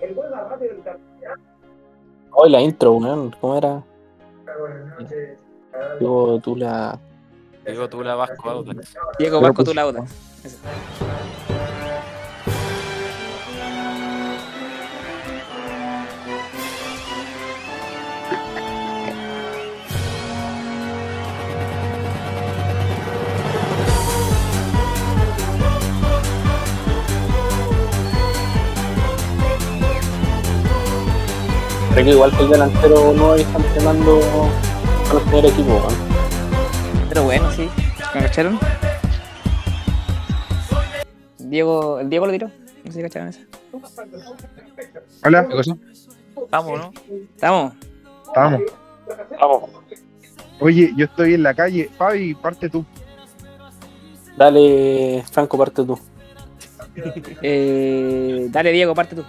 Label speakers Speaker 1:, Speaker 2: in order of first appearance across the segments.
Speaker 1: El gol más rápido del campeonato.
Speaker 2: Hoy Oh, la intro, weón, ¿cómo era?
Speaker 1: Buenas noches.
Speaker 2: Yo, tú la.
Speaker 3: Diego Tula Vasco Audax.
Speaker 2: Pero
Speaker 4: Diego Vasco,
Speaker 2: pues-
Speaker 4: tú lauda.
Speaker 2: Creo que igual que el delantero no están entrenando con el primer equipo, weón.
Speaker 4: Pero bueno, sí. ¿Me cacharon? Diego, el Diego lo tiró. No sé si cacharon eso.
Speaker 5: Hola,
Speaker 3: Vamos, ¿no?
Speaker 4: Estamos.
Speaker 5: estamos.
Speaker 2: Vamos,
Speaker 5: Oye, yo estoy en la calle. Fabi, parte tú.
Speaker 2: dale, Franco, parte tú.
Speaker 4: Eh, dale, Diego, parte tú.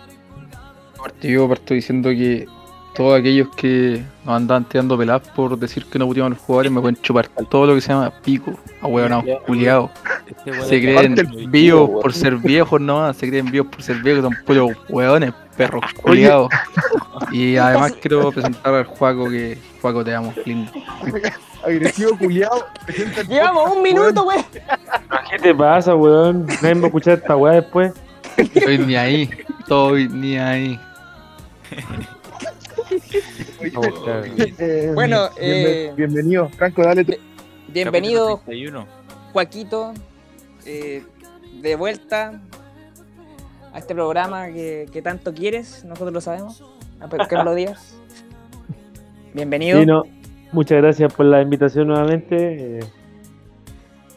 Speaker 6: Yo parto diciendo que todos aquellos que nos andaban tirando peladas por decir que no puteaban a los jugadores me pueden chupar todo lo que se llama pico, Ah, ahueonados, culiados.
Speaker 3: Este weón
Speaker 6: Se
Speaker 3: es
Speaker 6: creen
Speaker 5: Ponte
Speaker 3: el-
Speaker 6: vivos por ser viejos nomás, se creen vivos por ser viejos, son puros hueones, perros culiados. Y además quiero presentar al Juaco que Juaco te amo, lindo.
Speaker 5: Agresivo culiado. Presenta el
Speaker 4: Llevamos un minuto, güey.
Speaker 7: ¿Qué te pasa, weón? Nadie me va a escuchar esta weá después.
Speaker 6: Estoy ni ahí, estoy ni ahí.
Speaker 5: podcast. Eh,
Speaker 4: Bueno,
Speaker 5: bienven-
Speaker 4: eh,
Speaker 5: bienvenido. Franco, dale tú.
Speaker 8: eh,
Speaker 4: Bienvenido,
Speaker 3: Capítulo 31.
Speaker 4: Joaquito, eh, de vuelta a este programa que, que tanto quieres. Nosotros lo sabemos. Aunque no lo digas. Bienvenido.
Speaker 7: Sí, no. Muchas gracias por la invitación nuevamente. eh,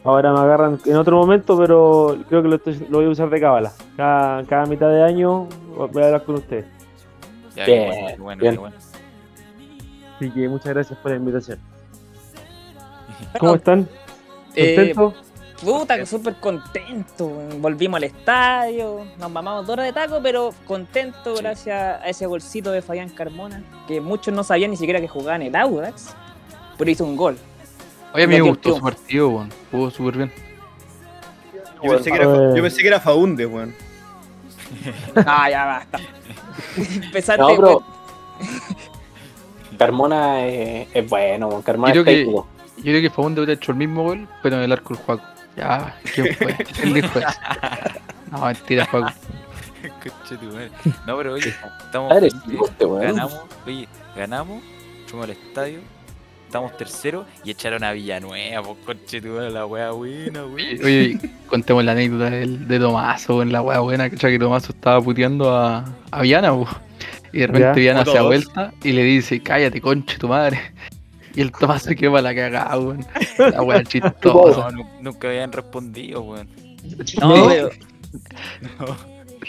Speaker 7: ahora me agarran en otro momento, pero creo que lo, estoy- lo voy a usar de cábala. Cada, cada mitad de año voy a hablar con ustedes.
Speaker 3: Ya,
Speaker 2: Bien,
Speaker 3: qué bueno, qué bueno,
Speaker 2: bien.
Speaker 3: qué bueno.
Speaker 7: Así que muchas gracias por la invitación.
Speaker 4: Bueno,
Speaker 7: ¿Cómo están?
Speaker 4: eh,
Speaker 7: ¿Contentos?
Speaker 4: Puta, que súper contento. weón. Volvimos al estadio, nos mamamos dos horas de taco, pero contento
Speaker 3: Sí.
Speaker 4: gracias a ese golcito de Fabián Carmona, que muchos no sabían ni siquiera que jugaba en el Audax, pero hizo un gol.
Speaker 6: Oye, a mí me
Speaker 4: Lo que
Speaker 6: gustó
Speaker 4: optó.
Speaker 6: su partido, weón. Jugó súper bien.
Speaker 8: Yo pensé que era,
Speaker 7: Eh.
Speaker 8: fa- yo pensé que era Faunde, weón.
Speaker 4: Ah, ya basta. Empezaste.
Speaker 2: No, pero-
Speaker 4: weón. pues.
Speaker 2: Carmona es, es bueno, weón. Carmona
Speaker 6: Creo
Speaker 2: es
Speaker 6: que-
Speaker 2: técnico.
Speaker 6: Yo creo que Faunde hubiera hecho el mismo gol, pero en el arco el Juaco. Ya, ¿quién fue? Él dijo eso. No, mentira, Juaco.
Speaker 3: Conche tu madre. No, pero oye, estamos.
Speaker 2: Ah, eres este, weón.
Speaker 3: ganamos, oye, ganamos, fuimos al estadio, estamos terceros y echaron a Villanueva, por conche tu madre, la wea buena,
Speaker 6: Oye,
Speaker 3: wey.
Speaker 6: oye, contemos la anécdota del, de Tomaso en la wea buena, ¿cachai? que Tomaso estaba puteando a, a Viana, po. y de repente
Speaker 7: Ya.
Speaker 6: Viana
Speaker 8: Como
Speaker 6: se da
Speaker 8: todos.
Speaker 6: vuelta y le dice, cállate, conche tu madre. Y el Tomaso quedó para la cagada, weón. La wea
Speaker 3: No,
Speaker 6: chistosa.
Speaker 3: nu- nunca habían respondido, weón.
Speaker 4: No, pero-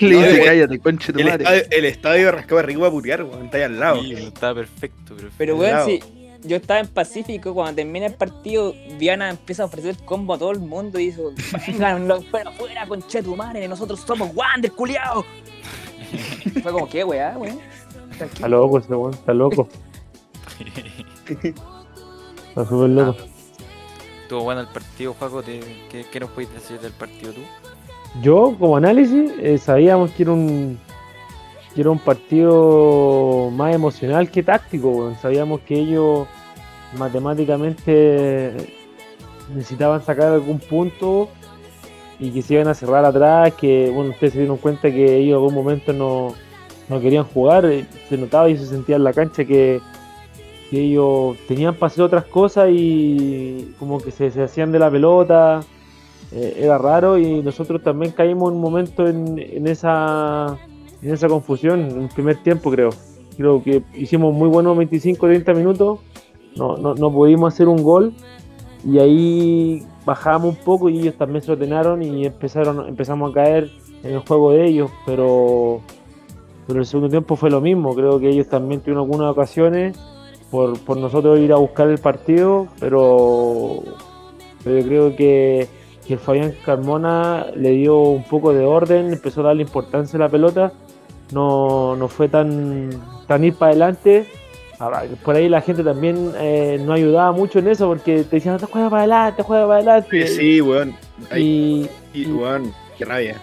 Speaker 6: Le
Speaker 8: No,
Speaker 6: dice,
Speaker 8: el-
Speaker 6: cállate, conche tu
Speaker 8: El
Speaker 6: madre.
Speaker 8: estadio, el estadio rascaba arriba a putear, weón. Está ahí al lado.
Speaker 3: Sí, weón, estaba perfecto, perfecto.
Speaker 4: pero
Speaker 8: al
Speaker 4: bueno,
Speaker 8: lado.
Speaker 4: si yo estaba en Pacífico, cuando termina el partido, Diana empieza a ofrecer combo a todo el mundo y dijo: Vengan, los fuera, fuera, conchetumare, nosotros somos Wander, culiao. Fue como, ¿qué weá, weón?
Speaker 7: Está loco ese weón, está loco. Está súper loco.
Speaker 3: Estuvo bueno el partido, Juaco. te- ¿Qué, qué nos puedes decir del partido tú?
Speaker 7: Yo, como análisis, eh, sabíamos que era un que era un partido más emocional que táctico. weón. Sabíamos que ellos matemáticamente necesitaban sacar algún punto y que se iban a cerrar atrás. Que bueno, ustedes se dieron cuenta que ellos en algún momento no, no querían jugar. eh, Se notaba y se sentía en la cancha que, que ellos tenían para hacer otras cosas y como que se, se hacían de la pelota. Eh, era raro y nosotros también caímos un momento en, en esa en esa confusión en el primer tiempo creo creo que hicimos muy buenos 25 30 minutos no, no, no pudimos hacer un gol y ahí bajamos un poco y ellos también se ordenaron y empezaron empezamos a caer en el juego de ellos pero pero el segundo tiempo fue lo mismo creo que ellos también tuvieron algunas ocasiones por, por nosotros ir a buscar el partido pero pero yo creo que que el Fabián Carmona le dio un poco de orden, empezó a darle importancia a la pelota, no, no fue tan, tan ir para adelante. Ahora, Por ahí la gente también eh, no ayudaba mucho en eso porque te decían, te juega para adelante, juega para adelante.
Speaker 8: Sí,
Speaker 5: Eh,
Speaker 8: sí, weón. Ahí,
Speaker 7: Y,
Speaker 8: y, weón. Qué rabia.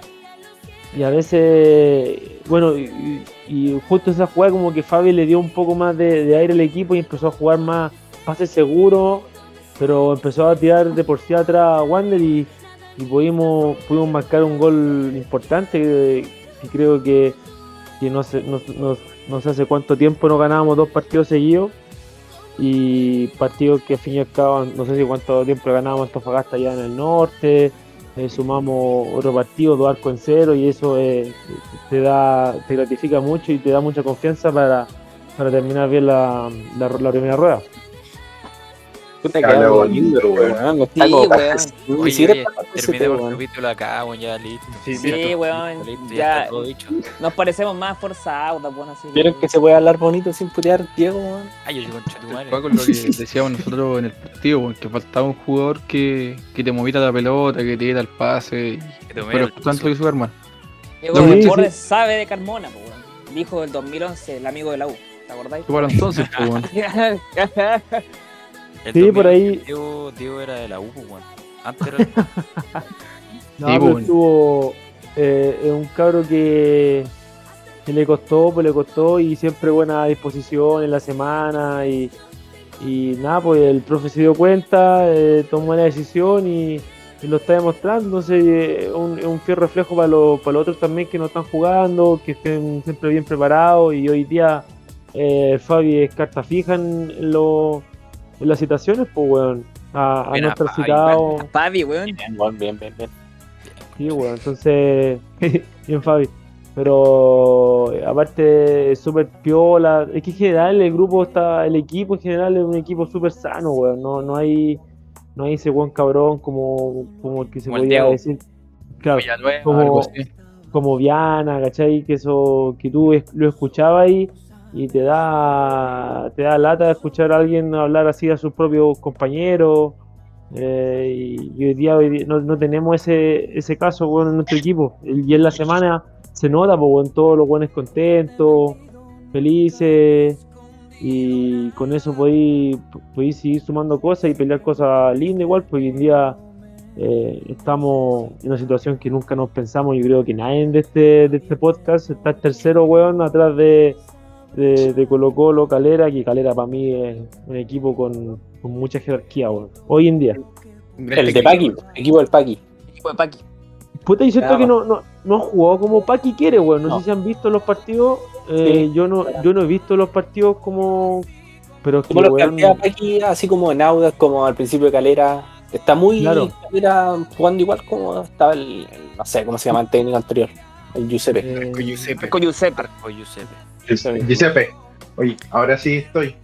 Speaker 7: y a veces bueno, y, y- y justo esa jugada como que Fabi le dio un poco más de, de aire al equipo y empezó a jugar más pase seguro, pero empezó a tirar de por sí atrás a Wander y, y pudimos, pudimos marcar un gol importante eh, que creo que, que no, hace, no, no- no sé hace cuánto tiempo no ganábamos dos partidos seguidos y partidos que al fin y al cabo no sé si cuánto tiempo ganábamos Antofagasta allá en el norte, eh, sumamos otro partido, dos arcos en cero y eso eh, te da te gratifica mucho y te da mucha confianza para, para terminar bien la, la, la primera rueda.
Speaker 2: Puta que
Speaker 5: Habla
Speaker 2: hablo
Speaker 5: bonito,
Speaker 2: lindo, weón. Los
Speaker 4: Sí,
Speaker 2: tacos,
Speaker 4: weón.
Speaker 2: parece- ni
Speaker 3: Oye,
Speaker 2: siquiera
Speaker 3: oye,
Speaker 2: parece,
Speaker 3: terminemos el
Speaker 2: weón.
Speaker 3: capítulo acá, weón, ya listo.
Speaker 8: Sí,
Speaker 4: Sí,
Speaker 3: listo,
Speaker 4: weón,
Speaker 3: listo, ya,
Speaker 4: ya.
Speaker 3: está todo dicho.
Speaker 4: Nos parecemos más forzados, weón, así. que-
Speaker 2: ¿Vieron que se puede hablar bonito sin putear, Diego, weón?
Speaker 3: Ay, yo concha tu madre.
Speaker 6: Fue con lo que decíamos nosotros en el partido, weón, que faltaba un jugador que, que te moviera la pelota, que te diera el pase.
Speaker 3: Que te
Speaker 6: Pero
Speaker 3: muera el
Speaker 6: tanto que
Speaker 3: pulso.
Speaker 6: su hermano.
Speaker 4: Diego
Speaker 7: Sí,
Speaker 4: Borges
Speaker 7: sí.
Speaker 4: sabe de Carmona, po, weón. Dijo el 2011, el amigo de la U. ¿Te acordáis?
Speaker 6: ¿Qué para entonces, po, weón?
Speaker 3: El
Speaker 7: Sí, por
Speaker 3: 2000
Speaker 7: ahí-
Speaker 3: Diego, Diego era de la U, pues, weón. Antes era de
Speaker 7: No,
Speaker 6: Sí,
Speaker 7: pero
Speaker 6: bueno.
Speaker 7: estuvo eh, es un cabro que, que le costó, pues le costó y siempre buena disposición en la semana y, y nada, pues el profe se dio cuenta, eh, tomó la decisión y, y lo está demostrando, entonces eh, es un, es un fiel reflejo para, los- para los otros también que no están jugando, que estén siempre bien preparados y hoy día eh, Fabi es carta fija en, lo- en las citaciones, pues weón, a, a
Speaker 3: Mira,
Speaker 7: no estar
Speaker 3: Fabi,
Speaker 7: citado.
Speaker 4: Papi, weón.
Speaker 2: Bien, weón, bien, bien, bien.
Speaker 7: Sí, bueno, entonces, bien Fabi. Pero eh, aparte, es súper piola. Es que en general el grupo está, el equipo en general es un equipo súper sano, weón. No, no hay, no hay ese buen cabrón como, como el que se
Speaker 3: Como el
Speaker 7: podía
Speaker 3: Diego.
Speaker 7: decir. Claro,
Speaker 6: Villanueva,
Speaker 7: como-
Speaker 6: algo así.
Speaker 7: como Viana, ¿cachai? Que eso, que tú es- lo escuchabas ahí y te da, te da lata escuchar a alguien hablar así a sus propios compañeros. Eh, y, y hoy día, hoy día no, no tenemos ese, ese caso weón, en nuestro equipo. El- Y en la semana se nota, pues, weón, todos los buenos contentos, felices. Y con eso podéis, podéis seguir sumando cosas y pelear cosas lindas igual, porque hoy en día eh, estamos en una situación que nunca nos pensamos. Yo creo que nadie de este, de este podcast está el tercero, weón, atrás de, de, de Colo Colo, Calera, que Calera para mí es un equipo con, con mucha jerarquía, weón. Hoy en día.
Speaker 8: Un gran
Speaker 2: El de
Speaker 8: técnico.
Speaker 2: Paqui, equipo del Paqui.
Speaker 4: Equipo de Paqui.
Speaker 7: Puta, y siento
Speaker 2: Nada
Speaker 7: que no, no, no han jugado como Paqui quiere, weón. No,
Speaker 2: No.
Speaker 7: sé si han visto los partidos. eh, yo no yo no he visto los partidos como... Pero es que,
Speaker 2: Como los
Speaker 7: weón,
Speaker 2: plantea Paqui, así como en Audas, como al principio de Calera. Está muy
Speaker 7: Claro.
Speaker 2: Calera jugando igual como estaba el, el- no sé cómo se llama el técnico anterior, el E. Giuseppe.
Speaker 7: eh,
Speaker 8: Con Giuseppe.
Speaker 4: Marco Giuseppe.
Speaker 3: Marco Giuseppe.
Speaker 5: Giuseppe, oye, ahora sí estoy.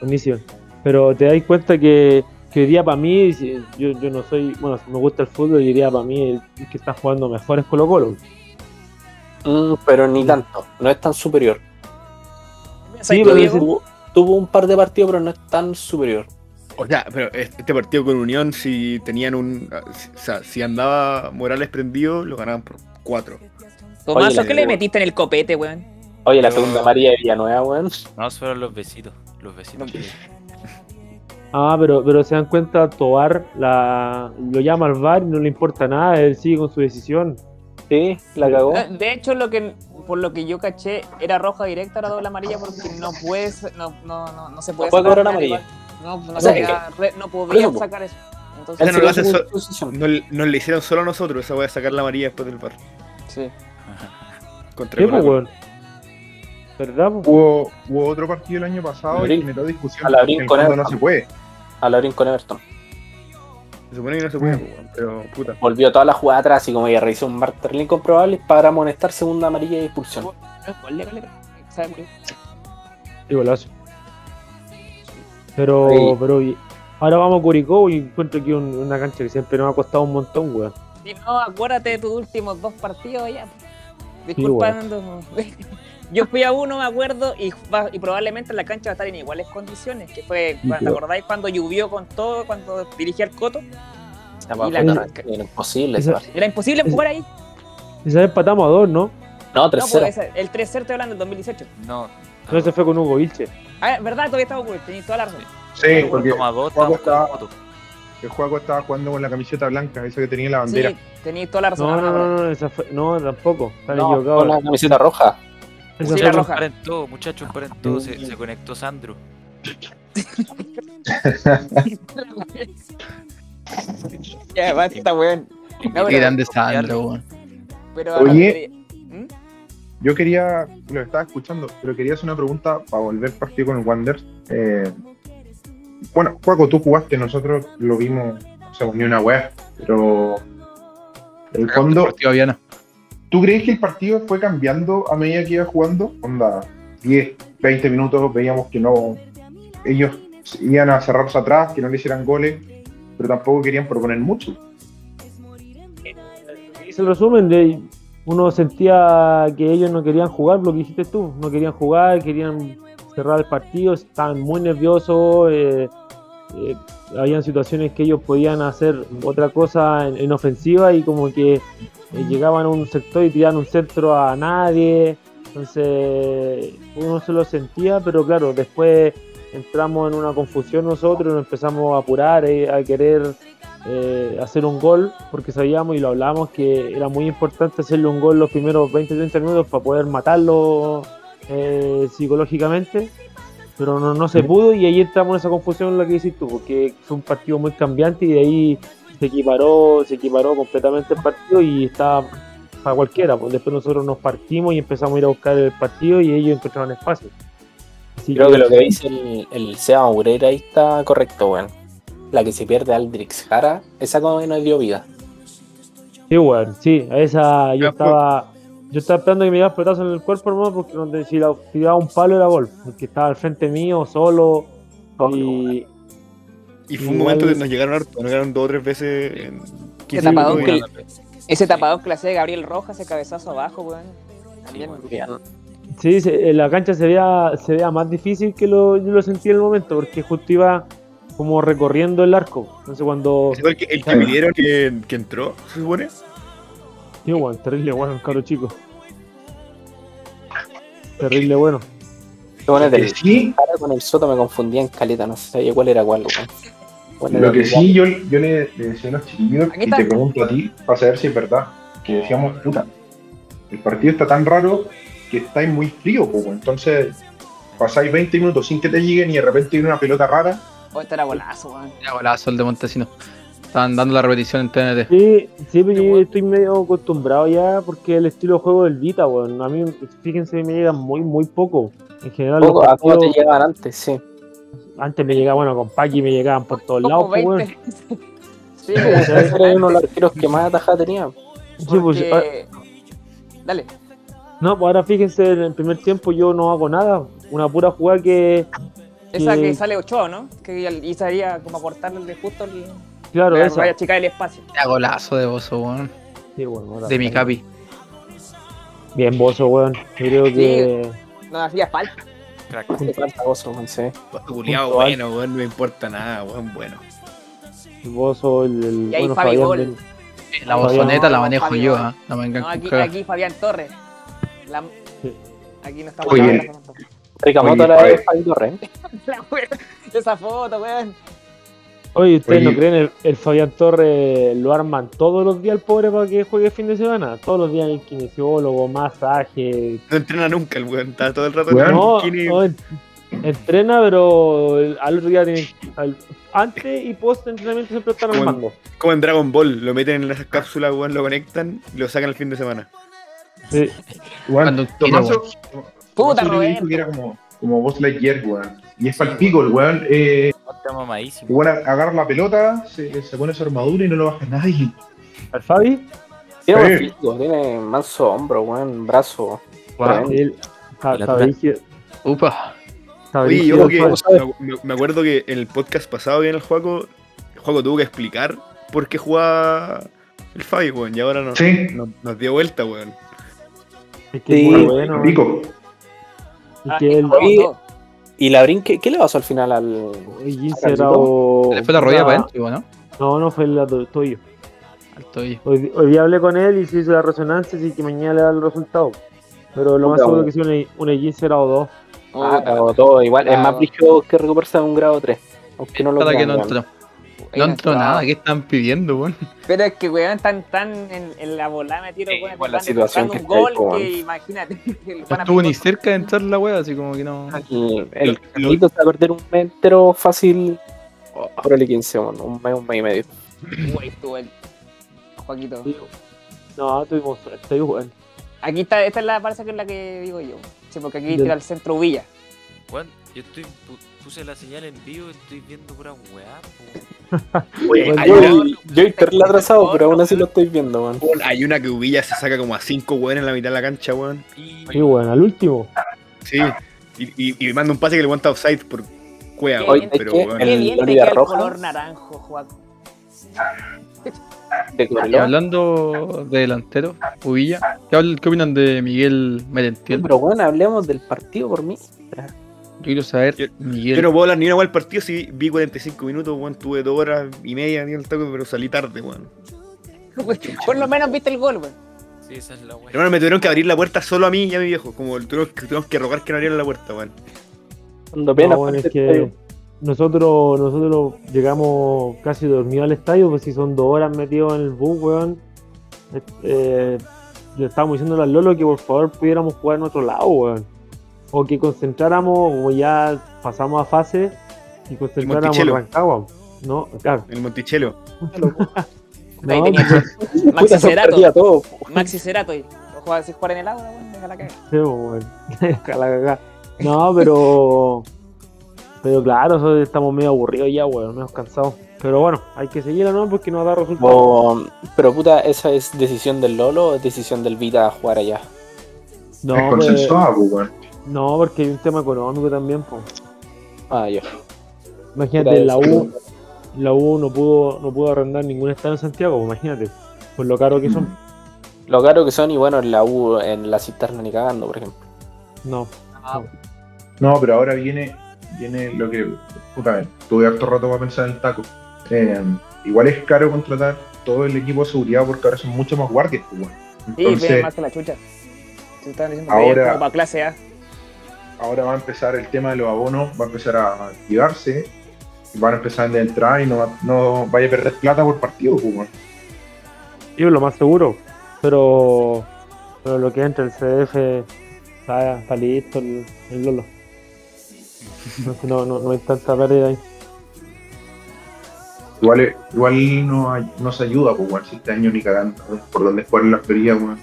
Speaker 7: Buenísimo. Pero te dais cuenta que, que hoy día para mí, si- yo, yo no soy, bueno, me gusta el fútbol y hoy día para mí el, el que está jugando mejor es Colo Colo.
Speaker 2: Mm, pero ni tanto, no es tan superior.
Speaker 7: Sí,
Speaker 4: ¿Sabes tú,
Speaker 7: pero
Speaker 4: Diego?
Speaker 2: Tuvo, tuvo un par de partidos, pero no es tan superior.
Speaker 8: O sea, pero este partido con Unión, si tenían un. O sea, si andaba Morales prendido, lo ganaban por cuatro.
Speaker 2: Oye,
Speaker 4: Tomás,
Speaker 2: la
Speaker 4: ¿qué le
Speaker 2: Diego.
Speaker 4: metiste en el copete, weón?
Speaker 2: Oye, la
Speaker 3: No.
Speaker 2: segunda María de Villanueva, weón.
Speaker 3: No, fueron los besitos. Los besitos.
Speaker 7: Ah, pero, pero se dan cuenta, Tobar la, lo llama al bar y no le importa nada, él sigue con su decisión.
Speaker 2: Sí, la cagó.
Speaker 8: Ah,
Speaker 4: Ah, De hecho, lo que, por lo que yo caché, era roja directa, era doble amarilla, porque no puedes, no, no, no, no se puede
Speaker 2: No puede
Speaker 4: sacar
Speaker 2: cobrar amarilla.
Speaker 4: No, no,
Speaker 2: O sea,
Speaker 4: podía, re- no
Speaker 2: por eso,
Speaker 4: podía
Speaker 2: po.
Speaker 4: sacar eso. Entonces,
Speaker 8: Ese no lo hace
Speaker 2: Su-
Speaker 8: so-
Speaker 2: su decisión.
Speaker 8: No, le- no le hicieron solo a nosotros, esa voy a sacar la María después del par.
Speaker 4: sí.
Speaker 8: Contra
Speaker 7: ¿Qué, po,
Speaker 8: Colo-Colo.
Speaker 7: pues, weón? ¿Verdad, pues? po?
Speaker 5: Hubo, hubo otro partido el año pasado y
Speaker 2: Abril.
Speaker 5: generó discusión.
Speaker 2: Al Abril
Speaker 5: en el
Speaker 2: con
Speaker 5: fondo
Speaker 2: Everton.
Speaker 5: no se puede.
Speaker 2: Alabrín con Everton.
Speaker 8: Se supone que no se puede, po, weón, pero puta.
Speaker 2: Volvió toda la jugada atrás y como ya realizó un Marterlin comprobable para amonestar segunda amarilla y expulsión.
Speaker 4: Gol de Calera. ¿Sabes, Diego?
Speaker 7: Qué golazo. Pero,
Speaker 2: Sí.
Speaker 7: pero y- ahora vamos a Curicó y encuentro aquí un- una cancha que siempre nos ha costado un montón, weón.
Speaker 4: Si no, acuérdate de tus últimos dos partidos ya. Disculpando. Yo fui a uno, me acuerdo, y, va- y probablemente la cancha va a estar en iguales condiciones. Que fue,
Speaker 7: Sí,
Speaker 4: ¿te
Speaker 7: claro.
Speaker 4: acordáis cuando llovió con todo, cuando dirigía el coto?
Speaker 2: Era
Speaker 4: Y la
Speaker 2: puta,
Speaker 4: marca.
Speaker 2: era imposible.
Speaker 7: Esa-
Speaker 2: ese
Speaker 4: Era imposible
Speaker 7: Ese-
Speaker 4: jugar ahí.
Speaker 7: Esa vez empatamos a dos, ¿no?
Speaker 2: partido. No,
Speaker 4: No, pues,
Speaker 2: tercero.
Speaker 4: ese- el 3-0 estoy hablando del 2018.
Speaker 3: No.
Speaker 7: No, se fue con Hugo Vilche.
Speaker 4: Ah, verdad, todavía estaba ocurriendo, tenéis toda la razón.
Speaker 5: Sí,
Speaker 3: Toma dos, estamos
Speaker 5: Juaco
Speaker 3: con moto.
Speaker 5: El Juaco estaba jugando con la camiseta blanca, eso que tenía la bandera.
Speaker 4: Sí, tenéis toda la razón.
Speaker 7: No, no,
Speaker 4: Álvaro.
Speaker 7: no, no, esa fue- no, tampoco. Están
Speaker 2: No,
Speaker 7: equivocados.
Speaker 2: con la camiseta roja.
Speaker 7: Esa
Speaker 4: Sí,
Speaker 7: fue-
Speaker 4: la roja.
Speaker 3: paren todo, muchachos,
Speaker 7: Ah,
Speaker 3: paren todo. Se, se conectó Sandro.
Speaker 4: Ya, basta, weón. No,
Speaker 6: Qué
Speaker 4: pero-
Speaker 6: grande Sandro, weón.
Speaker 4: pero
Speaker 5: Oye.
Speaker 4: ¿Mm?
Speaker 5: Yo quería, lo estaba escuchando, pero quería hacer una pregunta para volver partido con el Wanderers. Eh, bueno, Juaco, tú jugaste, nosotros lo vimos, o sea, ni una wea, pero el fondo,
Speaker 6: Partido a Viana.
Speaker 5: ¿Tú crees que el partido fue cambiando a medida que iba jugando? Onda, 10, 20 minutos veíamos que no. Ellos iban a cerrarse atrás, que no le hicieran goles, pero tampoco querían proponer mucho.
Speaker 7: hice el resumen de uno sentía que ellos no querían jugar lo que dijiste tú no querían jugar querían cerrar el partido estaban muy nerviosos eh, eh, habían situaciones que ellos podían hacer otra cosa en, en ofensiva y como que eh, llegaban a un sector y tiraban un centro a nadie entonces uno se lo sentía pero claro después entramos en una confusión nosotros nos empezamos a apurar eh, a querer eh, hacer un gol, porque sabíamos y lo hablábamos que era muy importante hacerle un gol los primeros 20-30 minutos para poder matarlo eh, psicológicamente, pero no, no se pudo y ahí entramos en esa confusión en la que dices tú, porque fue un partido muy cambiante y de ahí se equiparó, se equiparó completamente el partido y estaba para cualquiera, pues después nosotros nos partimos y empezamos a ir a buscar el partido y ellos encontraron espacio. Así
Speaker 2: Creo que lo que dice el, el Seba Moreira ahí está correcto, weón. La que se pierde Aldrix Jara, esa como que no dio vida.
Speaker 7: Sí, weón, sí, a esa yo
Speaker 8: Ya, pues.
Speaker 7: estaba. Yo estaba esperando que me dieran pelotazo en el cuerpo, hermano, porque donde si la- si daba un palo era gol. Porque estaba al frente mío, solo. y
Speaker 8: Y fue un
Speaker 7: Igual-
Speaker 8: momento que nos llegaron harto, nos llegaron dos o tres veces en 15
Speaker 4: tapadón
Speaker 8: minutos.
Speaker 4: que- Ese tapadón que le hacía Gabriel Rojas, ese cabezazo abajo, weón. También.
Speaker 7: sí, se- en la cancha se vea, se vea más difícil que lo, yo lo sentí en el momento, porque justo iba como recorriendo el arco. Entonces cuando.
Speaker 8: Es igual que el que midieron que, que entró, se supone.
Speaker 7: Sí, weón, terrible, bueno, caro chico. Terrible, bueno.
Speaker 2: Bueno,
Speaker 5: Que
Speaker 2: del
Speaker 5: sí,
Speaker 2: Jara con el Soto me confundía en caleta, no sabía cuál era cuál, weón. ¿Cuál era
Speaker 5: lo que
Speaker 2: el-
Speaker 5: sí yo, yo le, le decía a los chiquillos
Speaker 4: Aquí
Speaker 5: y
Speaker 4: está.
Speaker 5: te pregunto a ti para saber si es verdad. Que decíamos, puta, el partido está tan raro que estáis muy frío, pues, entonces pasáis 20 minutos sin que te lleguen y de repente viene una pelota rara.
Speaker 4: O este era golazo, weón.
Speaker 6: Ya, golazo el de Montesino. Estaban dando la repetición en TNT.
Speaker 7: Sí, sí, pero yo estoy medio acostumbrado ya porque el estilo de juego del Vita, weón. A mí, fíjense, me llegan muy, muy poco. En general, los
Speaker 2: Poco, a poco te
Speaker 7: partidos-
Speaker 2: llegaban antes, sí.
Speaker 7: antes me llegaba, bueno, con Paki me llegaban por todos lados,
Speaker 4: Como
Speaker 7: pues, weón.
Speaker 4: 20. Sí,
Speaker 2: Ese era uno de los
Speaker 4: weón.
Speaker 2: arqueros que más atajada tenía.
Speaker 7: Sí, pues, ah,
Speaker 4: Porque- Dale.
Speaker 7: no, pues ahora fíjense, en el primer tiempo yo no hago nada. Una pura jugada que,
Speaker 4: Esa
Speaker 7: Sí.
Speaker 4: que sale Ochoa, ¿no? Que al- y estaría como aportarle justo el,
Speaker 7: claro,
Speaker 4: la-
Speaker 7: esa.
Speaker 4: vaya chica del espacio.
Speaker 6: Ya, golazo de Bozo, weón.
Speaker 7: Sí, weón, ahora-
Speaker 6: De mi capi.
Speaker 7: Bien, Bozo, weón. Yo creo que.
Speaker 4: No hacía falta.
Speaker 3: Crack.
Speaker 2: Le falta gozo, weón, sí.
Speaker 8: Culeado,
Speaker 7: Punto
Speaker 8: bueno, weón, no me importa nada, weón, bueno.
Speaker 7: Bozo, el. el-
Speaker 4: Y ahí
Speaker 7: bueno,
Speaker 4: Fabi
Speaker 7: Fabián
Speaker 4: Gol.
Speaker 7: del-
Speaker 6: Eh, La
Speaker 7: No,
Speaker 6: bozoneta la
Speaker 4: no,
Speaker 6: manejo
Speaker 4: Fabi,
Speaker 6: yo,
Speaker 4: no.
Speaker 6: ¿ah? No me vengan
Speaker 4: No,
Speaker 6: con
Speaker 4: aquí,
Speaker 6: cagas.
Speaker 4: aquí Fabián Torres. La- Aquí no estamos
Speaker 5: Oye.
Speaker 4: hablando.
Speaker 2: Rica moto
Speaker 5: Oye,
Speaker 2: la de
Speaker 5: oye.
Speaker 2: Fabi Torres.
Speaker 4: La wea- Esa foto, weón.
Speaker 7: Oye, ¿ustedes
Speaker 5: Oye.
Speaker 7: no creen? El, el Fabián Torres lo arman todos los días el pobre para que juegue fin de semana. Todos los días el kinesiólogo, masaje.
Speaker 8: No entrena nunca el weón, está todo el rato
Speaker 5: Weón.
Speaker 8: en
Speaker 7: No,
Speaker 8: bikini.
Speaker 7: no, en- entrena, pero el- al otro día tiene. al- antes y post entrenamiento siempre están
Speaker 8: Bueno.
Speaker 7: armando.
Speaker 8: Como en Dragon Ball, lo meten en las cápsulas, weón, lo conectan y lo sacan el fin de semana.
Speaker 7: Sí,
Speaker 5: Bueno,
Speaker 6: Cuando quiera,
Speaker 5: Tomaso,
Speaker 4: Puta,
Speaker 5: Tomaso yo le dijo
Speaker 4: Roberto.
Speaker 5: que era como, como Buzz Lightyear, weón. Y es para el weón. Eh,
Speaker 3: Está mamadísimo.
Speaker 5: Bueno, agarra la pelota, se, se pone su armadura y no lo baja nadie.
Speaker 7: al Fabi.
Speaker 2: Tiene
Speaker 5: Sí.
Speaker 2: buen físico, tiene manso hombro, weón, brazo.
Speaker 6: Guau.
Speaker 2: Tremendo.
Speaker 7: Él, está,
Speaker 3: El
Speaker 7: está
Speaker 3: atrás.
Speaker 7: brígido-
Speaker 6: Upa.
Speaker 7: está
Speaker 8: Oye,
Speaker 7: brígido
Speaker 8: yo
Speaker 7: el
Speaker 8: creo
Speaker 7: Fabi.
Speaker 8: que me, acu- me acuerdo que en el podcast pasado bien el Juaco, el Juaco tuvo que explicar por qué jugaba el Fabi, weón, y ahora no-
Speaker 5: Sí.
Speaker 8: no- nos dio vuelta, weón.
Speaker 7: Es que es muy
Speaker 2: Sí.
Speaker 7: bueno.
Speaker 5: Rico.
Speaker 4: Ah,
Speaker 7: Y que él-
Speaker 2: Oye, Y la brinque, ¿qué le pasó al final al.?
Speaker 7: el Gince era o-
Speaker 6: Le fue la rodilla
Speaker 7: una-
Speaker 6: para adentro, ¿no?
Speaker 7: No, no fue el lado tuyo.
Speaker 6: Alto ahí.
Speaker 7: Hoy, hoy día hablé con él y se hizo la resonancia, así que mañana le da el resultado. Pero lo más
Speaker 2: Puta,
Speaker 7: seguro
Speaker 2: weón.
Speaker 7: que sea un, E- un 15 era o 2.
Speaker 2: Ah, cagó todo igual.
Speaker 4: Ah,
Speaker 2: es más
Speaker 4: bueno.
Speaker 2: brígido que recuperarse de un grado 3. Aunque no lo
Speaker 6: Para que
Speaker 2: crean,
Speaker 6: no
Speaker 2: weón.
Speaker 6: entró. No entró nada, ¿qué están pidiendo, weón?
Speaker 4: Pero es que, weón, están tan en, en la volada me tiro,
Speaker 2: Sí,
Speaker 4: weón.
Speaker 2: igual la
Speaker 4: están
Speaker 2: situación
Speaker 4: buscando
Speaker 2: que está
Speaker 4: un gol
Speaker 2: ahí,
Speaker 4: que,
Speaker 2: po,
Speaker 4: imagínate. que lo
Speaker 6: No
Speaker 4: van a
Speaker 6: estuvo ni
Speaker 4: picar.
Speaker 6: cerca de entrar la wea, así como que no.
Speaker 2: Aquí el Carlito se va a perder un mes entero fácil. oh, Ahora el 15, bueno, un mes, un mes y medio.
Speaker 4: Güey, estuvo el- Joaquito.
Speaker 7: No, tuvimos suerte, weón.
Speaker 4: Aquí está, esta es la parte que es la que digo yo. Sí, porque aquí
Speaker 7: Ya.
Speaker 4: tira al centro Villa.
Speaker 3: Juan, yo estoy pu- puse la señal en vivo y estoy viendo pura weá. pues. po.
Speaker 8: Oye,
Speaker 7: Igual
Speaker 8: hay,
Speaker 2: Yo,
Speaker 4: yo-
Speaker 8: una,
Speaker 2: yo hiperla atrasado, pero aún así lo estoy viendo, man.
Speaker 8: weón, hay una que Ubilla se saca como a cinco weón en la mitad de la cancha, weón.
Speaker 3: Y
Speaker 7: Sí, weón, al último.
Speaker 8: Sí. Y, y, y manda un pase que le aguanta offside por cuea,
Speaker 4: Oye,
Speaker 8: weón.
Speaker 2: es
Speaker 8: Pero,
Speaker 2: que
Speaker 8: weón.
Speaker 2: el
Speaker 4: Qué bien te
Speaker 2: Gloria
Speaker 4: queda el
Speaker 2: Roja.
Speaker 4: color naranjo, Joaco.
Speaker 2: De
Speaker 6: Y
Speaker 2: Cobreloa.
Speaker 6: hablando de delantero, Ubilla, ¿qué, habl- qué opinan de Miguel Merentiel?
Speaker 2: Pero bueno, hablemos del partido por mí.
Speaker 6: Yo quiero saber,
Speaker 8: Yo-
Speaker 6: Miguel,
Speaker 8: Yo no puedo hablar ni una weá del partido si vi 45 minutos, weón. Tuve dos horas y media ni el taco, pero salí tarde, weón.
Speaker 4: Por lo menos viste el gol, weón.
Speaker 3: sí, esa es la weá.
Speaker 8: Hermano, me tuvieron que abrir la puerta solo a mí y a mi viejo. Como tuvieron que, tuvimos que rogar que no abrieran la puerta, weón.
Speaker 2: Cuando pena. eh,
Speaker 7: No, bueno, es
Speaker 2: aparte,
Speaker 7: que nosotros, nosotros llegamos casi dormidos al estadio, pues si son dos horas metidos en el bus, weón. Eh, eh, le estábamos diciendo al Lolo que por favor pudiéramos jugar en otro lado, weón. O que concentráramos, como ya pasamos a fase, y concentráramos en
Speaker 8: Monticello.
Speaker 7: Rancagua. No, claro.
Speaker 8: En el Monticello.
Speaker 4: Ahí
Speaker 7: No,
Speaker 4: tenía Maxi
Speaker 2: puta, se
Speaker 4: Cerato.
Speaker 2: perdía todo. po.
Speaker 6: pues.
Speaker 4: Maxi Cerato. y- Ojo, si jugar en el agua, weón, deja la cagada.
Speaker 7: Sí, bueno. Ca- la cagá. No, pero. Pero claro, nosotros estamos medio aburridos ya, weón, medio cansados. Pero bueno, hay que seguir, ¿no? Porque nos da resultados.
Speaker 2: O- pero puta, ¿esa es decisión del Lolo o es decisión del Vita a jugar allá?
Speaker 7: No,
Speaker 5: es
Speaker 7: pues,
Speaker 5: consensuado, pues, weón.
Speaker 7: no, porque hay un tema económico también, po.
Speaker 2: Ah, ya.
Speaker 7: Imagínate,
Speaker 2: Era
Speaker 7: la
Speaker 2: eso.
Speaker 7: U, la U no pudo, no pudo arrendar ningún estadio en Santiago, po, imagínate. Por lo caro que son.
Speaker 2: Lo caro que son y bueno, en la U, en la cisterna ni cagando, por ejemplo.
Speaker 7: No.
Speaker 5: No, pero ahora viene, viene lo que. Puta, a ver, tuve harto rato para pensar en el taco. Eh, igual es caro contratar todo el equipo de seguridad porque ahora son mucho más guardias, pues, weón.
Speaker 4: Sí, pero
Speaker 5: Entonces,
Speaker 4: más que la chucha. Se estaban diciendo
Speaker 5: Ahora-
Speaker 4: que era como para clase A.
Speaker 5: ahora va a empezar el tema de los abonos, va a empezar a activarse, van a empezar a entrar y no, va- no vaya a perder plata por partido, pues, weón.
Speaker 7: Yo lo más seguro. Pero. Pero lo que entra el CDF está, está listo el, el Lolo. Entonces no, no, no hay tanta pérdida ahí.
Speaker 5: Igual, igual no, hay- no se ayuda, pues, weón, si este año ni cagando, weón, por donde jugar en la feria, weón.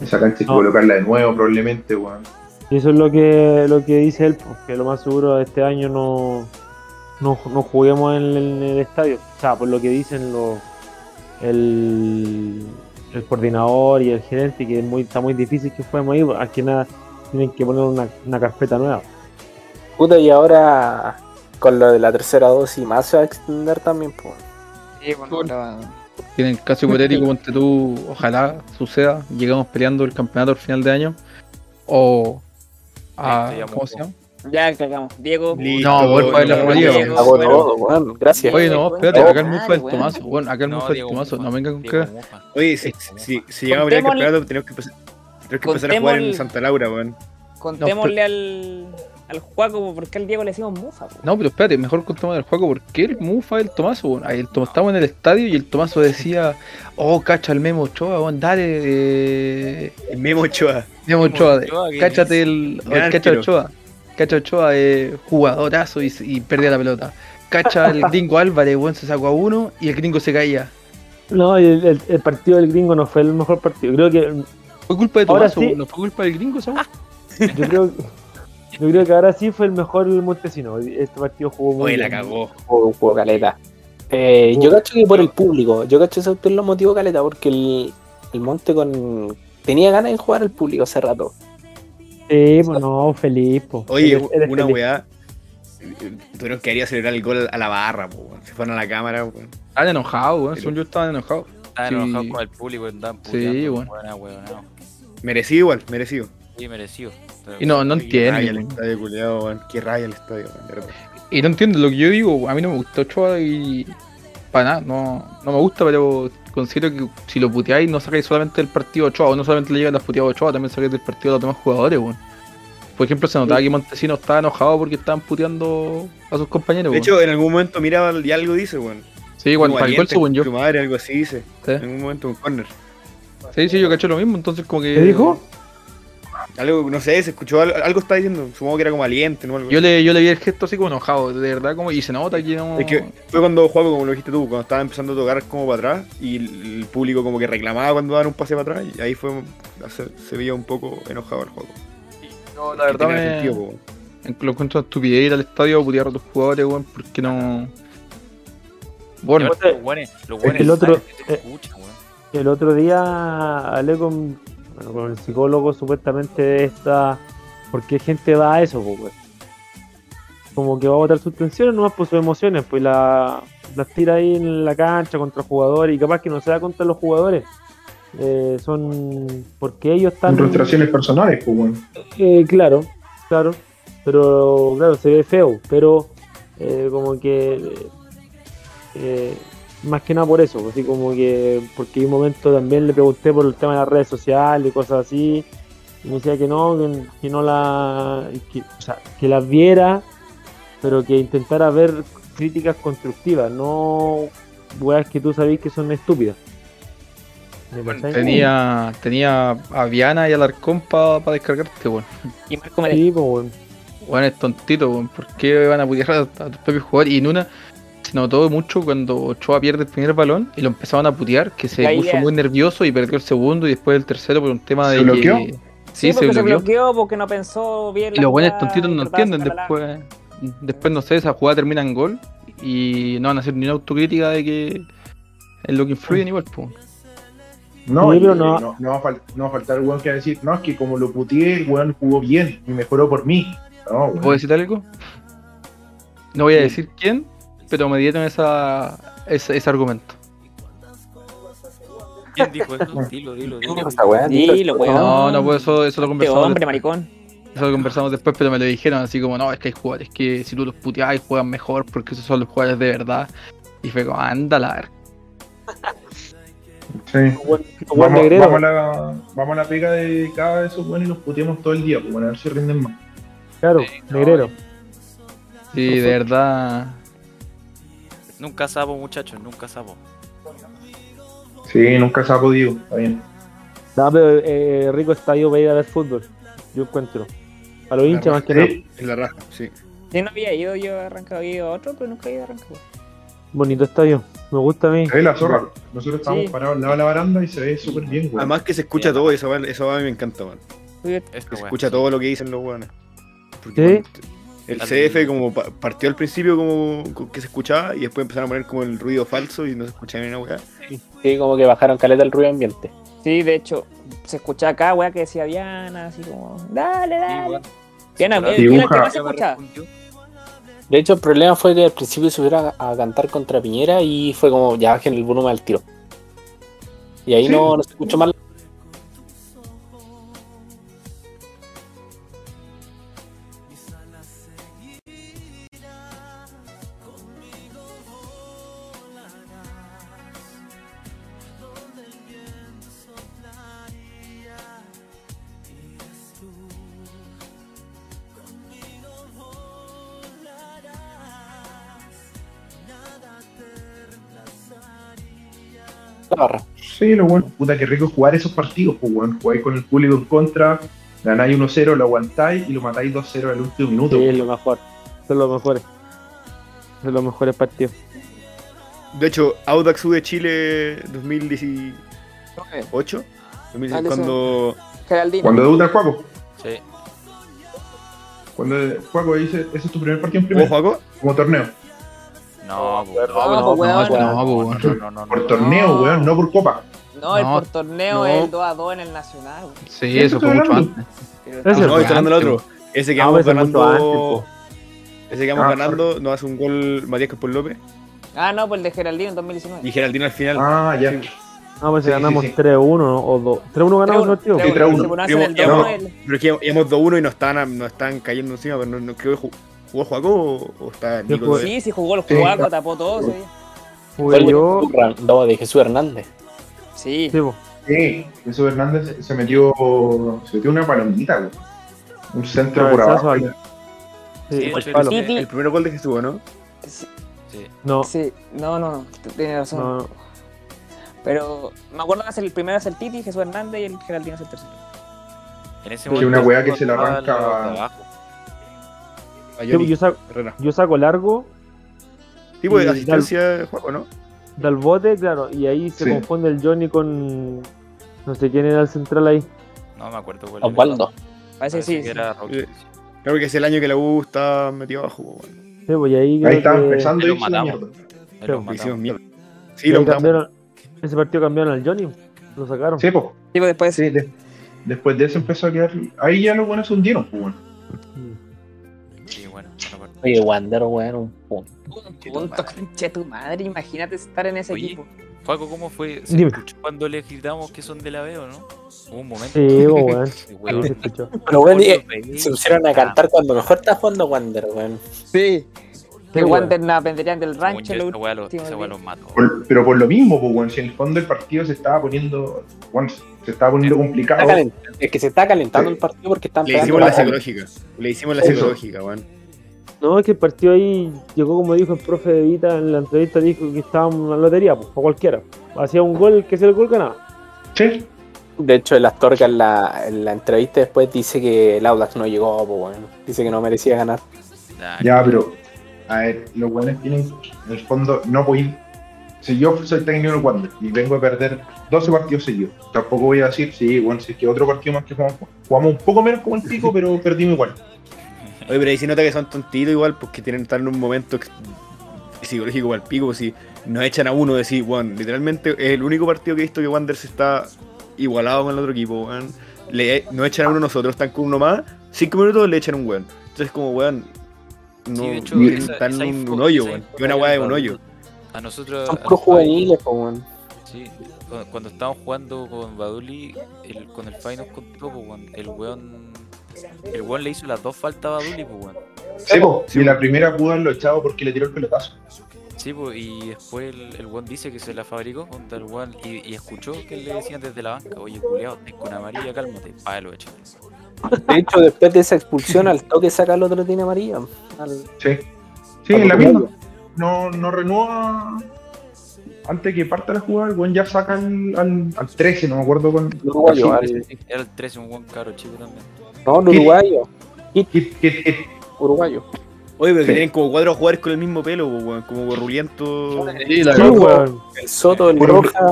Speaker 5: Esa cancha hay que
Speaker 7: No.
Speaker 5: colocarla de nuevo, probablemente, weón.
Speaker 7: Y eso es lo que, lo que dice él, pues, que lo más seguro este año no, no, no juguemos en, el- en el estadio. O sea, por lo que dicen los el, el coordinador y el gerente, que es muy, está muy difícil que juguemos ahí, pues, aquí nada, tienen que poner una, una carpeta nueva.
Speaker 2: Puta, y ahora con lo de la tercera dosis más se va a extender también, pues.
Speaker 4: Sí, bueno, la-
Speaker 6: tienen el caso hipotético, ponte tú, ojalá suceda, llegamos peleando el campeonato al final de año, o a,
Speaker 3: Ahí pues. te llamo,
Speaker 6: ¿cómo
Speaker 3: po.
Speaker 6: se llama?
Speaker 4: Ya cagamos.
Speaker 2: Oh,
Speaker 4: Diego.
Speaker 8: Listo,
Speaker 6: No, voy para
Speaker 8: weón.
Speaker 6: la rodilla,
Speaker 4: Diego,
Speaker 6: weón.
Speaker 2: Hago
Speaker 4: bueno.
Speaker 2: todo, weón, gracias.
Speaker 6: Oye, no, espérate,
Speaker 2: Diego,
Speaker 6: acá el mufa es el
Speaker 4: madre,
Speaker 6: Tomaso, bueno, acá el mufa es el
Speaker 3: Diego
Speaker 6: Tomaso,
Speaker 3: Mufa,
Speaker 6: no venga con
Speaker 3: Diego
Speaker 6: que...
Speaker 3: Mufa.
Speaker 8: Oye, si, si, si llegamos a pelear el
Speaker 4: Contémosle-
Speaker 8: campeonato, tenemos que empezar, tenemos que empezar a jugar en
Speaker 4: Contémosle-
Speaker 8: Santa Laura, weón.
Speaker 4: Contémosle al, al Juaco porque al Diego le decimos mufa. po.
Speaker 6: No, pero espérate, mejor contamos del juego, ¿por qué el mufa es el Tomaso? Bueno, ahí el Tomaso, estábamos en el estadio y el Tomaso decía, oh, cacha el Memo Ochoa, bueno, dale, eh,
Speaker 8: El Memo Ochoa.
Speaker 6: Memo Ochoa,
Speaker 3: Ochoa, ¿qué
Speaker 6: cáchate el,
Speaker 8: Gran
Speaker 6: el Cacha
Speaker 8: arquero.
Speaker 6: Ochoa. Cacha Ochoa es jugadorazo y, y perdía la pelota. Cacha el gringo Álvarez, weón, se sacó a uno y el gringo se caía.
Speaker 7: No, el, el- el partido del gringo no fue el mejor partido. Creo que
Speaker 6: Fue culpa de
Speaker 7: Ahora
Speaker 6: Tomaso,
Speaker 7: sí. Ah.
Speaker 6: weón, no fue culpa del gringo, ¿sabes?
Speaker 7: yo creo, yo creo que ahora sí fue el mejor el Montesino. Este partido jugó muy
Speaker 8: Oye, la
Speaker 7: bien.
Speaker 8: cagó.
Speaker 2: juego, un juego caleta. Eh, yo cacho que por el público, yo cacho que ese autor lo motivó caleta porque el, el Monte con tenía ganas de jugar al público hace rato.
Speaker 7: Sí, pues no, feliz, po.
Speaker 8: Oye,
Speaker 7: Eres- eres
Speaker 8: una
Speaker 7: feliz.
Speaker 8: weá. eh, Tuvieron que ir a celebrar el gol a la barra, po, weón. Se fueron a la cámara, weón.
Speaker 6: Estaban enojados, weón, según yo estaban enojados.
Speaker 3: Estaban
Speaker 6: Sí.
Speaker 3: enojados con el público, andaban
Speaker 6: Sí,
Speaker 3: puteando,
Speaker 6: bueno.
Speaker 3: weón, ah, weón, ah.
Speaker 8: Merecido igual, merecido.
Speaker 3: Sí, merecido.
Speaker 6: Y no, no
Speaker 3: Oye,
Speaker 8: Qué
Speaker 6: entiendo.
Speaker 8: raya el estadio, culiado, weón. Qué raya el estadio, weón. de verdad.
Speaker 6: Y no entiendo lo que yo digo, a mí no me gustó Ochoa y. Para nada, no, no me gusta, pero considero que si lo puteáis no sacáis solamente del partido de Ochoa, o no solamente le llegan las puteadas de Ochoa, también sacáis del partido de los demás jugadores, weón. Por ejemplo, se notaba que Montesino estaba enojado porque estaban puteando a sus compañeros,
Speaker 8: De
Speaker 6: weón.
Speaker 8: hecho, en algún momento miraba y algo dice, weón.
Speaker 6: Sí, igual, para el gol,
Speaker 8: Valiente,
Speaker 6: según yo.
Speaker 8: Tu madre, algo así dice.
Speaker 6: Sí.
Speaker 8: En un momento, un corner.
Speaker 6: Sí, sí, yo caché lo mismo, entonces como que.
Speaker 7: ¿Qué dijo?
Speaker 8: Algo, no sé, se escuchó algo, algo está diciendo. Supongo que era como aliente, ¿no? Algo
Speaker 6: Yo le, yo le vi el gesto así como enojado, de verdad, como. Y se nota que no.
Speaker 8: Es que fue cuando Juaco, como lo dijiste tú, cuando estaba empezando a tocar como para atrás y el el público como que reclamaba cuando daban un pase para atrás y ahí fue se, se veía un poco enojado el juego.
Speaker 6: no, la verdad me. en- lo encuentro estupidez ir al estadio a putear a los jugadores, weón, porque no. Bueno,
Speaker 3: Aparte, los buenos, los buenos
Speaker 7: el otro- eh,
Speaker 3: saben que te escuchan, weón.
Speaker 7: El otro día hablé con, bueno, con el psicólogo supuestamente de esta... ¿Por qué gente va a eso? po, weón? Como que va a botar sus tensiones nomás por sus emociones, pues la, las tira ahí en la cancha contra jugadores y capaz que no sea contra los jugadores. Eh, son porque ellos están...
Speaker 5: Frustraciones personales, pues, bueno.
Speaker 7: Eh, claro, claro. Pero, claro, se ve feo. Pero, eh, como que. eh, eh, más que nada por eso. Así como que. Porque en un momento también le pregunté por el tema de las redes sociales y cosas así. Y me decía que no, que, que no la. Que, o sea, que las viera. Pero que intentara ver críticas constructivas. No. Weas que tú sabés que son estúpidas. ¿Me cachai?
Speaker 6: tenía, tenía a Viana y al Arcón para descargarte, weón.
Speaker 4: Y Marco me
Speaker 7: Sí, pues, weón.
Speaker 6: Weón, es tontito, weón. ¿Por qué van a putear a, a tus propios jugadores? Y en una se notó mucho cuando Ochoa pierde el primer balón y lo empezaban a putear, que se
Speaker 4: La
Speaker 6: puso
Speaker 4: idea.
Speaker 6: muy nervioso y perdió el segundo y después el tercero por un tema
Speaker 5: ¿Se
Speaker 6: de.
Speaker 5: bloqueó?
Speaker 6: Que...
Speaker 4: Sí,
Speaker 6: Sí, se
Speaker 4: porque se
Speaker 6: bloqueó.
Speaker 4: bloqueó, porque no pensó bien.
Speaker 6: Y los buenos tontitos no entienden. Después, después no sé, esa jugada termina en gol y no van a hacer ni una autocrítica de que es lo que influyen igual, po.
Speaker 5: No,
Speaker 7: Sí,
Speaker 5: y
Speaker 7: pero no-
Speaker 5: no. no va a fal- no va a faltar el weón que va a decir, no, es que como lo puteé, el weón jugó bien y mejoró por mí. No, weón.
Speaker 6: ¿Puedo decir algo? No voy a decir quién, pero me dieron esa, esa- ese argumento.
Speaker 3: ¿Quién dijo eso? Dilo, dilo, dilo.
Speaker 2: Esa weá, tío.
Speaker 4: Sí, lo weón.
Speaker 6: No, no, pues eso, eso lo
Speaker 4: Este
Speaker 6: conversamos.
Speaker 4: hombre,
Speaker 6: después.
Speaker 4: maricón.
Speaker 6: Eso lo conversamos después, pero me lo dijeron así como, no, es que hay jugadores que si tú los puteas juegan mejor porque esos son los jugadores de verdad. Y fue como, ándala, a ver.
Speaker 5: Sí.
Speaker 7: Weón- weón
Speaker 5: Vamos,
Speaker 7: negrero.
Speaker 5: vamos a la, vamos a la pega de cada de esos weones y los puteamos todo el día, pues, bueno, a ver si rinden más.
Speaker 7: Claro, negrero.
Speaker 6: Sí, de verdad.
Speaker 3: Nunca sabo, muchachos, nunca sabo.
Speaker 5: Sí, nunca se ha podido, está bien.
Speaker 7: No, pero eh, rico estadio para ir a ver fútbol. Yo encuentro. A los hinchas más que nada.
Speaker 8: En la raja, sí.
Speaker 4: Yo no había ido, yo he arrancado, he ido a otro, pero nunca he ido a arrancar.
Speaker 7: Bonito estadio. Me gusta a mí.
Speaker 5: Se ve la zorra. Nosotros estábamos
Speaker 4: Sí.
Speaker 5: parados al lado de la baranda y se ve súper bien, weón.
Speaker 8: Además que se escucha todo, y esa weá- esa weá me encanta, man.
Speaker 3: Esta
Speaker 8: Que se
Speaker 3: weá.
Speaker 8: escucha todo lo que dicen los weones.
Speaker 7: Sí.
Speaker 8: Porque cuando- El CF como pa- partió al principio como co- que se escuchaba y después empezaron a poner como el ruido falso y no se escuchaba ni una weá.
Speaker 2: Sí, como que bajaron caleta el ruido ambiente.
Speaker 4: Sí, de hecho, se escuchaba acá, weá, que decía Viana, así como, dale,
Speaker 3: Sí,
Speaker 4: dale.
Speaker 3: weón.
Speaker 4: Viana,
Speaker 3: Dibuja.
Speaker 4: eh, Viana, ¿qué más se
Speaker 3: Ya me
Speaker 4: escuchaba?
Speaker 3: respondió.
Speaker 2: De hecho, el problema fue que al principio subiera a cantar contra Piñera y fue como, ya bajen el volumen al tiro. Y ahí
Speaker 5: Sí.
Speaker 2: no, no se escuchó mal. La barra.
Speaker 5: Sí, lo bueno. Puta, qué rico jugar esos partidos, pues, weón. Jugáis con el público en contra, ganáis 1-0, lo aguantáis y lo matáis 2-0 al último minuto.
Speaker 7: Sí, es lo mejor. Son los mejores. Son los mejores partidos.
Speaker 8: De hecho, Audax U de Chile 2018,
Speaker 4: Ok,
Speaker 8: 2016,
Speaker 4: Ah, de eso.
Speaker 8: cuando
Speaker 4: Geraldino.
Speaker 5: Cuando debuta el Juaco,
Speaker 3: Sí.
Speaker 5: cuando el Juaco dice, ese es tu primer partido en
Speaker 8: jugó
Speaker 5: primera,
Speaker 8: Juaco,
Speaker 5: como torneo.
Speaker 3: No, po, no,
Speaker 4: no,
Speaker 6: no,
Speaker 4: po, weón.
Speaker 6: no, po, weón.
Speaker 3: no, no, no,
Speaker 5: Por
Speaker 3: no.
Speaker 5: torneo,
Speaker 7: Ah.
Speaker 4: No.
Speaker 5: weón, no por copa.
Speaker 4: No, el
Speaker 6: No,
Speaker 4: por torneo
Speaker 6: no.
Speaker 4: es el 2 a 2 en el Nacional, weón.
Speaker 6: Sí, eso fue mucho
Speaker 5: hablando?
Speaker 6: antes.
Speaker 4: Pero
Speaker 7: Ese
Speaker 4: estaba-
Speaker 8: No,
Speaker 6: fue
Speaker 8: está hablando el
Speaker 6: antes,
Speaker 8: otro. Ese que
Speaker 7: No,
Speaker 8: vamos
Speaker 7: ese es mucho
Speaker 8: ganando. Ese que vamos
Speaker 5: Ah,
Speaker 8: ganando nos hace un gol Matías Caspar López
Speaker 4: Ah, no, pues el de Geraldino en 2019.
Speaker 8: y Geraldino al final.
Speaker 5: Ah, ya.
Speaker 7: No, pues
Speaker 5: Sí, sí,
Speaker 7: ganamos
Speaker 5: sí.
Speaker 7: 3-1 ¿no? o 2. 3-1 ganamos el partido.
Speaker 5: Sí, 3-1.
Speaker 4: Se ponen el
Speaker 8: Ya,
Speaker 4: 2
Speaker 5: no.
Speaker 4: el-
Speaker 8: Pero es que íbamos 2-1 y nos están, nos están cayendo encima, pero no, no creo que ju- jugó Juaco o, o está
Speaker 7: Yo
Speaker 8: Nico
Speaker 7: jugué.
Speaker 8: todavía?
Speaker 4: Sí, sí jugó el
Speaker 5: Sí.
Speaker 4: jugaco, tapó todo ese día.
Speaker 7: Jugué yo.
Speaker 2: No, de Jesús Hernández.
Speaker 4: Sí.
Speaker 7: Sí, pues. po.
Speaker 5: Sí, Jesús Hernández se metió, se metió una palomita, weón. Un centro por
Speaker 7: Cabezazo
Speaker 5: abajo.
Speaker 7: al- Sí,
Speaker 3: Sí,
Speaker 7: por
Speaker 3: sí,
Speaker 7: palo.
Speaker 4: Titi,
Speaker 8: El primer gol de Jesús, ¿no?
Speaker 3: Sí.
Speaker 7: No,
Speaker 4: Sí, no, no, no, t- tiene razón.
Speaker 7: no, no.
Speaker 4: Pero me acuerdo que el primero es el Titi, Jesús Hernández y el Geraldino es el tercero.
Speaker 3: En ese
Speaker 5: Que una weá que se la
Speaker 3: estaba
Speaker 5: arranca-
Speaker 3: la- de abajo.
Speaker 7: Yo, yo saco,
Speaker 8: Herrera.
Speaker 7: yo saco largo,
Speaker 8: Tipo de
Speaker 7: y
Speaker 8: asistencia de juego, ¿no?
Speaker 7: da el bote, claro, y ahí se
Speaker 5: Sí.
Speaker 7: confunde el Johnny con. No sé quién era el central ahí.
Speaker 3: No me acuerdo cuál era.
Speaker 2: Osvaldo.
Speaker 4: Parece
Speaker 3: Parece
Speaker 4: que sí.
Speaker 3: que
Speaker 4: sí.
Speaker 3: era Rocky.
Speaker 8: Eh, Claro que es el año que la U está metida abajo, weón.
Speaker 7: Sí, pues, y ahí creo
Speaker 5: Ahí estaban
Speaker 7: que-
Speaker 5: empezando
Speaker 3: Lo
Speaker 5: y se la
Speaker 3: matamos.
Speaker 5: mierda.
Speaker 3: Ahí
Speaker 7: Pero
Speaker 3: los
Speaker 8: Lo
Speaker 3: matamos.
Speaker 8: hicimos mierda. Sí,
Speaker 7: que
Speaker 8: lo
Speaker 7: ahí
Speaker 8: matamos.
Speaker 7: cambiaron- Ese partido cambiaron al Johnny, lo sacaron.
Speaker 5: Sí, po.
Speaker 4: Sí, pues después.
Speaker 5: Sí, de- después de eso empezó a quedar. Ahí ya los buenos se hundieron, pues, bueno.
Speaker 3: Sí, bueno, no me acuerdo.
Speaker 2: Oye, Wander, weón, un punto.
Speaker 4: Punto, conche tu madre, imagínate estar en ese
Speaker 3: Oye.
Speaker 4: equipo.
Speaker 3: Paco, ¿cómo fue? ¿Se
Speaker 7: Dime.
Speaker 3: escuchó cuando le gritamos que son de la B o no? Hubo un momento.
Speaker 7: Sí, pues, weón. Sí,
Speaker 3: Sí,
Speaker 7: se
Speaker 3: weón.
Speaker 7: escuchó.
Speaker 2: Pero, weón,
Speaker 3: Ponlo
Speaker 2: eh,
Speaker 3: feliz.
Speaker 2: se pusieron a cantar cuando mejor está jugando Wander, weón.
Speaker 4: Sí. Que
Speaker 7: Sí, weón.
Speaker 4: Wander la venderían del
Speaker 3: Según
Speaker 4: rancho.
Speaker 3: yo,
Speaker 4: lo
Speaker 3: Esa weá los-
Speaker 4: último
Speaker 3: esa
Speaker 4: día.
Speaker 3: weá los mató.
Speaker 5: Por- pero por lo mismo, pues, bueno, si en el fondo el partido se estaba poniendo. bueno, se estaba poniendo
Speaker 2: Está
Speaker 5: complicado.
Speaker 2: calent- es que se está calentando
Speaker 5: Sí.
Speaker 2: el partido porque están
Speaker 8: Oh. Le hicimos la
Speaker 2: bajo.
Speaker 8: psicológica. Le hicimos la
Speaker 5: Eso.
Speaker 8: psicológica, weón.
Speaker 7: No, es que el partido ahí llegó como dijo el profe Evita en la entrevista, dijo que estaba en una lotería, pues, para cualquiera. Hacía un gol, que sea el gol ganaba.
Speaker 5: Sí,
Speaker 2: De hecho, el Astorga en la, en la entrevista después dice que el Audax no llegó, pues, weón. Dice que no merecía ganar.
Speaker 3: Nah,
Speaker 5: Ya, pero. A ver, los buenos tienen. En el fondo, no voy. Si yo soy técnico del Wander y vengo a perder 12 partidos seguidos, tampoco voy a decir, sí, bueno, si es que otro partido más que jugamos, jugamos un poco menos como el pico, pero perdimos igual.
Speaker 8: Oye, pero ahí se nota que son tontitos igual, porque tienen estar en un momento ex- psicológico al pico, pues, si nos echan a uno decir, weón, literalmente es el único partido que he visto que Wander se está igualado con el otro equipo, weón. Le, nos echan a uno nosotros, están con uno más, cinco minutos le echan un weón. Entonces como weón, no
Speaker 3: Sí, de hecho,
Speaker 8: tienen-
Speaker 3: esa-
Speaker 8: están
Speaker 3: esa
Speaker 8: en un,
Speaker 3: info-
Speaker 8: un hoyo,
Speaker 3: esa
Speaker 8: weón.
Speaker 3: info
Speaker 8: Y una weá de un hoyo.
Speaker 3: A nosotros.
Speaker 2: Son
Speaker 3: a
Speaker 2: puros
Speaker 3: los-
Speaker 2: juveniles, pues, weón.
Speaker 3: Sí, cuando, cuando estábamos jugando con Baduli, el, con el Fai nos contó, pues, weón, el weón. El weón le hizo las dos faltas a Baduli, pues, weón.
Speaker 5: Sí, po. y la primera pudo haberlo echado porque le tiró el pelotazo.
Speaker 3: Sí, pues, y después el, el weón dice que se la fabricó, onda, el weón, y, y escuchó que le decían desde la banca, oye, culiao, tenés con amarilla, cálmate, pa, lo echa.
Speaker 2: De hecho, después de esa expulsión, al toque saca el otro tiene amarilla. Al-
Speaker 5: Sí. Sí,
Speaker 2: al
Speaker 5: la
Speaker 2: otro
Speaker 5: misma.
Speaker 2: medio.
Speaker 5: No, no renúa. Antes que parta la jugada, el buen ya saca al, al, al 13, no me acuerdo con.
Speaker 2: El uruguayo.
Speaker 5: con-
Speaker 2: al-
Speaker 3: Era el 13, un weón caro chico también.
Speaker 2: no, el uruguayo.
Speaker 5: Hit, hit, hit.
Speaker 2: Uruguayo.
Speaker 8: Oye, pero que
Speaker 5: Sí.
Speaker 8: tienen como cuatro jugadores con el mismo pelo, pues, weón, como gorruliento.
Speaker 6: Sí, la
Speaker 7: Sí,
Speaker 2: Loco.
Speaker 7: weón.
Speaker 2: El Soto, el
Speaker 5: Por-
Speaker 2: Roja.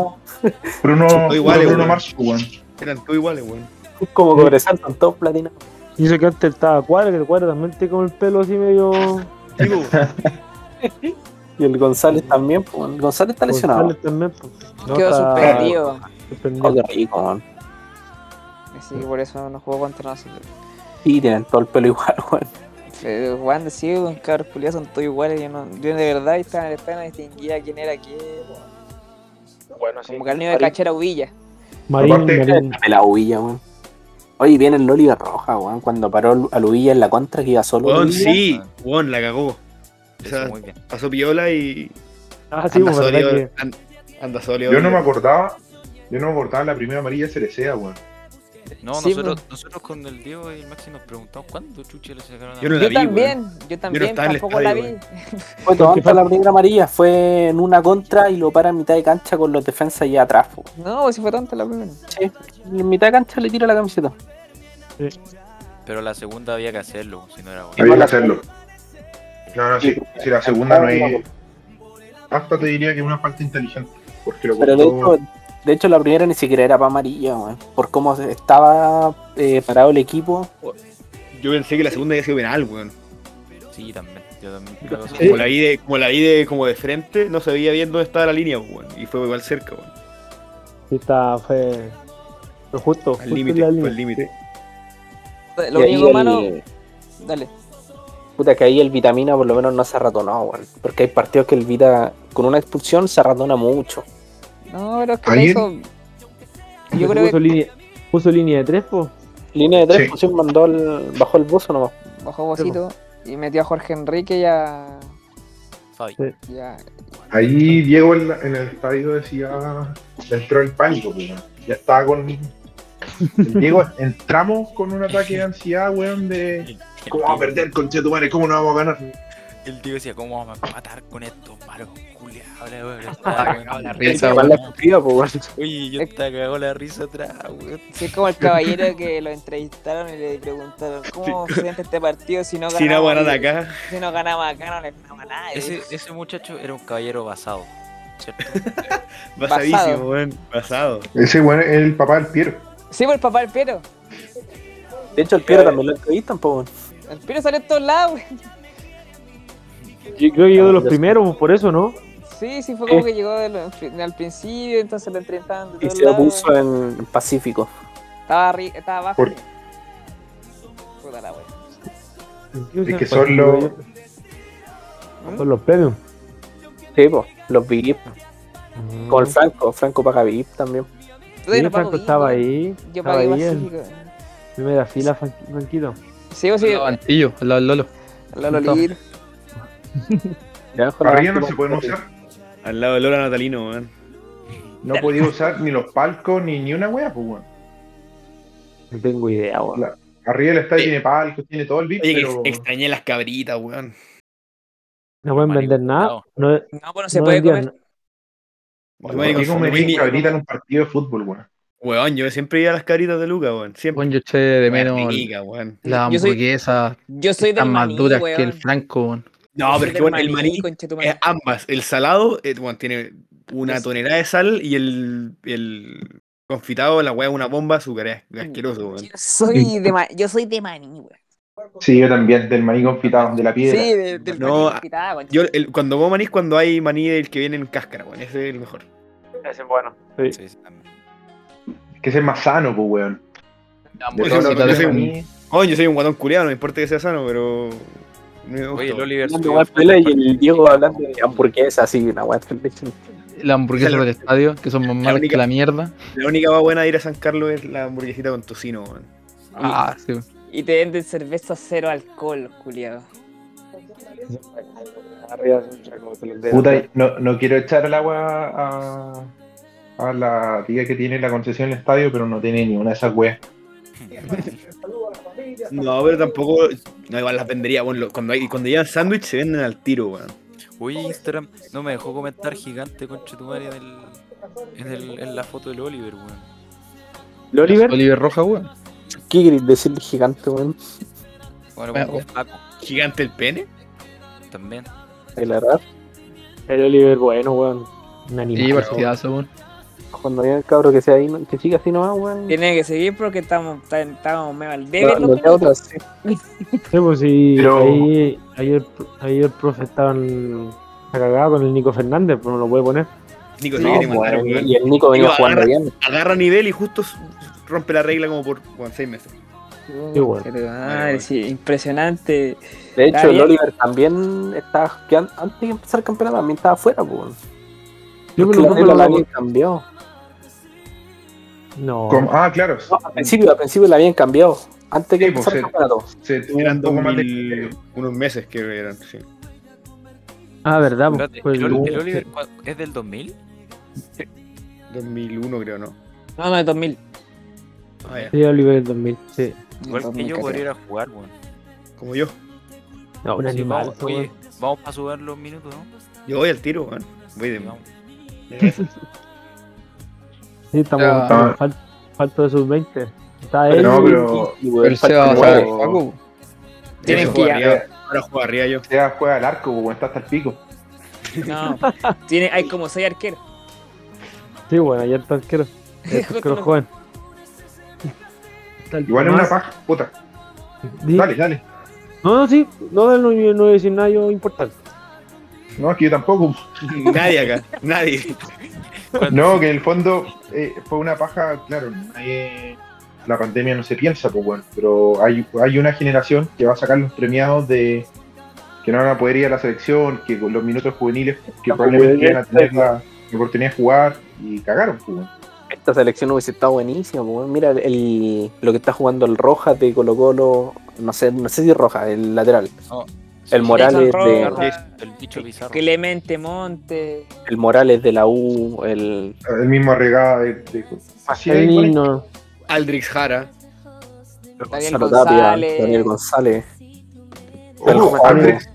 Speaker 5: Bruno,
Speaker 8: Son todos iguales,
Speaker 5: Bruno
Speaker 8: weón.
Speaker 5: Marcio, weón.
Speaker 8: Eran todos iguales, weón.
Speaker 2: Como
Speaker 8: ¿Mm?
Speaker 2: Cobresal, con todos platinados.
Speaker 7: Y eso que antes estaba cuadra, que el cuadra también tiene como el pelo así medio.
Speaker 8: Sí, po, weón.
Speaker 2: Y el
Speaker 8: Mm.
Speaker 2: González también, pues, weón. González está lesionado.
Speaker 7: González también, pues. No,
Speaker 4: Quedó
Speaker 7: está
Speaker 4: suspendido.
Speaker 2: Oh,
Speaker 7: suspendido.
Speaker 2: qué rico, weón.
Speaker 4: Así que por eso no jugó contra nosotros.
Speaker 2: Sí, tienen todo el pelo igual, weón.
Speaker 4: Pero Wander sí, un cabros culiados son todos iguales. Yo, no, yo de verdad estaba en el pena distinguía quién era quién.
Speaker 2: Bueno,
Speaker 4: Como que al niño de cachera Uvilla.
Speaker 7: Marín,
Speaker 5: Aparte-
Speaker 7: Marín.
Speaker 2: Este La Uvilla, weón. Oye, viene el Oliver Roja, weón. Cuando paró al Uvilla en la contra, que iba solo.
Speaker 8: Weón,
Speaker 2: Uvilla.
Speaker 8: sí, weón, la cagó. O
Speaker 3: Eso
Speaker 8: sea,
Speaker 3: muy bien.
Speaker 8: pasó piola y,
Speaker 7: Ah, sí,
Speaker 8: Anda
Speaker 7: pues, verdad
Speaker 8: sólido,
Speaker 7: que.
Speaker 8: an- anda sólido.
Speaker 5: Yo no me acordaba. Yo no me acordaba la primera amarilla Cerecea, weón.
Speaker 3: No,
Speaker 4: Sí,
Speaker 3: nosotros, nosotros con el Diego y el Maxi nos preguntamos cuándo chuche le sacaron a
Speaker 8: Yo no la
Speaker 4: Yo
Speaker 8: vi,
Speaker 4: también, yo también,
Speaker 8: estaba en el
Speaker 4: tampoco la
Speaker 8: estadio,
Speaker 4: vi.
Speaker 2: Fue Toronto la primera amarilla, fue en una contra y lo para en mitad de cancha con los defensas y atrás. po.
Speaker 4: No, si fue tonta la primera.
Speaker 2: En mitad de cancha le tira la camiseta.
Speaker 3: Pero la segunda había que hacerlo, si no era bueno.
Speaker 5: Había que hacerlo. No, no, sí. Si la segunda no es. Hasta te diría que es una falta inteligente. Porque lo
Speaker 2: Pero de
Speaker 5: cortó-
Speaker 2: hecho, de hecho la primera ni siquiera era para amarilla, weón. por cómo se- estaba eh, parado el equipo.
Speaker 8: Yo pensé que la segunda había sido penal, weón.
Speaker 3: Sí, también. Yo también creo que
Speaker 8: Como la vi de, como la vi de, como de frente, no se veía bien dónde estaba la línea, pues, weón. Y fue igual cerca, weón.
Speaker 7: Sí, está, fue. Pero justo, justo
Speaker 8: Al
Speaker 7: en
Speaker 8: límite,
Speaker 7: la
Speaker 8: fue
Speaker 7: línea.
Speaker 8: al límite.
Speaker 4: Lo
Speaker 2: y ahí
Speaker 4: único
Speaker 2: el-
Speaker 4: malo, dale.
Speaker 2: puta, que ahí el vitamina por lo menos no se ratonó, weón. porque hay partidos que el Vita con una expulsión se ratona mucho.
Speaker 4: No, pero es que
Speaker 5: ¿Alguien?
Speaker 4: eso. Yo
Speaker 7: Entonces
Speaker 4: creo
Speaker 7: puso
Speaker 4: que
Speaker 7: línea, puso línea de tres, pues.
Speaker 2: Línea de tres,
Speaker 5: Sí.
Speaker 2: pues, sí, mandó el, bajó el buzo nomás.
Speaker 4: bajó Bocito y metió a Jorge Enrique y a.
Speaker 3: Fabi.
Speaker 4: y a-
Speaker 5: Ahí Diego en, la- en el estadio decía, le entró el pánico, pues, weón. ya estaba con... el Diego, entramos con un ataque de ansiedad, weón, de... ¿Cómo vamos a perder, conche tu madre? ¿Cómo no vamos a ganar?
Speaker 3: El tío decía, ¿cómo vamos a matar con estos malos culiados? la wea,
Speaker 6: cagado la
Speaker 3: la
Speaker 6: risa.
Speaker 3: wea.
Speaker 6: Esa
Speaker 2: Igual la escriba, po, weón.
Speaker 3: Oye, yo te cagó la risa atrás, weón.
Speaker 4: Sí, es como el caballero que lo entrevistaron y le preguntaron cómo se siente este partido si no ganamos,
Speaker 8: Sin agua nada acá.
Speaker 4: Si no ganamos acá, no le ganamos a nadie.
Speaker 3: Ese, ese muchacho era un caballero basado, ¿cierto?
Speaker 8: Basadísimo, weón. Basado.
Speaker 5: Ese weón es el papá del Piero.
Speaker 4: Sí, por el papá del Piero.
Speaker 2: De hecho, el Piero también lo entrevistan, po, weón.
Speaker 4: El Piero salió en todos lados, güey.
Speaker 7: Yo creo que yo de los primeros, por eso, ¿no?
Speaker 4: Sí, sí, fue como
Speaker 2: Eh.
Speaker 4: que llegó de lo- al principio, entonces lo entrevistaban de
Speaker 2: Y
Speaker 4: todos
Speaker 2: se
Speaker 4: lados.
Speaker 2: puso en en Pacífico.
Speaker 4: Estaba, arri- estaba abajo.
Speaker 5: Por-
Speaker 4: Puta la wea.
Speaker 5: Es que son los.
Speaker 4: ¿Mm?
Speaker 7: Son los premios.
Speaker 2: Sí, po, los VIP.
Speaker 7: Mm.
Speaker 2: Con el Franco, Franco paga VIP también.
Speaker 4: Entonces,
Speaker 7: Sí,
Speaker 4: no pago
Speaker 7: Franco estaba
Speaker 4: bien,
Speaker 7: ahí.
Speaker 4: Yo
Speaker 7: Estaba
Speaker 4: pagué
Speaker 7: ahí en
Speaker 4: Pacífico.
Speaker 7: primera fila, Fran- Franquito.
Speaker 4: Sí, o sí,
Speaker 6: Al lado del Antillo, al lado del Lolo.
Speaker 4: Lolo Lil.
Speaker 2: Ya, con la
Speaker 5: Arriba no
Speaker 2: Franco
Speaker 5: se pueden
Speaker 2: paga
Speaker 5: usar.
Speaker 8: Al lado de Lola Natalino, weón.
Speaker 5: No podía usar ni los palcos ni, ni una wea, pues weón.
Speaker 7: No tengo idea, weón.
Speaker 5: La- Arriba el
Speaker 2: Eh,
Speaker 5: estadio
Speaker 8: Oye.
Speaker 5: tiene palcos, tiene todo el VIP,
Speaker 8: Oye, que
Speaker 5: pero.
Speaker 8: ex- extrañé las cabritas, weón.
Speaker 7: No pueden
Speaker 3: Marico,
Speaker 7: vender nada.
Speaker 3: cuidado.
Speaker 7: No,
Speaker 4: No, pues no se
Speaker 7: no
Speaker 4: puede
Speaker 7: vendían
Speaker 4: comer.
Speaker 8: Oye,
Speaker 5: ¿Por
Speaker 8: marico,
Speaker 5: qué comerían
Speaker 8: fui mi-
Speaker 5: cabrita en un partido de fútbol, weón?
Speaker 8: Weón, yo siempre iba a las cabritas de Luca, weón. Siempre.
Speaker 6: Bueno, yo eché de menos
Speaker 8: Rica, weón.
Speaker 6: las
Speaker 4: Yo soy-
Speaker 6: hamburguesas
Speaker 4: Yo soy del
Speaker 6: tan más
Speaker 4: maní,
Speaker 6: duras que
Speaker 4: weón.
Speaker 6: el Franco, weón.
Speaker 8: No,
Speaker 4: Yo soy
Speaker 8: pero es que
Speaker 4: del
Speaker 8: bueno, el maní,
Speaker 4: conche tu madre.
Speaker 8: es ambas. El salado, eh, bueno, tiene una
Speaker 4: Es-
Speaker 8: tonelada de sal y el, el confitado, la weá, es una bomba azúcar. Es
Speaker 4: Mm,
Speaker 8: asqueroso, weón.
Speaker 4: Yo soy de ma- yo soy de maní, weón.
Speaker 5: Sí, yo también, del maní confitado, de la piedra.
Speaker 4: Sí, de- del
Speaker 8: No,
Speaker 4: maní
Speaker 8: a-
Speaker 4: pitaba, conche.
Speaker 8: Yo, el- cuando como maní es cuando hay maní del que viene en cáscara, weón. Ese es el mejor.
Speaker 3: Sí, sí, también.
Speaker 5: Que ese es más sano, pues weón.
Speaker 6: Pues
Speaker 5: De
Speaker 8: hamburguesa
Speaker 5: todos
Speaker 8: con
Speaker 5: los
Speaker 8: ese
Speaker 5: de
Speaker 8: maní.
Speaker 5: maní.
Speaker 8: Oye, yo soy un guatón culiado, no me importa que sea sano, pero. me gusta,
Speaker 3: Oye, el
Speaker 8: weón.
Speaker 3: Oliver
Speaker 2: Hablando
Speaker 3: subió
Speaker 2: weá
Speaker 3: fotos
Speaker 2: piola y
Speaker 3: para
Speaker 2: el
Speaker 3: el
Speaker 2: Diego
Speaker 3: Instagram,
Speaker 2: hablando
Speaker 3: weón.
Speaker 2: de hamburguesas, así, una weá.
Speaker 6: Las hamburguesas
Speaker 8: Esa es
Speaker 6: del estadio, que son más malas
Speaker 8: única-
Speaker 6: que la mierda.
Speaker 8: La única más buena de ir a San Carlos es la hamburguesita con tocino, weón.
Speaker 6: Ah, sí. weón.
Speaker 4: Y te venden cerveza cero alcohol, culiado.
Speaker 5: Puta, no, no quiero echar el agua a, a la tía que tiene la concesión del estadio, pero no tiene ni una de esas weas.
Speaker 8: No, pero tampoco. No, igual las vendería, weón. Lo- Cuando, hay, cuando llevan sándwich se venden al tiro, weón.
Speaker 3: Oye, Instagram no me dejó comentar gigante, conche tu madre, en, el, en, el, en la foto del Oliver, weón.
Speaker 2: ¿El Oliver?
Speaker 6: Oliver Roja, weón.
Speaker 2: ¿Qué querés decir gigante, weón?
Speaker 3: Bueno,
Speaker 6: Bueno,
Speaker 3: pues, Paco
Speaker 8: Gigante el pene.
Speaker 3: también.
Speaker 7: ah,
Speaker 2: El error.
Speaker 7: El Oliver, bueno, weón. Un
Speaker 6: Sí,
Speaker 7: animal.
Speaker 6: partidazo, weón.
Speaker 2: Cuando viene el cabro que sea ahí, no- que siga así nomás, weón.
Speaker 4: Tiene que seguir porque estamos, está- estamos medio al debe.
Speaker 2: No, no queda otra, sí.
Speaker 7: Sí, pues sí,
Speaker 5: Pero-
Speaker 7: ahí, ahí, el, ahí el profe estaba en- la cagada con el Nico Fernández, pero no lo puede poner.
Speaker 8: Nico,
Speaker 4: Sí,
Speaker 8: no,
Speaker 2: No,
Speaker 8: quiere mandar,
Speaker 2: weón,
Speaker 8: weón.
Speaker 2: y el Nico venía
Speaker 8: Iba,
Speaker 2: jugando
Speaker 8: agarra-
Speaker 2: bien.
Speaker 8: Agarra nivel y justo s- rompe la regla como por weón, seis meses.
Speaker 7: Qué bueno.
Speaker 4: Pero,
Speaker 8: Vale,
Speaker 4: madre,
Speaker 8: vale.
Speaker 4: sí, impresionante.
Speaker 2: De
Speaker 4: Está
Speaker 2: hecho, el
Speaker 4: bien.
Speaker 2: Oliver también estaba, que an- antes de empezar el campeonato también estaba afuera, weón. Porque
Speaker 7: Yo me
Speaker 2: la
Speaker 7: lo pongo
Speaker 2: regla
Speaker 7: en
Speaker 2: la
Speaker 7: la
Speaker 2: habían cambiado.
Speaker 7: No.
Speaker 5: Como- ah, claro.
Speaker 2: No, al principio, al principio la habían cambiado. Antes que
Speaker 5: Sí, pues,
Speaker 2: empezar el
Speaker 5: sí.
Speaker 2: campeonato.
Speaker 5: Se tuvo
Speaker 8: Eran
Speaker 5: un poco más de
Speaker 8: 2000
Speaker 5: criterio.
Speaker 8: unos meses que eran, sí.
Speaker 7: Ah, verdad, pues,
Speaker 3: Espérate,
Speaker 7: pues,
Speaker 3: el, Ol-
Speaker 5: no,
Speaker 3: el Oliver ¿cuál- es del 2000?
Speaker 8: 2001 creo, ¿no?
Speaker 4: No, no, 2000.
Speaker 8: Ah, ya.
Speaker 7: sí, Oliver del 2000, sí.
Speaker 3: Igual que yo podría ir a jugar, weón.
Speaker 8: Como yo.
Speaker 7: No, un
Speaker 3: Sí,
Speaker 7: animal.
Speaker 3: vamos,
Speaker 7: ese
Speaker 3: oye,
Speaker 7: weón.
Speaker 3: vamos a subir los minutos, ¿no?
Speaker 8: Yo voy al tiro, weón. Voy de.
Speaker 3: Sí, vamos.
Speaker 7: Sí, estamos,
Speaker 6: Ya.
Speaker 7: estamos fal- falto de sus 20. Está él.
Speaker 5: No, pero.
Speaker 2: Y,
Speaker 6: Pero
Speaker 2: weón,
Speaker 6: el Seba va a
Speaker 5: partido
Speaker 6: sacar el
Speaker 5: nuevo.
Speaker 6: Paco.
Speaker 4: Tienen
Speaker 8: Yo
Speaker 4: que
Speaker 8: juego
Speaker 4: ir a-
Speaker 8: arriba. Ahora juego arriba yo.
Speaker 5: Sea juega al arco, weón, está hasta el pico.
Speaker 4: No, tiene, hay como 6 arqueros.
Speaker 7: Sí, bueno, ayer está arquero. El arquero joven. Está el
Speaker 5: Igual es una
Speaker 7: Tomás.
Speaker 5: paja, puta.
Speaker 7: Di-
Speaker 5: Dale, dale.
Speaker 7: No, no, sí. No, no, no, no voy a decir nada yo importante.
Speaker 5: No, es que yo tampoco.
Speaker 8: Nadie acá. Nadie.
Speaker 5: No, que en el fondo eh, fue una paja, claro, nadie- la pandemia no se piensa, pues bueno, pero hay, hay una generación que va a sacar los premiados de que no van a poder ir a la selección, que con los minutos juveniles que
Speaker 2: Los
Speaker 5: probablemente iban a
Speaker 2: juveniles,
Speaker 5: tener la, la oportunidad de jugar y cagaron, pues bueno.
Speaker 2: Esta selección hubiese estado buenísima, po, weón. Mira el, lo que está jugando el Rojas de Colo Colo, no sé, no sé si Rojas, el lateral.
Speaker 3: No.
Speaker 2: El Morales
Speaker 4: Pizarro,
Speaker 2: de,
Speaker 4: Rojas,
Speaker 3: El bicho pizarro.
Speaker 4: Clemente Monte.
Speaker 2: el Morales de la U, el
Speaker 5: El mismo regada de, de- así ahí,
Speaker 7: Ahí
Speaker 5: bueno,
Speaker 7: no.
Speaker 8: Aldrich Jara.
Speaker 4: Daniel
Speaker 2: Gonzalo Tapia,
Speaker 4: González.
Speaker 2: Daniel González.
Speaker 5: ojo,
Speaker 2: Ojo,
Speaker 5: Andrés,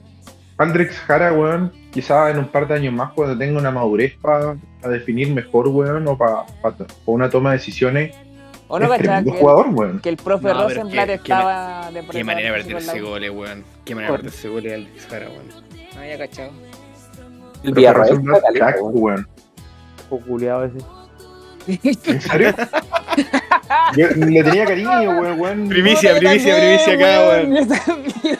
Speaker 5: Andrex Jara, weón, quizá en un par de años más, cuando tenga una madurez para definir mejor, weón, o para una toma de decisiones,
Speaker 4: ¿O no
Speaker 5: es
Speaker 4: cachaba
Speaker 5: tremendo
Speaker 4: que,
Speaker 5: jugador, weón.
Speaker 4: que el profe
Speaker 8: No, pero
Speaker 4: Rosenblatt
Speaker 8: qué- qué ma-
Speaker 4: estaba de
Speaker 8: Qué
Speaker 4: prueba
Speaker 8: manera de
Speaker 4: con la
Speaker 8: perderse
Speaker 4: U?
Speaker 8: goles, eh, weón. Qué manera de perderse goles Alex eh, Jara, weón.
Speaker 4: No había cachado.
Speaker 2: El
Speaker 5: Pero
Speaker 2: Villarreal
Speaker 5: Rosenblatt,
Speaker 2: está caleta,
Speaker 5: crack,
Speaker 2: weón.
Speaker 5: weón.
Speaker 7: Populeado ese.
Speaker 5: ¿En serio? Yo le tenía cariño, weón, weón.
Speaker 8: Primicia,
Speaker 4: Puta, yo
Speaker 8: primicia,
Speaker 4: también,
Speaker 8: primicia acá, weón.
Speaker 4: Yo también.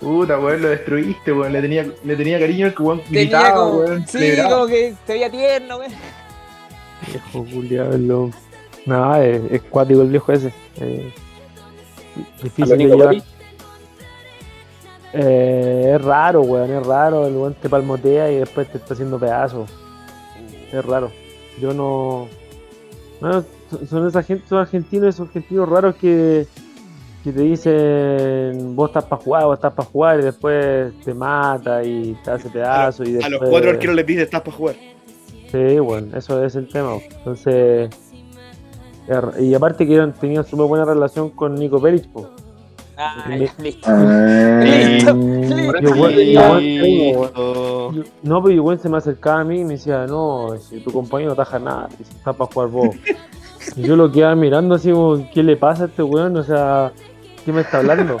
Speaker 5: Puta, weón, lo destruiste, weón. Le tenía, le tenía cariño al que weón
Speaker 4: Tenía
Speaker 5: gritaba,
Speaker 4: como,
Speaker 5: weón.
Speaker 4: sí,
Speaker 5: celebraba.
Speaker 4: como que se veía tierno, weón.
Speaker 7: Viejo culiado, el lobo. Nada, es, es cuático el viejo ese. Eh,
Speaker 2: A
Speaker 7: difícil
Speaker 2: lo
Speaker 7: de
Speaker 2: Nico
Speaker 7: llevar.
Speaker 2: París.
Speaker 7: Eh, es raro, weón, es raro. El weón te palmotea y después te está haciendo pedazos. Es raro. Yo no. no, son- son esa gente, son argentinos, esos argentinos raros que, que te dicen vos estás para jugar, vos estás para jugar y después te mata y te hace pedazos. y
Speaker 8: A los
Speaker 7: después-
Speaker 8: cuatro arqueros les dice, estás para jugar.
Speaker 7: Sí, bueno, eso es el tema. pues. Entonces, er- y aparte que eran- tenían súper buena relación con Nico Peric, pues.
Speaker 4: Ah,
Speaker 7: Le-
Speaker 4: listo.
Speaker 5: Ah,
Speaker 4: Listo,
Speaker 7: Yo,
Speaker 4: listo.
Speaker 7: weón, yo, weón,
Speaker 8: Listo.
Speaker 7: yo- no, pero yo weón, se me acercaba a mí y me decía, no, si tu compañero no taja nada, si está para jugar vos. Y yo lo quedaba mirando así, como, ¿qué le pasa a este weón? O sea, ¿qué me está hablando?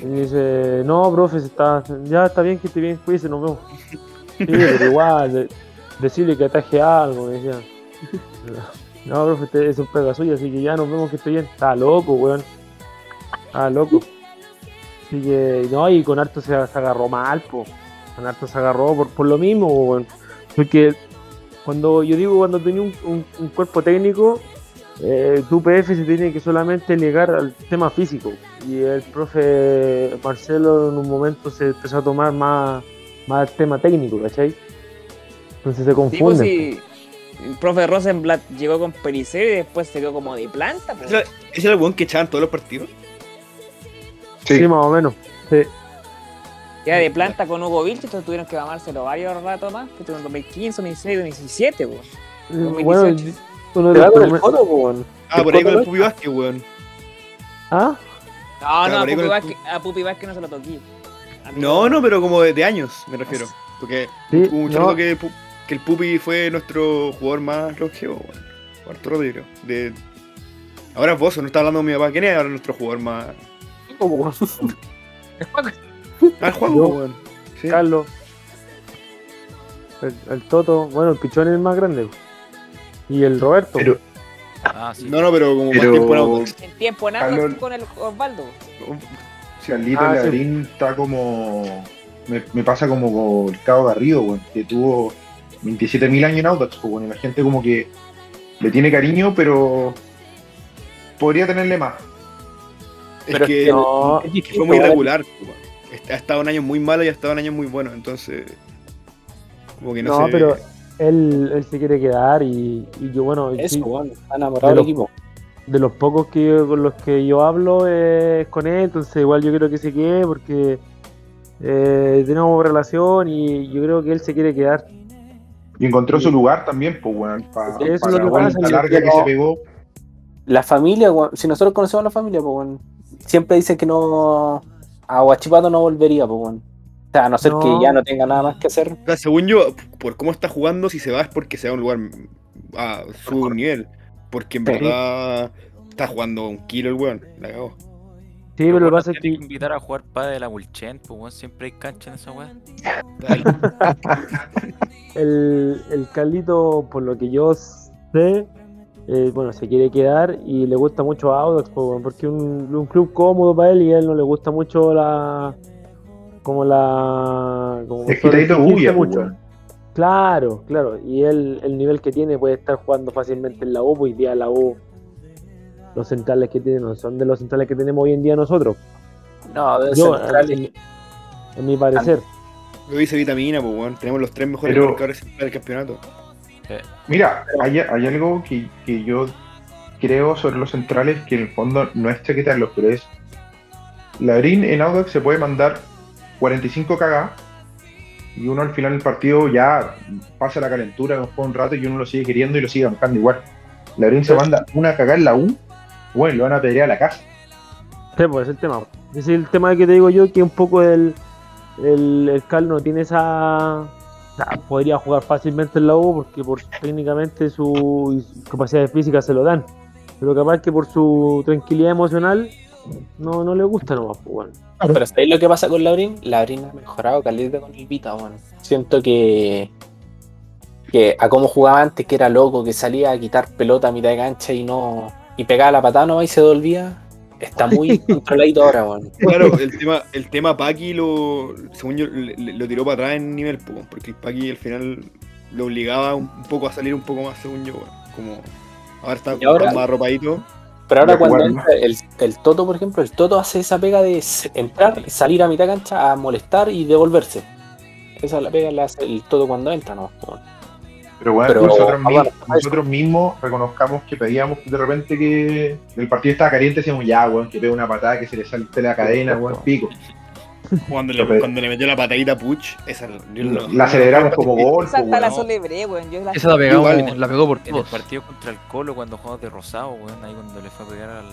Speaker 7: Y me dice, no, profe, se está, ya está bien que esté bien, cuídese, nos vemos. Sí, pero igual, de- decirle que ataje algo, me decía. No, profe, usted es un pega suyo, así que ya nos vemos que esté bien. Está loco, weón. Está Ah, loco. Así que, no, y con harto se, se agarró mal, po. Con harto se agarró por, por lo mismo, po, weón. Porque cuando, yo digo, cuando tenía un, un- un cuerpo técnico, eh, tu PF se tiene que solamente ligar al tema físico. Y el profe Marcelo en un momento se empezó a tomar más, más tema técnico, ¿cachai? Entonces se
Speaker 4: Sí, pues,
Speaker 7: confunden.
Speaker 4: sí. El profe Rosenblatt llegó con Pelicero y después se quedó como de planta. pues.
Speaker 8: ¿Ese era- ese era el weón que echaban todos los partidos?
Speaker 7: Sí, más o menos.
Speaker 4: Queda de planta con Hugo Vilch, entonces tuvieron que mamárselo varios ratos más. Que tuvieron 2015, 2016, 2017, weón.
Speaker 7: Bueno,
Speaker 4: 2018.
Speaker 7: uno de
Speaker 2: Te va
Speaker 7: los
Speaker 2: con el
Speaker 7: primer-
Speaker 2: foto, weón.
Speaker 8: Ah, por ahí con el Pupi Vázquez, weón.
Speaker 7: ¿Ah?
Speaker 4: No, no, a
Speaker 8: por ahí
Speaker 4: Pupi,
Speaker 8: con el-
Speaker 4: Vázquez, a Pupi Vázquez no se lo toqué. A mí
Speaker 8: No, no, pero como de, de años, me refiero.
Speaker 4: Ah,
Speaker 8: Porque
Speaker 7: Sí,
Speaker 8: hubo un
Speaker 7: no,
Speaker 8: rato que, Pu- que el Pupi fue nuestro jugador más longevo, weón. Cuarto rato, yo creo. De... Ahora es Bozo, no está hablando de mi papá. ¿Quién es ahora nuestro jugador más. Ah, el Juan,
Speaker 7: Yo.
Speaker 8: weón. Sí.
Speaker 7: Carlos. El, el Toto. Bueno, el Pichón es el más grande. Y el Roberto.
Speaker 5: Pero-
Speaker 3: Ah, sí.
Speaker 8: No, no, pero como más
Speaker 5: Pero-
Speaker 8: tiempo en Audax.
Speaker 4: En tiempo en Atlas
Speaker 5: Carlos-
Speaker 4: con el Osvaldo.
Speaker 5: Carlito
Speaker 7: Ah, sí.
Speaker 5: Learín está como. Me, me pasa como con el Cabo Garrido, weón, que tuvo 27.000 años en Audax, pues, weón, y la gente como que le tiene cariño, pero podría tenerle más.
Speaker 8: Es
Speaker 2: Pero
Speaker 8: que
Speaker 7: no,
Speaker 2: Es
Speaker 8: que
Speaker 2: distinto,
Speaker 8: fue muy
Speaker 2: weón.
Speaker 8: irregular. weón. Est- Ha estado en años muy malos y ha estado en años muy buenos, entonces. Como que no,
Speaker 7: no,
Speaker 8: sé.
Speaker 7: pero él, él se quiere quedar. Y, y yo, bueno,
Speaker 2: Eso,
Speaker 7: sí,
Speaker 2: weón. Está enamorado del
Speaker 7: Pero-
Speaker 2: equipo.
Speaker 7: de los pocos que yo- con los que yo hablo eh, es con él. Entonces, igual yo creo que se quede porque eh, tenemos relación. Y yo creo que él se quiere quedar.
Speaker 5: Y encontró su lugar también, pues, weón, para
Speaker 7: Eso es
Speaker 5: pa
Speaker 7: lo
Speaker 5: la
Speaker 7: que
Speaker 5: vuelta
Speaker 7: pasa,
Speaker 5: larga que
Speaker 2: pero-
Speaker 5: se pegó.
Speaker 2: La familia, weón. Si nosotros conocemos a la familia, pues, weón. Siempre dicen que no. A Huachipato no volvería, pues, weón. O sea, a no ser
Speaker 7: No.
Speaker 2: que ya no tenga nada más que hacer.
Speaker 8: O sea, según yo, por cómo está jugando, si se va es porque se va a un lugar a su nivel. Porque en
Speaker 2: Sí.
Speaker 8: verdad está jugando un kilo el weón. La cagó.
Speaker 7: Sí, pero lo que pasa es
Speaker 3: Tienen
Speaker 7: que.
Speaker 3: que invitar a jugar padre de la Mulchen, pues weón, siempre hay cancha en esa weá.
Speaker 7: El, el Carlito, por lo que yo sé, eh, bueno, se quiere quedar y le gusta mucho a Audax, po, weón, porque es un, un club cómodo para él y a él no le gusta mucho la. como la. como
Speaker 5: Es que está ahí todo
Speaker 7: exigirse
Speaker 5: bulla, pues,
Speaker 7: mucho.
Speaker 5: weón.
Speaker 7: Claro, claro. Y él, el nivel que tiene puede estar jugando fácilmente en la U, hoy día la U. Los centrales que tiene no son de los centrales que tenemos hoy en día nosotros.
Speaker 2: No, debe
Speaker 7: Yo,
Speaker 2: ser tal-
Speaker 7: en, en mi parecer.
Speaker 8: Lo dice vitamina, pues weón. Tenemos los tres mejores
Speaker 5: Pero-
Speaker 8: marcadores del campeonato.
Speaker 5: Mira, hay, hay algo que, que yo creo sobre los centrales que en el fondo no es chaquetearlos, pero es. Ladrín en Audax se puede mandar 45 cagadas y uno al final del partido ya pasa la calentura, juega un rato y uno lo sigue queriendo y lo sigue bancando igual. Ladrín se manda una cagada en la U, bueno, lo van a pedrear a la casa.
Speaker 7: Sí, pues es el tema. Ese Es el tema que te digo yo, que es un poco el, el, el Cal no tiene esa. o sea, podría jugar fácilmente en la U porque por, técnicamente sus capacidades físicas se lo dan. Pero capaz que por su tranquilidad emocional no, no le gusta nomás, pues, weón.
Speaker 2: No, pero ¿sabéis lo que pasa con Labrin? Labrin ha mejorado caleta con el Vita, bueno. Siento que. que a cómo jugaba antes, que era loco, que salía a quitar pelota a mitad de cancha y no. y pegaba la patada nomás y se dolvía. Está muy controladito ahora, bueno.
Speaker 8: Claro, el tema, el tema Paki lo, según yo, le- le- lo tiró para atrás en nivel, po, porque el Paki al final lo obligaba un, un poco a salir un poco más, según yo, como ahora está
Speaker 2: Y ahora-
Speaker 8: más arropadito.
Speaker 2: Pero ahora
Speaker 5: Ya
Speaker 2: cuando
Speaker 5: jugaron.
Speaker 2: entra el, el Toto, por ejemplo, el Toto hace esa pega de s- entrar, salir a mitad cancha a molestar y devolverse. Esa la pega la hace el Toto cuando entra, ¿no?
Speaker 5: Pero bueno,
Speaker 2: Pero,
Speaker 5: nosotros, mi-
Speaker 2: aparte,
Speaker 5: nosotros mismos reconozcamos que pedíamos de repente que el partido estaba caliente, decíamos ya, weón, que pega una patada, que se le salte la cadena, weón, pico.
Speaker 8: Cuando le, cuando le metió la patadita a Puch, esa yo no-
Speaker 5: La celebramos como gol,
Speaker 4: Esa
Speaker 5: pues,
Speaker 4: hasta la
Speaker 5: weón.
Speaker 4: celebré, weón. Yo la
Speaker 6: Esa la pegamos,
Speaker 8: Igual.
Speaker 6: la pegó por
Speaker 3: En el
Speaker 6: todos.
Speaker 3: partido contra el Colo, cuando jugamos de rosado, weón, ahí cuando le fue a pegar al.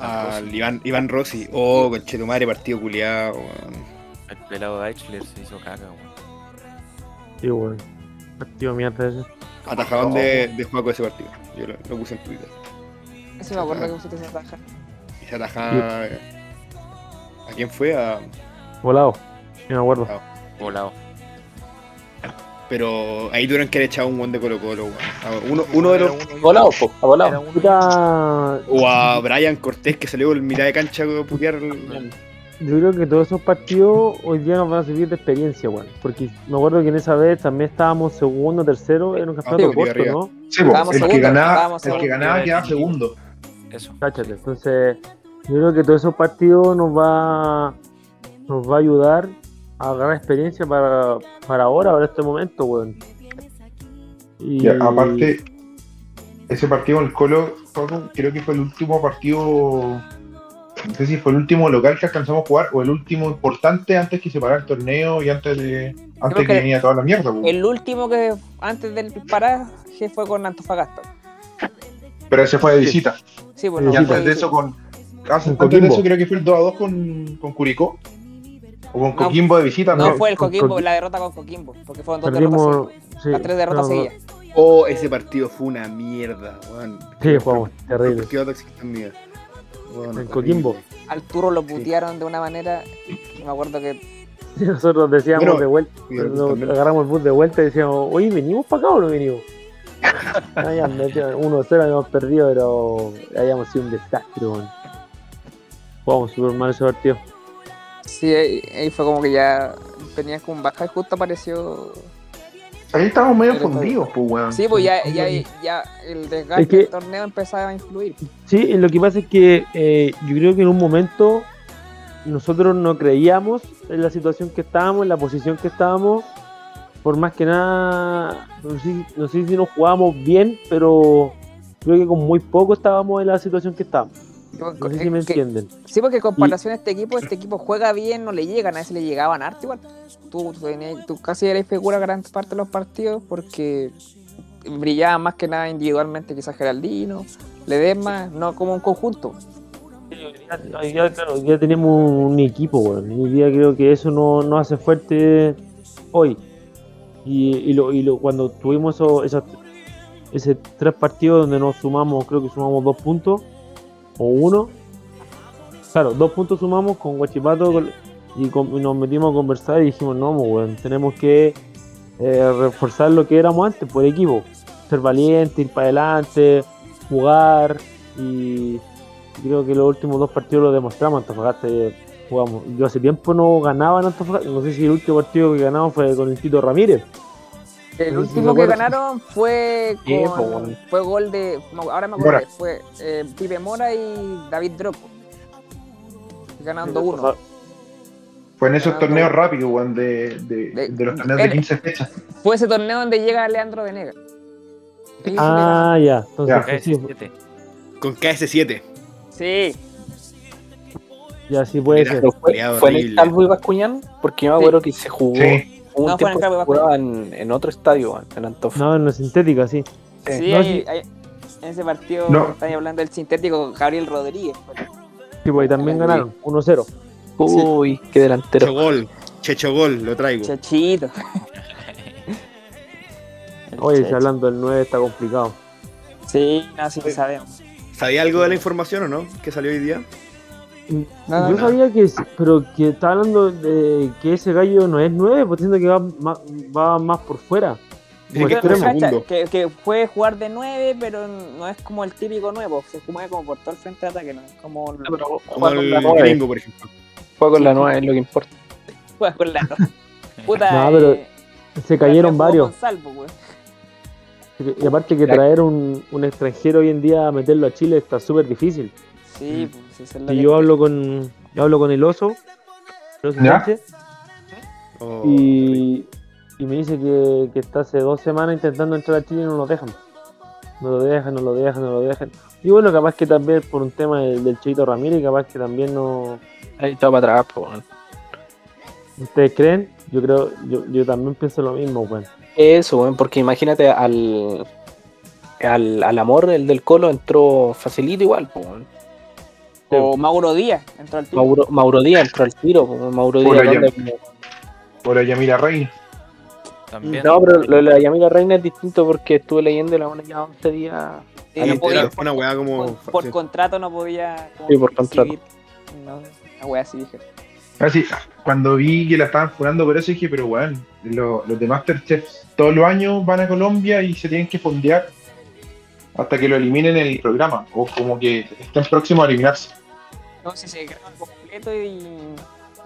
Speaker 7: Ah,
Speaker 3: al
Speaker 8: al
Speaker 3: Rossi,
Speaker 8: Iván, Iván Rossi. Oh, conchetumare, partido culiado, weón.
Speaker 3: al pelado Deichler se hizo caca, weón.
Speaker 7: Sí, weón. Partido mierda ese.
Speaker 8: Atajadón de, de Juaco ese partido. Yo lo, lo puse en Twitter.
Speaker 4: Eso me acuerdo que usted se ataja.
Speaker 8: Y se atajaba. eh, ¿A quién fue? A-
Speaker 7: Volado. No me acuerdo.
Speaker 3: Volado.
Speaker 8: Pero ahí tuvieron que haber echado un buen de Colo Colo, weón. A Uno, uno de los.
Speaker 2: Volado, po, ha volado.
Speaker 7: Puta,
Speaker 8: O a Brian Cortés que salió en mitad de cancha a putear. el-
Speaker 7: Yo creo que todos esos partidos hoy día nos van a servir de experiencia, weón. Porque me acuerdo que en esa vez también estábamos segundo, tercero, era un campeonato
Speaker 8: sí,
Speaker 7: corto,
Speaker 8: arriba.
Speaker 7: ¿no?
Speaker 5: Sí, po,
Speaker 4: Estábamos
Speaker 5: el que
Speaker 4: segundos,
Speaker 5: ganaba,
Speaker 4: estábamos
Speaker 5: el que
Speaker 4: segundos.
Speaker 5: ganaba quedaba segundo.
Speaker 3: Eso.
Speaker 7: Cáchate. Entonces, yo creo que todos esos partidos nos va nos va a ayudar a ganar experiencia para, para ahora, para este momento, weón. Y
Speaker 5: Y aparte, ese partido en el Colo, Juaco, creo que fue el último partido. No sé si fue el último local que alcanzamos a jugar o el último importante antes que se parara el torneo y antes de. Antes
Speaker 4: Creo
Speaker 5: que
Speaker 4: que
Speaker 5: venía toda la mierda, po.
Speaker 4: El último que antes del paraje fue con Antofagasta.
Speaker 5: Pero ese fue de visita.
Speaker 4: Sí, pues
Speaker 7: Y
Speaker 4: no,
Speaker 5: Y
Speaker 7: Sí,
Speaker 5: antes
Speaker 4: fue-
Speaker 5: de eso con. ah, Antes
Speaker 7: Coquimbo.
Speaker 5: de eso creo que fue el 2 a 2 con, con Curicó. O con Coquimbo de visita,
Speaker 4: No
Speaker 5: ¿no?
Speaker 4: fue el Coquimbo,
Speaker 7: con-
Speaker 4: la derrota con Coquimbo, porque fueron dos derrotas
Speaker 7: perdimos
Speaker 4: seguidas.
Speaker 7: sí,
Speaker 4: Las tres derrotas
Speaker 7: no,
Speaker 4: seguidas.
Speaker 8: Oh, ese partido fue una mierda, weón.
Speaker 7: Sí, jugamos, terrible.
Speaker 8: Partido de éxito en mi vida. Weón,
Speaker 7: En Coquimbo.
Speaker 4: Al Turro lo putearon de una manera. y Me acuerdo que.
Speaker 7: Nosotros decíamos
Speaker 8: Bueno,
Speaker 7: de vuelta,
Speaker 8: terrible.
Speaker 7: nos agarramos el bus de vuelta y decíamos, oye, ¿venimos para acá o no venimos? Ay, ya, me decían, 1-0 habíamos perdido, pero habíamos sido un desastre, weón. Jugamos súper mal ese partido.
Speaker 4: Sí, ahí, ahí fue como que ya tenías como un baja y justo apareció.
Speaker 5: Ahí estábamos medio
Speaker 4: Pero-
Speaker 5: fundidos, pues, weón.
Speaker 4: Sí, pues ya, ya, ya el desgaste
Speaker 7: Es que-
Speaker 4: del torneo empezaba a influir.
Speaker 7: Sí, y lo que pasa es que eh, yo creo que en un momento nosotros no creíamos en la situación que estábamos, en la posición que estábamos. Por más que nada, no sé, no sé si nos jugábamos bien, pero creo que con muy poco estábamos en la situación que estábamos. No sé si me
Speaker 4: Es que-
Speaker 7: entienden.
Speaker 4: Sí, porque en comparación a este equipo, este equipo juega bien, no le llegan, a ese le llegaban harto igual. Tú, tú tenías- tú casi eres figura gran parte de los partidos porque brillaba más que nada individualmente, quizás Geraldino, Ledesma, no como un conjunto.
Speaker 7: Ya- Hoy día, claro, hoy día tenemos un equipo, weón. Hoy día creo que eso no nos hace fuerte hoy. Y, y lo, y lo- cuando tuvimos esos esas- ese tres partidos donde nos sumamos, creo que sumamos dos puntos o uno. Claro, dos puntos sumamos con Guachipato con- y, con- y nos metimos a conversar y dijimos, no, pues, weón, tenemos que eh, reforzar lo que éramos antes por equipo. Ser valiente, ir para adelante, jugar y creo que los últimos dos partidos lo demostramos. Antofagasta eh, jugamos. Yo hace tiempo no ganaba en Antofagasta. No sé si el último partido que ganamos fue con el Tito Ramírez.
Speaker 4: El
Speaker 7: Sí, me
Speaker 4: último que
Speaker 7: acuerdo.
Speaker 4: ganaron fue
Speaker 2: Sí, po,
Speaker 4: con,
Speaker 2: bueno.
Speaker 4: fue gol de, no, ahora me acuerdo,
Speaker 5: Mora.
Speaker 4: que fue eh, Pipe Mora y David Dropo. Ganando uno.
Speaker 5: Fue en esos torneos rápidos, weón, de, de,
Speaker 4: Ah, De-
Speaker 5: de los torneos de 15 fechas.
Speaker 4: Fue ese torneo donde llega Leandro Venegas. Ahí
Speaker 7: Ah, ya. Entonces,
Speaker 5: Ya.
Speaker 7: fue- sí, fue-
Speaker 3: KS7.
Speaker 8: Con KS7.
Speaker 4: Sí,
Speaker 7: ya sí puede
Speaker 8: Mira.
Speaker 7: ser.
Speaker 2: Pero fue,
Speaker 8: Culeado
Speaker 2: fue en el
Speaker 8: horrible.
Speaker 2: Calvo y Bascuñán, porque yo me acuerdo que se jugó
Speaker 5: Sí.
Speaker 2: un
Speaker 4: No, fue en
Speaker 2: tiempo
Speaker 4: el Calvo y
Speaker 2: se jugaba en, en otro estadio, weón, en Antofagasta.
Speaker 7: No, no es sintética, sí.
Speaker 4: Sí,
Speaker 7: No,
Speaker 4: ahí-
Speaker 7: sí.
Speaker 4: ahí- en ese partido
Speaker 5: No.
Speaker 4: están hablando del sintético Gabriel Rodríguez.
Speaker 7: Sí, pues, y también
Speaker 4: Sí.
Speaker 7: ganaron 1-0.
Speaker 2: Uy, qué delantero.
Speaker 8: Ese gol. Checho Gol, lo traigo.
Speaker 4: Chachito. El
Speaker 7: Oye, si
Speaker 4: Chacho.
Speaker 7: hablando del 9 está complicado.
Speaker 4: Sí, no, sí, sabemos.
Speaker 8: ¿Sabía algo de la información o no? Que salió hoy día.
Speaker 4: No,
Speaker 7: Yo
Speaker 4: no,
Speaker 7: sabía que, es- pero que está hablando de que ese gallo no es 9, pues siento que va más, va más por fuera.
Speaker 8: Dice que
Speaker 4: Pero,
Speaker 8: este era
Speaker 4: ¿cachai?
Speaker 8: segundo.
Speaker 4: que, que puede jugar de 9, pero no es como el típico nuevo. Se mueve como por todo el frente de ataque, no es
Speaker 8: Ah,
Speaker 4: como.
Speaker 8: Como
Speaker 2: Juega con
Speaker 8: el
Speaker 2: la nueve.
Speaker 8: gringo, por ejemplo.
Speaker 2: Juega con la nueva es lo que importa.
Speaker 4: Juega con la. Puta.
Speaker 7: No, pero
Speaker 4: eh, pues,
Speaker 7: Se cayeron
Speaker 4: jugó
Speaker 7: varios.
Speaker 4: con Salvo, güey.
Speaker 7: Y aparte que traer un, un extranjero hoy en día a meterlo a Chile está súper difícil.
Speaker 4: Sí, pues eso es lo
Speaker 7: Mm. Y
Speaker 4: que-
Speaker 7: yo hablo con yo hablo con el oso, el oso
Speaker 5: ¿Ya?
Speaker 7: Sánchez,
Speaker 8: Oh,
Speaker 7: y, y me dice que, que está hace dos semanas intentando entrar a Chile y no lo dejan. No lo dejan, no lo dejan, no lo dejan. Y bueno, capaz que también por un tema del, del Chito Ramírez, capaz que también no...
Speaker 2: Ahí está para atrás, po, weón.
Speaker 7: ¿Ustedes creen? Yo creo, yo, yo también pienso lo mismo, bueno.
Speaker 2: Eso, weón, porque imagínate al, al, al amor, el del Colo entró facilito igual, po, weón.
Speaker 4: O Mauro Díaz entró al tiro.
Speaker 2: Mauro, Mauro Díaz entró al tiro, po, Mauro Díaz.
Speaker 5: Hola,
Speaker 2: ¿dónde-
Speaker 5: Por allá mira Reina.
Speaker 3: También.
Speaker 2: No, pero lo de la Yamila Reina es distinto porque estuve leyendo la buena ya 11 días.
Speaker 4: Sí,
Speaker 2: Ah,
Speaker 4: no
Speaker 8: era
Speaker 4: podía-
Speaker 8: una weá como.
Speaker 4: por, por contrato no podía. como
Speaker 2: Sí, por contrato.
Speaker 4: recibir, No, una wea así dije.
Speaker 5: Así, cuando vi que la estaban funando por eso dije, pero weón, lo- los de Masterchef todos los años van a Colombia y se tienen que fondear hasta que lo eliminen el programa. O como que estén próximos a eliminarse.
Speaker 4: No, si se graba completo y,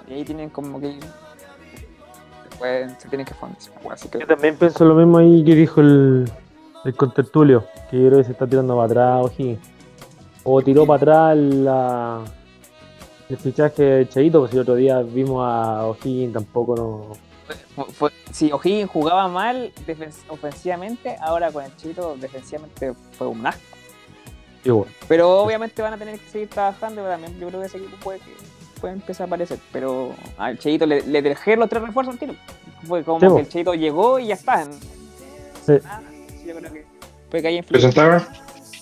Speaker 4: y ahí tienen como que. Después se tienen que fondear. esa wea, Así que.
Speaker 7: Yo también pienso lo mismo ahí que dijo el, el contertulio, que yo creo que se está tirando para atrás, O'Higgins. O tiró para atrás la, el fichaje de Cheito, pues el otro día vimos a O'Higgins, tampoco no...
Speaker 4: Fue- fue- si O'Higgins jugaba mal defen- ofensivamente, ahora con el Chito defensivamente fue un asco.
Speaker 7: Sí, bueno.
Speaker 4: Pero obviamente van a tener que seguir trabajando, pero también yo creo que ese equipo puede, que- puede empezar a aparecer. Pero al Cheito le, le trajeron los tres refuerzos al tiro. Fue como
Speaker 7: Sí,
Speaker 4: que
Speaker 7: po.
Speaker 4: el Cheito llegó y ya está.
Speaker 7: Sí.
Speaker 4: Ah, sí, yo creo que puede que haya influido.
Speaker 5: Presentaba,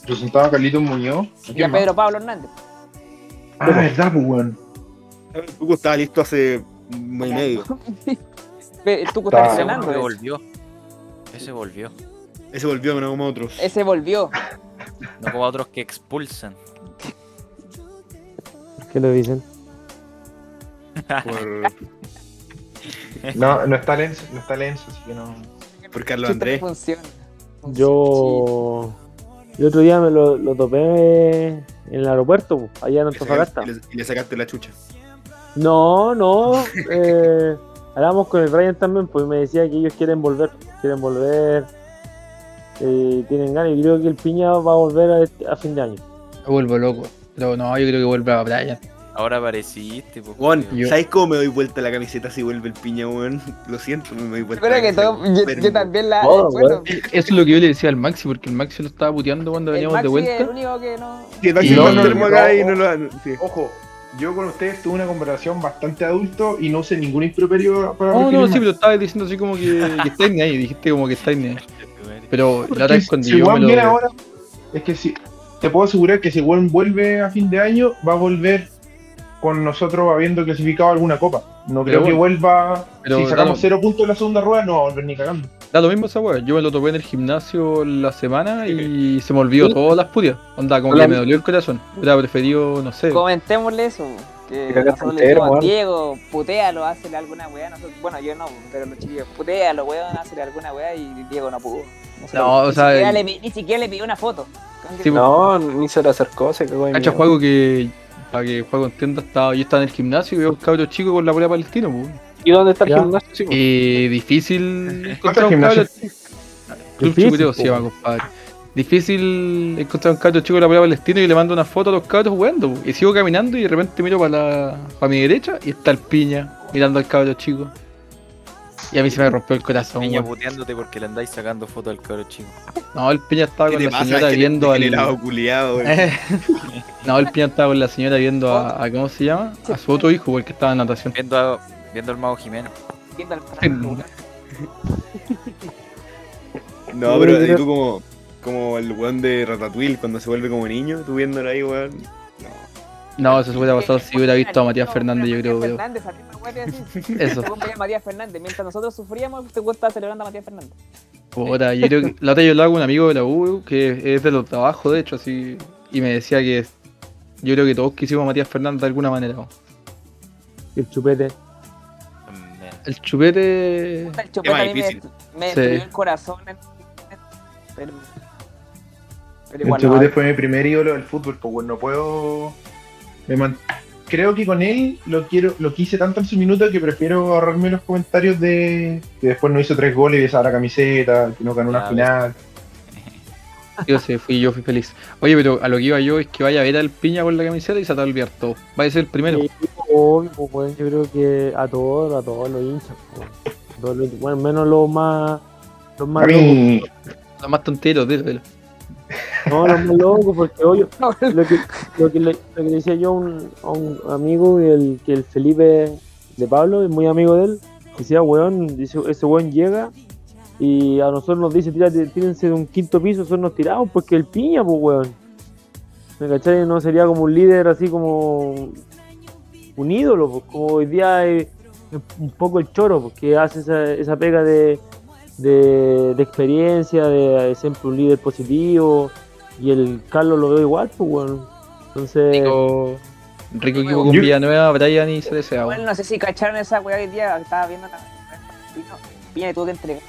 Speaker 5: presentaba a Carlitos Muñoz.
Speaker 4: Y a Pedro Pablo Hernández.
Speaker 5: Ah, verdad, pues weón.
Speaker 8: El Tuco estaba listo hace un mes y medio.
Speaker 4: Pe- El Tuco está
Speaker 5: Está-
Speaker 3: Ese
Speaker 4: entrenando.
Speaker 7: pues,
Speaker 3: volvió,
Speaker 4: de hecho.
Speaker 3: volvió. Ese volvió.
Speaker 8: Ese volvió, no como otros.
Speaker 4: Ese volvió.
Speaker 3: No como a otros que expulsan.
Speaker 7: ¿Qué le dicen?
Speaker 8: Por,
Speaker 5: No, no está Lenzo, no está Lenzo, así que no.
Speaker 8: por Carlos
Speaker 4: Chiste
Speaker 8: Andrés.
Speaker 4: no funciona. Funciona,
Speaker 7: Yo... El otro día me lo, lo topé en el aeropuerto, pues, allá en
Speaker 8: Y le sacaste-
Speaker 7: Antofagasta.
Speaker 8: y le- y le sacaste la chucha.
Speaker 7: No, no. eh, hablamos con el Ryan también, pues y me decía que ellos quieren volver, quieren volver, eh, tienen ganas. Y creo que el Piña va a volver a, este- a fin de año.
Speaker 6: Me vuelvo loco. Pero no, yo creo que vuelve a Brian.
Speaker 3: Ahora apareciste, po,
Speaker 8: Juan,
Speaker 3: culiao.
Speaker 6: Yo-
Speaker 8: ¿sabes cómo me doy vuelta la camiseta si vuelve el piña, weón? Lo siento, me doy vuelta.
Speaker 4: Espero
Speaker 8: la
Speaker 4: que
Speaker 8: camiseta.
Speaker 4: todo. Yo, yo
Speaker 8: Enfermo.
Speaker 4: también la.
Speaker 2: Oh,
Speaker 4: bueno,
Speaker 6: Eso es lo que yo le decía al Maxi, porque el Maxi lo estaba puteando cuando
Speaker 4: el
Speaker 6: veníamos de
Speaker 4: Maxi es el
Speaker 6: vuelta.
Speaker 4: único que no.
Speaker 8: Sí, el Maxi
Speaker 5: No,
Speaker 8: lo
Speaker 5: no,
Speaker 8: enfermo
Speaker 5: no,
Speaker 8: acá y
Speaker 5: no.
Speaker 8: no lo. sí.
Speaker 5: Ojo, yo con ustedes tuve una conversación bastante adulto y no usé ningún improperio
Speaker 4: Oh,
Speaker 5: para
Speaker 6: No, no,
Speaker 5: referirme.
Speaker 6: sí, pero estaba diciendo así como que, que está ni ahí, dijiste como que está ni ahí. Pero la otra
Speaker 5: Porque
Speaker 6: vez cuando
Speaker 5: si
Speaker 6: yo me
Speaker 5: Juan
Speaker 6: lo...
Speaker 5: viene ahora, es que si te puedo asegurar que si Juan vuelve a fin de año, va a volver con nosotros habiendo clasificado alguna copa. No
Speaker 6: Pero
Speaker 5: creo que
Speaker 6: bueno.
Speaker 5: vuelva.
Speaker 6: Pero
Speaker 5: si sacamos
Speaker 6: claro.
Speaker 5: cero puntos en la segunda rueda, no va a volver ni cagando.
Speaker 6: Da lo mismo esa weá. Yo me lo topé en el gimnasio la semana y se me olvidó todas las putias. Onda, como que me dolió el corazón. Hubiera preferido, no sé.
Speaker 4: Comentémosle eso.
Speaker 2: Te
Speaker 4: Que
Speaker 2: cagaste
Speaker 4: nosotros le
Speaker 2: entero,
Speaker 4: dijimos,
Speaker 2: weón.
Speaker 4: Diego, putéalo, hazle alguna weá. Nosotros, bueno, yo no, pero los chiquillos, putéalo, weón, hazle alguna weá. Y Diego no pudo. se
Speaker 6: No,
Speaker 4: lo-
Speaker 6: o
Speaker 4: ni
Speaker 6: sea,
Speaker 4: Siquiera
Speaker 6: el-
Speaker 4: le, pi- ni siquiera le pidió una foto.
Speaker 6: Sí,
Speaker 2: No, ni se le acercó, se cagó de
Speaker 6: Cacha
Speaker 2: miedo.
Speaker 6: juego que. Para que juego entienda, estaba, yo estaba en el gimnasio y veo a un cabro chico con la bola palestino, pues.
Speaker 2: ¿Y dónde está el
Speaker 7: Ya.
Speaker 2: gimnasio? sí, po?
Speaker 6: Eh, difícil encontrar un
Speaker 5: gimnasio?
Speaker 6: cabro chico. Club
Speaker 7: Difícil,
Speaker 6: Chicoteo se
Speaker 7: po.
Speaker 6: llama, compadre. Difícil encontrar un cabro chico con la bola palestino y le mando una foto a los cabros jugando. po. Y sigo caminando y de repente miro para la, para mi derecha y está el piña mirando al cabro chico. Y a mí se me rompió el corazón,
Speaker 3: Niña
Speaker 6: weón.
Speaker 3: puteándote porque le andáis sacando fotos al cabro chico.
Speaker 6: No, el piña estaba
Speaker 8: ¿Qué
Speaker 6: con
Speaker 8: te
Speaker 6: la
Speaker 8: pasa?
Speaker 6: señora viendo al.
Speaker 8: Generado, culiado, weón.
Speaker 6: no, el piña estaba con la señora viendo a, a- ¿Cómo se llama? A su otro hijo, porque estaba en natación.
Speaker 3: Viendo, a- viendo al mago Jiménez.
Speaker 4: Viendo al Franco,
Speaker 6: El-
Speaker 4: weón.
Speaker 8: No, pero y tú como, como el weón de Ratatouille cuando se vuelve como niño, tú viéndolo ahí, weón. No.
Speaker 6: No, eso se hubiera pasado si hubiera visto a Matías Fernández, yo creo.
Speaker 4: Matías
Speaker 6: Pero...
Speaker 4: Fernández, a mí me huele así.
Speaker 6: Eso.
Speaker 4: Según veía a Matías Fernández. Mientras nosotros sufríamos, este güey estaba celebrando a Matías Fernández.
Speaker 6: Puta, yo creo que la otra yo hablaba con un amigo de la U que es de los trabajos, de hecho, así, y me decía que es- yo creo que todos quisimos a Matías Fernández de alguna manera. ¿no?
Speaker 7: El chupete.
Speaker 3: Mm, ya.
Speaker 6: El chupete.
Speaker 4: Puta, El chupete
Speaker 8: más
Speaker 4: a mí me,
Speaker 8: difícil.
Speaker 4: me
Speaker 6: Sí.
Speaker 4: destruyó el corazón. en- Pero, pero
Speaker 5: El
Speaker 4: igual,
Speaker 5: Chapete
Speaker 4: no,
Speaker 5: Este fue mi primer ídolo del fútbol, pues bueno, no puedo. me man- Creo que con él lo quiero, lo quise tanto en su minuto que prefiero ahorrarme los comentarios de que después no hizo tres goles y esa la camiseta, que no ganó una
Speaker 2: Ah,
Speaker 3: Ya,
Speaker 5: final.
Speaker 6: Yo sé, fui yo fui feliz. Oye, pero a lo que iba yo es que vaya a ver al piña con la camiseta y se atar el todo. Vaya a ser el primero.
Speaker 7: Sí, obvio, pues, weón, yo creo que a todos, a todos los hinchas, pues, weón. A todos los- bueno, menos los más, los más
Speaker 5: A mí,
Speaker 6: Los más tonteros, dilo, dilo.
Speaker 7: locos, no, los más locos, porque obvio, lo que, lo que, le, lo que le decía yo a un, a un amigo, el, que el Felipe de Pablo, es muy amigo de él, decía, weón, dice, ese weón llega y a nosotros nos dice, "Tírate- tírense de un quinto piso, nosotros nos tiramos, porque el piña, pues, weón. ¿Me cachai? No sería como un líder así como un ídolo, pues, como hoy día es es un poco el choro, porque hace esa, esa pega de, de, de experiencia, de, siempre un líder positivo, y el Carlos lo veo igual, pues, weón. Entonces...
Speaker 6: Rico, rico equipo con
Speaker 5: Yo-
Speaker 6: Villanueva, Brian y CDC.
Speaker 4: igual no sé si cacharon esa weá hoy día. Estaba viendo la. Pino, Pino tuvo que entregar.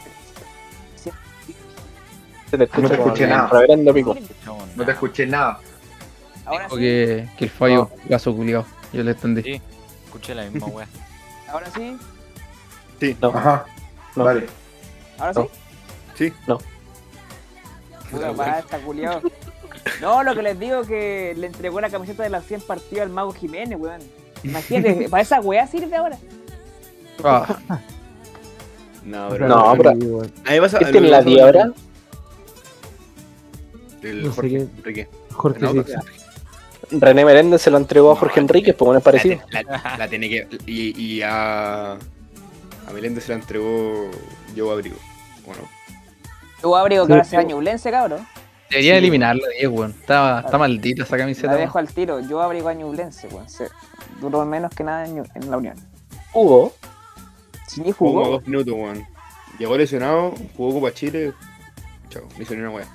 Speaker 2: Se te escucha
Speaker 5: No te
Speaker 2: como
Speaker 5: escuché
Speaker 2: un
Speaker 5: nada.
Speaker 2: Reverendo pico.
Speaker 3: No,
Speaker 5: no
Speaker 3: nada.
Speaker 5: te escuché nada.
Speaker 4: Ahora sí,
Speaker 6: Que, que el fallo, gaso culiado. Yo le entendí.
Speaker 3: Escuché la misma wea.
Speaker 4: ahora sí,
Speaker 5: Ajá,
Speaker 2: No.
Speaker 5: vale.
Speaker 4: ahora sí.
Speaker 8: Sí.
Speaker 2: No.
Speaker 4: Puta basta, culiao. No, lo que les digo que le entregó la camiseta de las 100 partidos al Mago Jiménez, weón. Imagínate, ¿para esa weá sirve ahora?
Speaker 6: Ah,
Speaker 8: No,
Speaker 7: o sea,
Speaker 8: pero.
Speaker 2: No,
Speaker 7: sé
Speaker 2: pero-
Speaker 7: qué digo, weón.
Speaker 8: Ahí pasa.
Speaker 2: ¿Viste
Speaker 8: lo
Speaker 2: la
Speaker 8: que
Speaker 2: di
Speaker 8: pasa-
Speaker 2: ahora?
Speaker 8: El
Speaker 7: No sé
Speaker 8: Jorge
Speaker 7: qué-
Speaker 8: Enrique.
Speaker 7: Jorge,
Speaker 8: No,
Speaker 7: sí.
Speaker 8: pero-
Speaker 2: René Meréndez se lo entregó a Jorge Enríquez, pues bueno, es
Speaker 8: La,
Speaker 2: parecido.
Speaker 8: te- la- la tiene que. Y, y a. A Meléndez se la entregó Yo Abrigo. Bueno.
Speaker 4: Yo abrigo que ahora se va a Ñublense, cabrón.
Speaker 6: debería
Speaker 8: Sí.
Speaker 6: eliminarla, 10, weón. Está, está maldita esa camiseta.
Speaker 4: La
Speaker 6: weón.
Speaker 4: dejo al tiro. Yo abrigo a Ñublense, weón. Se- Duró menos que nada en, Ñu- en la Unión.
Speaker 2: Hugo,
Speaker 7: Ah,
Speaker 4: Sí,
Speaker 8: Jugó como
Speaker 4: jugó.
Speaker 8: dos minutos, weón. Llegó lesionado, jugó Copa Chile. Chao, no hizo ni una wea.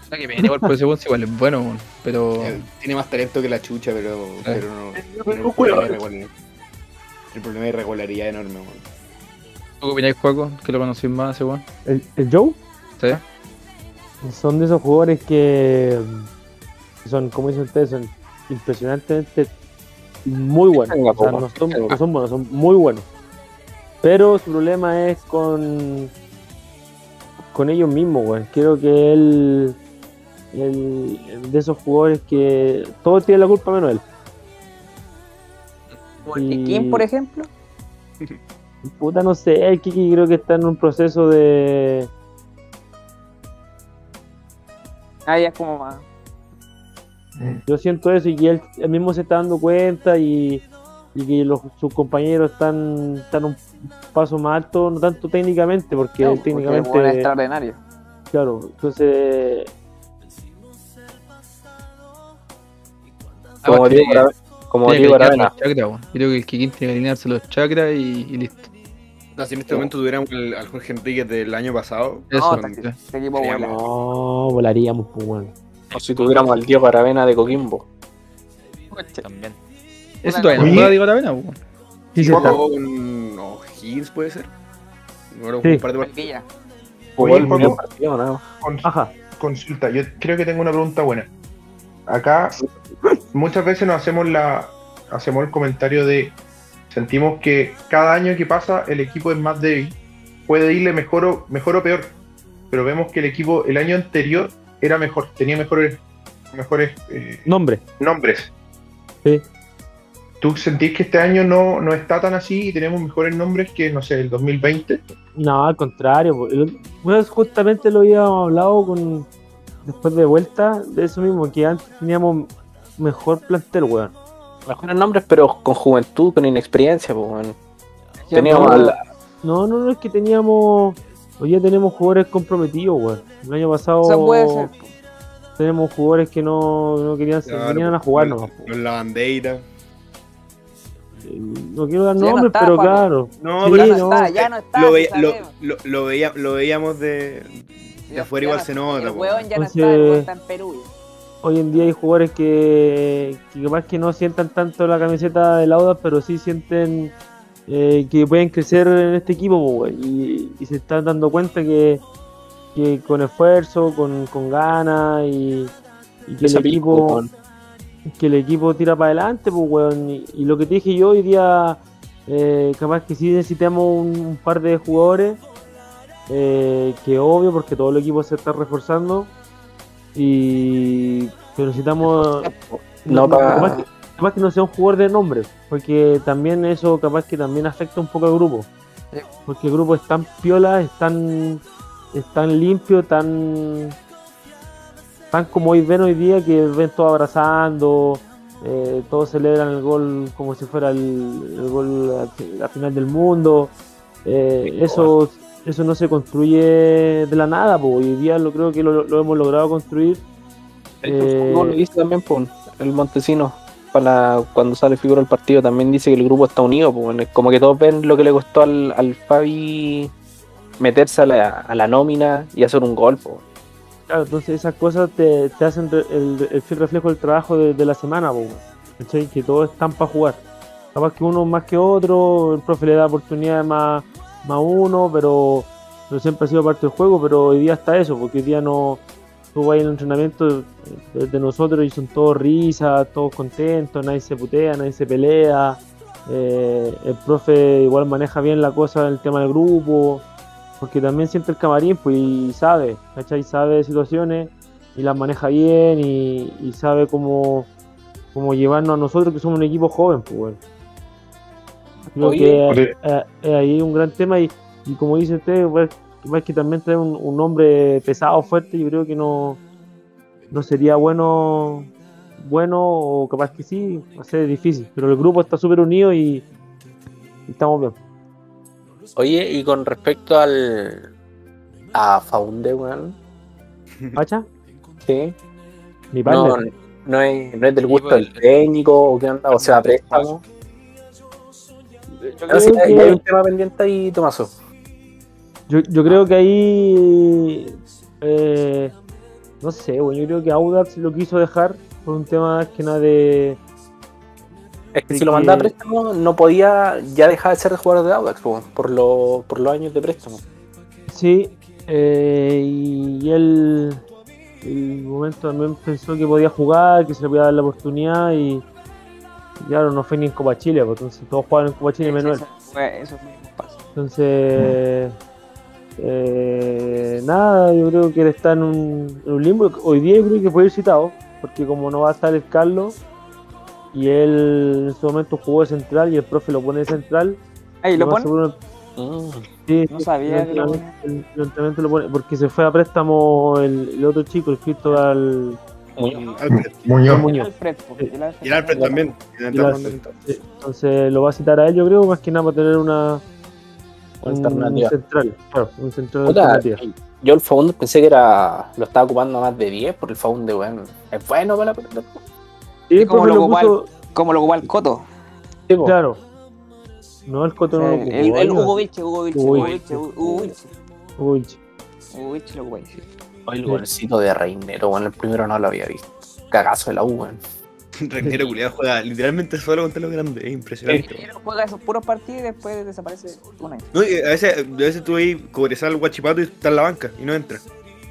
Speaker 6: O sea, que viene igual por ese weón, si igual es bueno, weón. Pero.
Speaker 8: Eh, Tiene más talento que la chucha, pero, pero no. tiene
Speaker 5: pero,
Speaker 8: un problema
Speaker 5: weón.
Speaker 8: de irregular- el problema de irregularidad enorme, weón.
Speaker 6: ¿Tú qué opináis, Juaco? Que lo conocís más ese weón.
Speaker 7: ¿El, el Joe?
Speaker 6: Sí.
Speaker 7: Son de esos jugadores que mm, son, como dicen ustedes, son impresionantemente muy buenos.
Speaker 2: Venga,
Speaker 7: O sea,
Speaker 2: po,
Speaker 7: no, son,
Speaker 2: venga.
Speaker 7: no son buenos, son muy buenos. Pero su problema es con con ellos mismos, güey. Creo que él, él es de esos jugadores que todos tienen la culpa menos él.
Speaker 4: ¿Y quién, por ejemplo?
Speaker 7: Puta, no sé, el Kiki creo que está en un proceso de,
Speaker 4: Ah, ya es como más.
Speaker 7: Yo siento eso y que él, él mismo se está dando cuenta y, y que los, sus compañeros están, están un paso más alto, no tanto técnicamente, porque
Speaker 4: No,
Speaker 7: él
Speaker 4: porque
Speaker 7: técnicamente,
Speaker 4: el weón es extraordinario.
Speaker 7: claro, entonces
Speaker 2: como Diego
Speaker 6: Ah, tiene que-
Speaker 2: Aravena- como
Speaker 6: tiene que
Speaker 2: Diego
Speaker 6: alinear
Speaker 2: Aravena.
Speaker 6: los chakras, weón. Yo creo que el Kikín tiene que alinearse los chakras y, y listo.
Speaker 8: No, si en este momento tuviéramos al, al Jorge Enrique del año pasado.
Speaker 6: Eso,
Speaker 4: No, está-
Speaker 6: sí.
Speaker 4: este equipo
Speaker 8: Sería
Speaker 4: vuela.
Speaker 7: no volaríamos, pues bueno.
Speaker 2: O si tuviéramos al Diego Aravena de Coquimbo.
Speaker 3: También.
Speaker 6: Eso todavía no
Speaker 5: Oye.
Speaker 6: juega Diego Aravena, weón.
Speaker 7: Sí,
Speaker 8: jugó con O'Higgins, puede ser. Bueno,
Speaker 7: Sí.
Speaker 8: un par de
Speaker 4: Con el
Speaker 8: partidos.
Speaker 4: Villa.
Speaker 5: Oye,
Speaker 2: Igual,
Speaker 5: Paco,
Speaker 2: buen partido, ¿no?
Speaker 5: con-
Speaker 7: Ajá,
Speaker 5: consulta, yo creo que tengo una pregunta buena. Acá muchas veces nos hacemos la hacemos el comentario de sentimos que cada año que pasa el equipo es más débil, puede irle mejor o mejor o peor, pero vemos que el equipo el año anterior era mejor, tenía mejores mejores eh,
Speaker 7: nombre.
Speaker 5: nombres.
Speaker 7: Sí.
Speaker 5: ¿Tú sentís que este año no, no está tan así y tenemos mejores nombres que, no sé, el 2020?
Speaker 7: No, al contrario. po. El- Una vez justamente lo habíamos hablado con después de vuelta de eso mismo, que antes teníamos mejor plantel, weón.
Speaker 2: Mejores nombres, pero con juventud, con inexperiencia, pues bueno. Teníamos
Speaker 7: no, eh,
Speaker 2: al,
Speaker 7: No, no, no, es que teníamos. Hoy ya tenemos jugadores comprometidos, weón. El año pasado.
Speaker 4: Eso puede ser.
Speaker 7: tenemos jugadores que no, no querían se
Speaker 8: Claro,
Speaker 7: vinieron a
Speaker 8: pues,
Speaker 7: jugar
Speaker 8: los-
Speaker 7: nomás,
Speaker 8: Los lavandeira.
Speaker 7: Eh, No quiero dar
Speaker 4: Sí, ya no
Speaker 7: nombres,
Speaker 4: está,
Speaker 7: pero
Speaker 4: Juaco.
Speaker 7: claro.
Speaker 8: No,
Speaker 7: Sí,
Speaker 8: pero
Speaker 7: no.
Speaker 4: está, ya no está,
Speaker 8: lo,
Speaker 4: sí
Speaker 8: veía- lo-
Speaker 4: sabemos.
Speaker 8: lo- lo veía- lo veíamos de, de afuera,
Speaker 4: Ya
Speaker 8: igual
Speaker 4: no-
Speaker 8: se nota.
Speaker 4: El
Speaker 8: po.
Speaker 4: weón ya no
Speaker 7: Entonces-
Speaker 4: está, el weón está en Perú. ya.
Speaker 7: Hoy en día hay jugadores que, que capaz que no sientan tanto la camiseta de Lauda, pero sí sienten eh, que pueden crecer en este equipo, po, wey. y, y se están dando cuenta que, que con esfuerzo, con, con ganas y, y que el
Speaker 2: Esa pico,
Speaker 7: equipo...
Speaker 2: weón.
Speaker 7: que el equipo tira para adelante, pues, weón. Y, y lo que te dije yo hoy día, eh, capaz que sí necesitamos un, un par de jugadores, eh, que obvio, porque todo el equipo se está reforzando, y pero necesitamos.
Speaker 2: No pa-
Speaker 7: capaz, que, capaz que no sea un jugador de nombre, porque también eso, capaz que también afecta un poco al grupo. Porque el grupo es tan piola, es tan, es tan limpio, tan están como hoy ven hoy día que ven todos abrazando, eh, todos celebran el gol como si fuera el, el gol a- la final del mundo. Eh, eso, eso no se construye de la nada, po. hoy día lo creo que lo, lo hemos logrado construir. Eh,
Speaker 2: No, lo dice también, po, el Montesino. Para cuando sale figura del partido, también dice que el grupo está unido. po, bueno, es como que todos ven lo que le costó al, al Fabi meterse a la, a la nómina y hacer un gol. pues, po.
Speaker 7: Claro, Ah, entonces esas cosas te, te hacen re- el, el fiel reflejo del trabajo de, de la semana, po, weón. ¿cachai? Que todos están para jugar. Capaz que uno más que otro, el profe le da oportunidades más, más uno, pero, pero siempre ha sido parte del juego, pero hoy día está eso, porque hoy día no tú vas en el entrenamiento de, de nosotros y son todos risas, todos contentos, nadie se putea, nadie se pelea, eh, el profe igual maneja bien la cosa, el tema del grupo, porque también siente el camarín pues, y sabe, ¿cachai? Sabe de situaciones y las maneja bien y, y sabe cómo, cómo llevarnos a nosotros que somos un equipo joven, pues bueno. Creo
Speaker 2: Oye.
Speaker 7: que
Speaker 5: Oye.
Speaker 7: eh, eh, ahí es un gran tema y, y como dice usted, pues, pues, que también trae un, un hombre pesado, fuerte, yo creo que no, no sería bueno, bueno o capaz que sí, va a ser difícil, pero el grupo está súper unido y, y estamos bien.
Speaker 2: Oye, y con respecto al. a Faunde, weón.
Speaker 7: ¿Pacha?
Speaker 2: Sí.
Speaker 7: Mi partner.
Speaker 2: No, no, es, no es del
Speaker 3: Sí,
Speaker 2: gusto
Speaker 3: pues,
Speaker 2: del técnico o qué onda, o sea, préstamo.
Speaker 7: Yo
Speaker 2: No, sí,
Speaker 7: creo
Speaker 2: hay, hay
Speaker 7: que-
Speaker 2: un tema pendiente ahí, Tomaso.
Speaker 7: Yo, yo creo que ahí. eh, no sé, bueno, yo creo que Audax lo quiso dejar por un tema más que nada de.
Speaker 2: Es que
Speaker 7: Sí
Speaker 2: si lo
Speaker 7: que-
Speaker 2: mandaba a préstamo, no podía ya dejar de ser jugador de Audax po, por, lo- por los años de préstamo.
Speaker 7: Sí, eh, y él. En el momento también pensó que podía jugar, que se le podía dar la oportunidad y. y Claro, no fue ni en Copa Chile, porque entonces todos jugaron en Copa Chile menos él.
Speaker 4: Eso fue, eso fue un paso.
Speaker 7: Entonces, eh, nada, yo creo que él está en un, en un limbo. Hoy día yo creo que puede ir citado, porque como no va a estar el Carlos, y él en su momento jugó de central y el profe lo pone de central.
Speaker 4: Ahí lo pone.
Speaker 7: más seguro-
Speaker 2: Mm.
Speaker 7: sí,
Speaker 4: No
Speaker 7: sí,
Speaker 4: sabía
Speaker 7: el
Speaker 4: que lo
Speaker 7: entrenamiento- el- el entrenamiento lo pone, porque se fue a préstamo el, el otro chico, el Cristóbal Mm,
Speaker 8: El Alfred-
Speaker 5: Muñoz.
Speaker 7: Muñoz. Eh,
Speaker 4: Alfred, po, el Alfred.
Speaker 8: Y el Alfred también. El
Speaker 7: Y las-
Speaker 8: Alfred.
Speaker 7: sí, Entonces lo va a citar a él, yo creo, más que nada para tener una un
Speaker 2: Alternativa.
Speaker 7: central, claro, un central
Speaker 2: Puta,
Speaker 7: alternativo.
Speaker 2: yo el Faunde pensé que era lo estaba ocupando más de 10 por el Faunde, weón. Es bueno para la pelota.
Speaker 7: Y el
Speaker 4: como
Speaker 7: profe
Speaker 4: lo
Speaker 7: lo
Speaker 4: ocupó al-
Speaker 7: puso-
Speaker 4: Como lo ocupó el Coto.
Speaker 2: Sí, po.
Speaker 7: Claro. No, el Coto no lo
Speaker 4: El,
Speaker 7: ocupó.
Speaker 4: el, el
Speaker 7: oiga.
Speaker 4: Hugo Vilche, Hugo Vilche,
Speaker 7: Hugo
Speaker 4: Hugo
Speaker 7: Vilche.
Speaker 4: Vilche, Hugo Vilche.
Speaker 7: Hugo Vilche.
Speaker 4: Hugo Vilche lo ocupó ahí, sí.
Speaker 2: Ay, el golcito de Reinero, weón. El primero no lo había visto. Cagazo de la U, weón.
Speaker 8: Reinero culiado juega literalmente solo contra los grandes. Es impresionante.
Speaker 4: Él juega esos puros partidos y después desaparece un año.
Speaker 8: No, y a veces, a veces tú ahí cobresal al guachipato y está en la banca y no entra.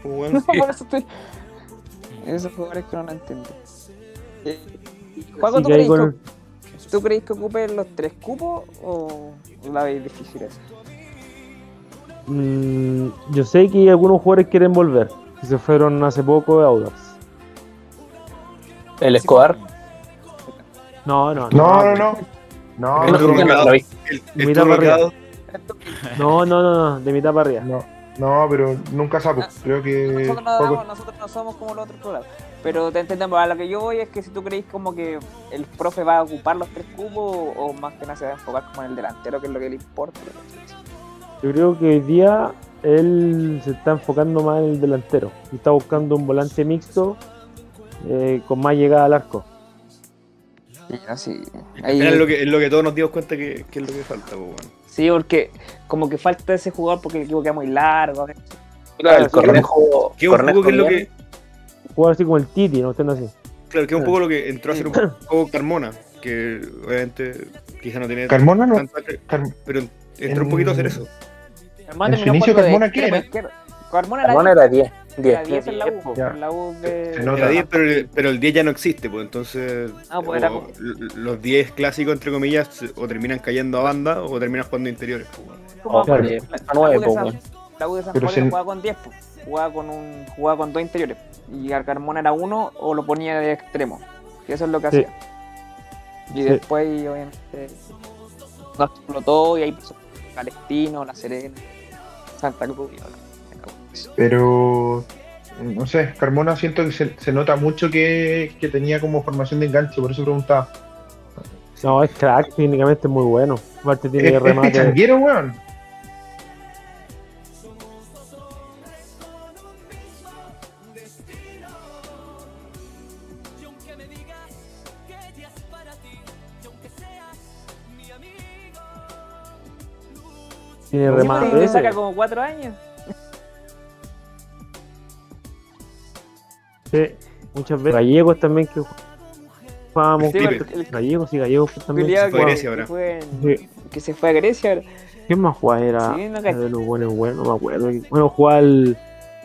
Speaker 8: Como, weón,
Speaker 4: Por eso estoy- Esos jugadores que no lo entiendo. Eh, Juaco,
Speaker 7: Así
Speaker 4: ¿tú
Speaker 7: que ahí
Speaker 4: crees,
Speaker 7: con
Speaker 4: que, ¿tú crees que ocupe los tres cupos o la veis difícil eso?
Speaker 7: el- mm, yo sé que algunos jugadores quieren volver. Que se fueron hace poco de Audax.
Speaker 2: El Escobar.
Speaker 7: No, no,
Speaker 5: No, no, no. No,
Speaker 8: El
Speaker 5: no,
Speaker 8: turno
Speaker 5: no,
Speaker 8: Mercado.
Speaker 2: Lo vi.
Speaker 8: el, el
Speaker 7: Mira
Speaker 8: turno
Speaker 7: para arriba.
Speaker 8: quedado-
Speaker 7: No, no, no, no, de mitad para arriba.
Speaker 5: no, no, pero nunca sapo. Creo que.
Speaker 4: Nosotros Ah, no,
Speaker 5: Juaco-
Speaker 4: damos- nosotros no somos como los otros programas. Pero te entendemos, a lo que yo voy es que si tú crees como que el profe va a ocupar los tres cupos o más que nada se va a enfocar como en el delantero, que es lo que le importa.
Speaker 7: Yo creo que hoy día él se está enfocando más en el delantero. Y está buscando un volante mixto eh, con más llegada al arco.
Speaker 4: Ya, sí. Ahí-
Speaker 8: Es lo, que, es lo que todos nos dimos cuenta que, que es lo que falta, pues, weón.
Speaker 4: Sí, porque como que falta ese jugador porque el equipo queda muy largo.
Speaker 2: el Cornejo.
Speaker 8: Que es un
Speaker 2: Cornejo
Speaker 8: poco que es lo
Speaker 2: bien,
Speaker 8: que.
Speaker 7: Jugar así como el Titi, no estén así.
Speaker 8: Claro, que es un poco lo que entró a hacer un poco Carmona, que obviamente quizá no tiene
Speaker 5: Carmona no.
Speaker 8: tanta cre-
Speaker 5: Carm-
Speaker 8: pero entró un poquito a hacer eso.
Speaker 4: Hermano,
Speaker 5: ¿En su
Speaker 4: terminó
Speaker 5: inicio
Speaker 4: jugando de
Speaker 5: Carmona ¿eh? qué
Speaker 4: extremo
Speaker 5: era?
Speaker 4: izquierdo. Carmona
Speaker 2: Carmona
Speaker 4: era
Speaker 2: era 10. 10.
Speaker 4: la 10 en la U,
Speaker 5: Ya.
Speaker 4: en la U
Speaker 5: Se
Speaker 4: de...
Speaker 5: nota.
Speaker 8: Era 10, pero, el- pero el 10 ya no existe, pues entonces
Speaker 4: Ah, pues,
Speaker 8: o
Speaker 4: era como-
Speaker 8: l- los 10 clásicos, entre comillas, se- o terminan cayendo a banda o terminan jugando interiores. pues, weón.
Speaker 4: como-
Speaker 7: Claro.
Speaker 4: La U de
Speaker 2: 9,
Speaker 4: San- la U de San
Speaker 5: Pero
Speaker 4: Juan
Speaker 5: si-
Speaker 4: jugaba con 10, po. jugaba con un jugaba con dos interiores y al Carmona era uno o lo ponía de extremo. Y eso es lo que
Speaker 7: Sí.
Speaker 4: hacía. Y después obviamente no explotó y ahí pasó Palestino, La Serena, Santa Cruz. y ahora-
Speaker 5: Pero no sé, Carmona siento que se, se nota mucho que, que tenía como formación de enganche, por eso preguntaba.
Speaker 7: No, es crack, técnicamente es muy bueno. Aparte
Speaker 5: ¿Es,
Speaker 7: tiene
Speaker 5: es
Speaker 8: Ah,
Speaker 7: remate.
Speaker 5: pichanguero, weón?
Speaker 7: Tiene
Speaker 4: Sí, pues,
Speaker 7: remate.
Speaker 4: le saca como 4 años.
Speaker 7: Sí, muchas veces. Gallegos también que jugábamos.
Speaker 4: Sí,
Speaker 8: Felipe.
Speaker 4: porque el-
Speaker 7: Gallegos y gallegos también.
Speaker 4: Culeado
Speaker 8: fue a
Speaker 4: que-
Speaker 8: Grecia ahora.
Speaker 4: que fue en-
Speaker 7: Sí.
Speaker 4: Que se fue a Grecia ahora.
Speaker 7: ¿Quién más jugaba? Era
Speaker 4: Sí, no
Speaker 7: era
Speaker 4: cacho.
Speaker 7: de los buenos, buenos, no me acuerdo. Bueno, jugaba el,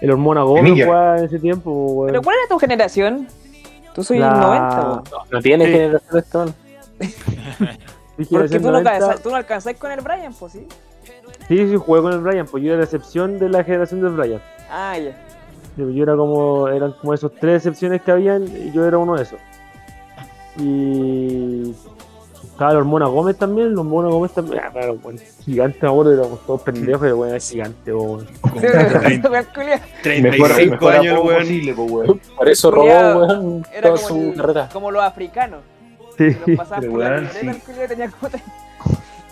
Speaker 7: el Hormona Gómez,
Speaker 5: Emilia.
Speaker 7: jugaba en ese tiempo. weón.
Speaker 4: ¿Pero cuál era tu generación? Tú soy
Speaker 7: La-
Speaker 4: el 90, weón.
Speaker 2: No tiene
Speaker 7: Sí.
Speaker 2: generación este weón.
Speaker 7: Dije, era
Speaker 4: Porque
Speaker 7: ser
Speaker 4: tú no,
Speaker 7: 90.
Speaker 4: alcanzás- tú no alcanzás con el Brian, pues sí.
Speaker 7: Sí, sí, jugué con el Brian, pues yo era la excepción de la generación del Brian.
Speaker 4: Ah, ya.
Speaker 7: Yo yo era como, eran como esos tres excepciones que habían y yo era uno de esos. Y estaba el Hormona Gómez también, el Hormona Gómez también, ah, claro, bueno, gigante ahora, éramos todos pendejos, pero bueno, es gigante, weón.
Speaker 8: Como
Speaker 4: Sí, el culiao
Speaker 8: 35
Speaker 5: mejor
Speaker 8: años, el
Speaker 5: apodo
Speaker 8: weón.
Speaker 5: posible, po, weón.
Speaker 2: Por eso robó,
Speaker 4: Culeado.
Speaker 2: weón,
Speaker 4: Era
Speaker 2: toda
Speaker 4: como,
Speaker 2: su
Speaker 4: el-
Speaker 2: carrera.
Speaker 4: como los africanos.
Speaker 7: Sí,
Speaker 4: que los pasaban
Speaker 5: pero
Speaker 4: por la
Speaker 5: weón,
Speaker 4: libreta,
Speaker 5: sí.
Speaker 4: el culiao tenía como tres-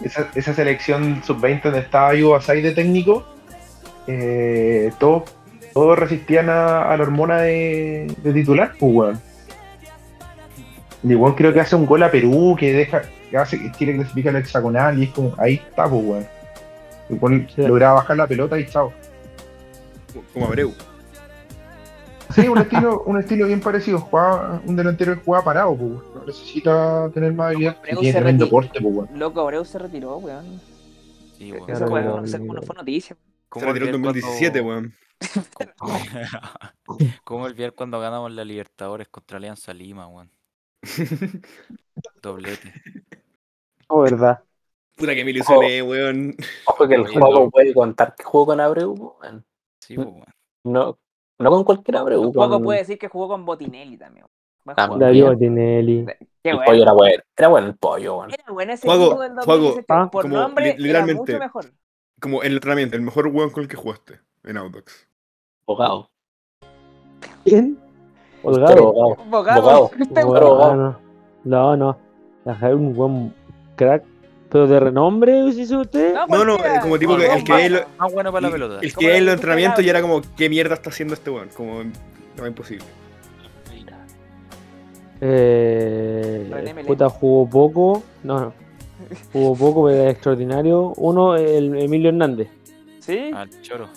Speaker 5: Esa, esa selección sub-20 donde estaba Ivo Basay de técnico, eh, todos todos resistían a, a la hormona de, de titular, pues, weón. Y weón creo que hace un gol a Perú, que deja, que hace que Chile clasifica al hexagonal y es como, ahí está, pues, weón. Y weón
Speaker 7: Sí.
Speaker 5: lograba bajar la pelota y chao.
Speaker 8: Como Abreu.
Speaker 5: Sí, un estilo, un estilo bien parecido. Jugaba, un delantero que jugaba parado, pues. weón. No necesita tener más habilidad. Y
Speaker 4: Abreu
Speaker 5: tiene
Speaker 4: se
Speaker 5: tremendo
Speaker 4: reti-
Speaker 5: corte, pues, weón.
Speaker 4: Loco, Abreu se retiró, weón.
Speaker 3: Sí,
Speaker 4: Eso
Speaker 3: weón.
Speaker 7: Claro,
Speaker 4: fue-
Speaker 7: weón.
Speaker 4: eso como no fue noticia.
Speaker 8: Se retiró en 2017, weón.
Speaker 3: weón. ¿Cómo olvidar cuando ganamos la Libertadores contra Alianza Lima, weón? Doblete.
Speaker 7: no, verdad.
Speaker 8: Puta que me ilusioné, weón.
Speaker 2: Ojo que el
Speaker 3: Oye,
Speaker 2: juego
Speaker 3: no.
Speaker 2: puede contar que jugó con Abreu, weón.
Speaker 3: Sí, pues, weón.
Speaker 2: No, no con cualquier Abreu.
Speaker 4: Poco
Speaker 2: con-
Speaker 4: puede decir que jugó con Botinelli también. Buen
Speaker 2: Ah,
Speaker 4: jugador.
Speaker 7: Darío Tinelli.
Speaker 4: Qué
Speaker 2: El
Speaker 4: bueno.
Speaker 2: pollo era bueno. Era bueno el pollo, weón.
Speaker 4: Era bueno ese
Speaker 8: Juego,
Speaker 4: equipo del
Speaker 8: juego,
Speaker 4: 2017.
Speaker 7: ah,
Speaker 4: Por
Speaker 8: como
Speaker 4: nombre,
Speaker 8: li-
Speaker 4: era
Speaker 8: literalmente.
Speaker 4: mucho mejor.
Speaker 8: Como el entrenamiento, el mejor weón con el que jugaste en Outdox.
Speaker 2: Abogado.
Speaker 7: ¿Quién? Holgado.
Speaker 2: Abogado.
Speaker 4: Bogado.
Speaker 2: Bogado.
Speaker 4: Este
Speaker 7: Bueno,
Speaker 2: Pero-
Speaker 7: ah, no. no, no. Ajá, un buen crack. Pero de renombre, si hizo usted.
Speaker 8: No, no,
Speaker 4: cualquiera.
Speaker 8: eh, como tipo
Speaker 4: No,
Speaker 8: que
Speaker 4: no,
Speaker 8: el que él-
Speaker 4: malo.
Speaker 3: Más bueno para la
Speaker 8: Y-
Speaker 3: pelota.
Speaker 8: El
Speaker 4: Como
Speaker 8: que
Speaker 4: la
Speaker 8: en los
Speaker 4: gente
Speaker 8: entrenamientos
Speaker 4: pelada.
Speaker 8: ya era como, ¿qué mierda está haciendo este weón? Como, no, imposible.
Speaker 4: René
Speaker 7: Eh,
Speaker 4: Melén.
Speaker 7: puta, jugó poco. No, no. Jugó poco, pero era extraordinario. Uno, el Emilio Hernández.
Speaker 4: Sí,
Speaker 2: Ah,
Speaker 3: Al Ah, choro.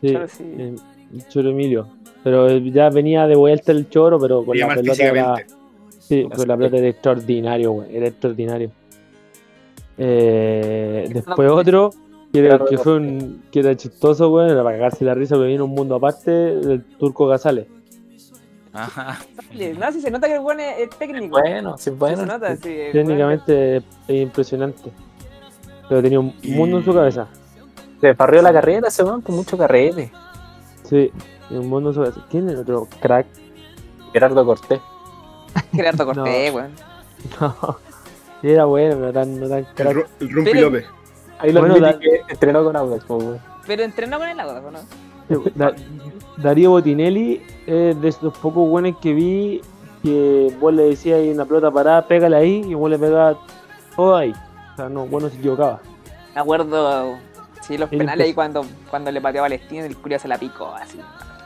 Speaker 7: Sí,
Speaker 4: claro, sí.
Speaker 7: el, el Choro Emilio. Pero eh, ya venía de vuelta el choro, pero con
Speaker 8: Y
Speaker 7: la
Speaker 8: además
Speaker 7: pelota era,
Speaker 8: físicamente.
Speaker 7: sí, con la pelota era extraordinario, güey. Era extraordinario. Eh, después otro, que, era- que fue un, que era chistoso, güey, era para cagarse la risa, que viene un mundo aparte, del turco Casales.
Speaker 3: Ajá.
Speaker 4: No, sí se nota que el buen es, es técnico.
Speaker 2: Bueno, sí,
Speaker 4: Sí
Speaker 2: bueno.
Speaker 4: se nota, sí, el buen-
Speaker 7: Técnicamente es impresionante. Pero tenía un
Speaker 8: Y-
Speaker 7: mundo en su cabeza.
Speaker 2: Se parrió la carrera ese weón con mucho carrete.
Speaker 7: Sí, tenía un mundo en su cabeza. ¿Quién es el otro crack?
Speaker 2: Gerardo Cortés.
Speaker 4: Gerardo Cortés, weón.
Speaker 7: No. Era bueno, pero tan, no tan
Speaker 8: El,
Speaker 7: crack.
Speaker 8: Ru- el Rumpi
Speaker 4: Pero-
Speaker 8: López.
Speaker 2: Ahí lo
Speaker 7: Bueno,
Speaker 2: admití
Speaker 7: la-
Speaker 2: que entrenó con Audax, po, weón.
Speaker 4: Pero entrenó con el agua, ¿no?
Speaker 7: Da- Darío Botinelli es de estos pocos buenos que vi que vos le decías ahí una pelota parada, pégala ahí y vos le pegabas todo ahí. O sea, no, bueno, se equivocaba.
Speaker 4: Me acuerdo, sí, los
Speaker 7: Era
Speaker 4: penales
Speaker 7: impresionante.
Speaker 4: ahí cuando, cuando le pateó a Palestina, el curio se la picó así.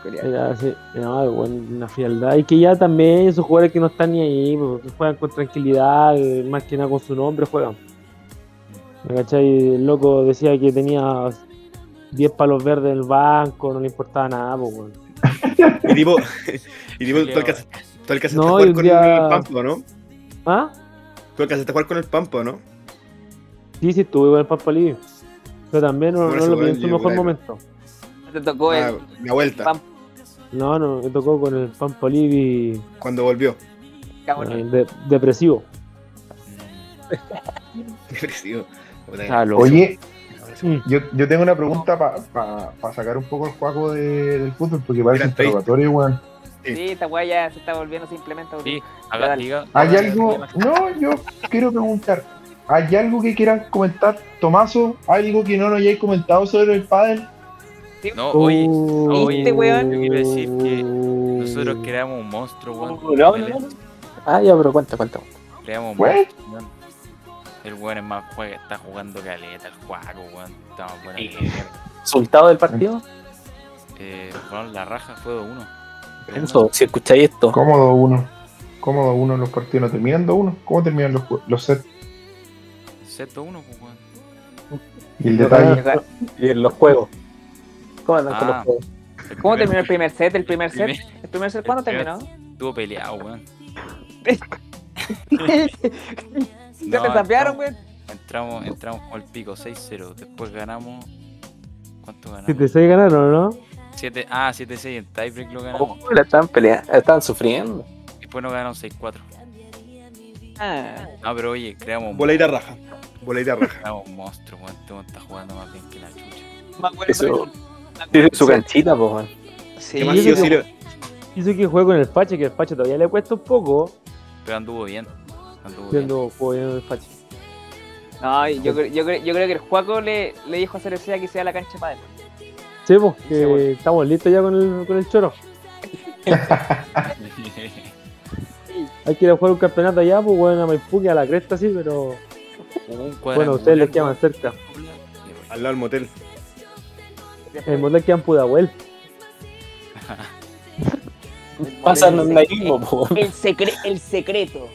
Speaker 4: culiao.
Speaker 7: Era, sí, no, bueno, una frialdad. Y que ya también esos jugadores que no están ni ahí, porque juegan con tranquilidad, eh, más que nada con su nombre juegan. ¿Me cachai? El loco decía que tenía 10 palos verdes en el banco, no le importaba nada, pues, weón.
Speaker 8: Y tipo, y tipo tú alcanzaste, tú alcanzaste
Speaker 7: No,
Speaker 8: a
Speaker 7: y
Speaker 8: jugar
Speaker 7: un
Speaker 8: con
Speaker 7: día-
Speaker 8: el Pampo, ¿no?
Speaker 7: ¿Ah?
Speaker 8: Tú alcanzaste a jugar con el Pampo, ¿no?
Speaker 7: Sí, sí, estuve con el Papalí. Pero también no,
Speaker 8: Por
Speaker 7: no
Speaker 8: eso,
Speaker 7: lo vi
Speaker 8: weón,
Speaker 7: en su
Speaker 8: yo
Speaker 7: mejor
Speaker 8: por ahí,
Speaker 7: momento.
Speaker 4: Te tocó
Speaker 8: Ah,
Speaker 4: el
Speaker 8: la vuelta,
Speaker 4: Pampo.
Speaker 7: No, no, me tocó con el Pampalí
Speaker 8: cuando volvió.
Speaker 4: cabrón.
Speaker 7: depresivo.
Speaker 8: Depresivo. Puta,
Speaker 7: Ah,
Speaker 5: Oye,
Speaker 7: Mm.
Speaker 5: yo, yo tengo una pregunta para sacar un poco el juego de- del fútbol, porque parece
Speaker 8: Mira, estoy-
Speaker 5: interrogatorio, weón.
Speaker 4: Sí, esta weá ya se está volviendo, se implementa.
Speaker 3: Sí,
Speaker 4: weón. Ya,
Speaker 3: haga,
Speaker 4: dale.
Speaker 3: diga.
Speaker 5: ¿Hay
Speaker 3: haga-
Speaker 5: algo? No, yo quiero preguntar. ¿Hay algo que quieran comentar, Tomaso? ¿Algo que no nos hayáis comentado sobre el pádel?
Speaker 3: No, oye, oye,
Speaker 4: Este weón.
Speaker 3: yo quiero decir que
Speaker 7: Uh.
Speaker 3: nosotros creamos un monstruo, weón.
Speaker 2: Uh, No, no, no. Ah, ya, pero cuenta, cuenta.
Speaker 3: Creamos un
Speaker 5: Weón.
Speaker 3: monstruo, weón. El weón es más juega, está jugando caleta, el juego, weón. Estamos buena
Speaker 2: Sí.
Speaker 3: mierda.
Speaker 2: ¿Resultado del partido?
Speaker 3: Eh, jugaron la raja, fue 1
Speaker 2: Enzo, si escucháis esto,
Speaker 5: Cómodo uno. Cómodo uno los partidos. ¿No terminan 2 uno? ¿Cómo terminan los, jue- los sets?
Speaker 3: Excepto uno, pues, weón.
Speaker 5: Y el detalle.
Speaker 7: Ah.
Speaker 2: y en los juegos. ¿Cómo andan con
Speaker 3: Ah.
Speaker 2: los juegos?
Speaker 4: ¿Cómo
Speaker 3: primer-
Speaker 4: terminó el primer set? ¿El primer
Speaker 3: el
Speaker 4: set?
Speaker 3: primer-
Speaker 4: ¿El primer set cuándo
Speaker 3: el primer-
Speaker 4: terminó?
Speaker 3: Estuvo peleado, weón.
Speaker 4: ¿Ya te
Speaker 3: No,
Speaker 4: sapearon,
Speaker 3: no.
Speaker 4: weón?
Speaker 3: Entramos, entramos con el pico, 6-0. Después ganamos. ¿Cuánto
Speaker 7: Si te
Speaker 3: ganamos?
Speaker 7: sé ganaron, ¿no?
Speaker 3: 7 ah, 7-6 en tiebreak lo ganamos.
Speaker 2: Oh, la están peleando, la están sufriendo.
Speaker 3: Después nos ganaron 6-4.
Speaker 4: Ah,
Speaker 3: No, pero oye, creamos un,
Speaker 8: Bola ir a raja. Bola ir a raja.
Speaker 3: creamos un monstruo, weón. Este weón está jugando más bien que la chucha.
Speaker 4: más bueno.
Speaker 2: Eso- Tiene su canchita, pues, weón.
Speaker 4: Sí,
Speaker 8: ¿Qué más que yo
Speaker 7: creo-
Speaker 8: sirve?
Speaker 7: Dice que juega con el Pache, que el Pache todavía le cuesta un poco.
Speaker 3: Pero anduvo bien. Anduvo bien.
Speaker 7: Siendo juego con el Pache.
Speaker 4: No, yo, creo- yo, creo- yo creo que el Juaco le, le dijo a Cerecea que sea la cancha para él.
Speaker 7: Sí, pues, que
Speaker 4: Sí, bueno.
Speaker 7: estamos listos ya con el, con el choro. Hay que ir a jugar un campeonato allá, pues bueno, a Maipú que a la cresta sí, pero
Speaker 3: Hubo un
Speaker 7: bueno, a ustedes les
Speaker 3: pues.
Speaker 7: queda más cerca.
Speaker 8: Al lado del motel.
Speaker 7: El motel queda en Pudahuel.
Speaker 2: Pasan en ahí mismo, po, weón.
Speaker 4: El, secre- el secreto.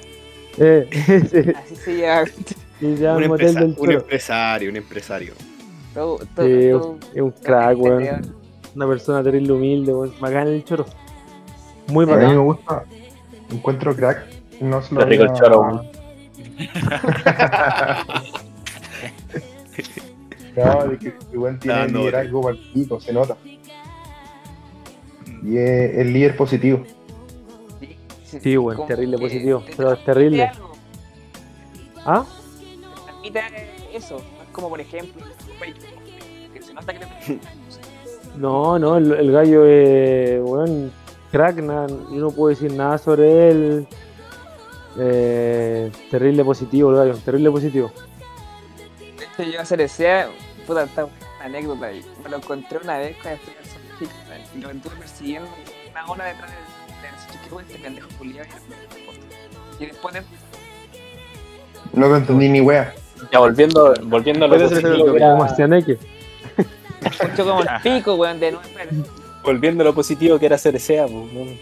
Speaker 7: Eh, ese-
Speaker 4: Así se llama.
Speaker 7: sí, se llama
Speaker 8: Un,
Speaker 7: el motel
Speaker 8: empresa-
Speaker 7: del
Speaker 8: un
Speaker 7: choro.
Speaker 8: empresario, un empresario.
Speaker 4: Todo, todo,
Speaker 7: Sí,
Speaker 4: todo-
Speaker 7: Es un crack,
Speaker 4: todo-
Speaker 7: weón. Una persona terrible, humilde, weón. Bacán el choro. Muy
Speaker 5: A mí me
Speaker 7: bacán.
Speaker 5: gusta. Encuentro crack. No se lo
Speaker 2: Qué rico el
Speaker 5: había-
Speaker 2: choro, weón.
Speaker 5: No, de que el weón tiene
Speaker 8: Ah, no,
Speaker 5: liderazgo palpito, se nota. Y es el líder positivo.
Speaker 7: Sí, weón,
Speaker 4: como
Speaker 7: terrible
Speaker 4: que
Speaker 7: positivo.
Speaker 4: te
Speaker 7: Pero
Speaker 4: transmite
Speaker 7: terrible.
Speaker 4: algo,
Speaker 7: ¿Ah?
Speaker 4: te transmite eh, eso. Como por ejemplo, que se nota que le-
Speaker 7: No, no, el, el gallo es, weón, crack, na- yo no puedo decir nada sobre él. Eh, terrible positivo el gallo, terrible positivo.
Speaker 4: De hecho, yo a Cerecea, puta, está una anécdota. y Me lo encontré una vez cuando estuve en el zoológico, y lo estuve persiguiendo una hora detrás del del zoológico, este pendejo culiao, y- Y después de
Speaker 5: No te entendí ni wea.
Speaker 2: Ya volviendo, volviendo a lo
Speaker 8: Puede ser
Speaker 2: positivo,
Speaker 8: el
Speaker 2: que era-
Speaker 7: Como Marcianeque.
Speaker 4: mucho como el pico, weón, de nuevo. pero-
Speaker 2: volviendo a lo positivo que era Cerecea, pues, weón.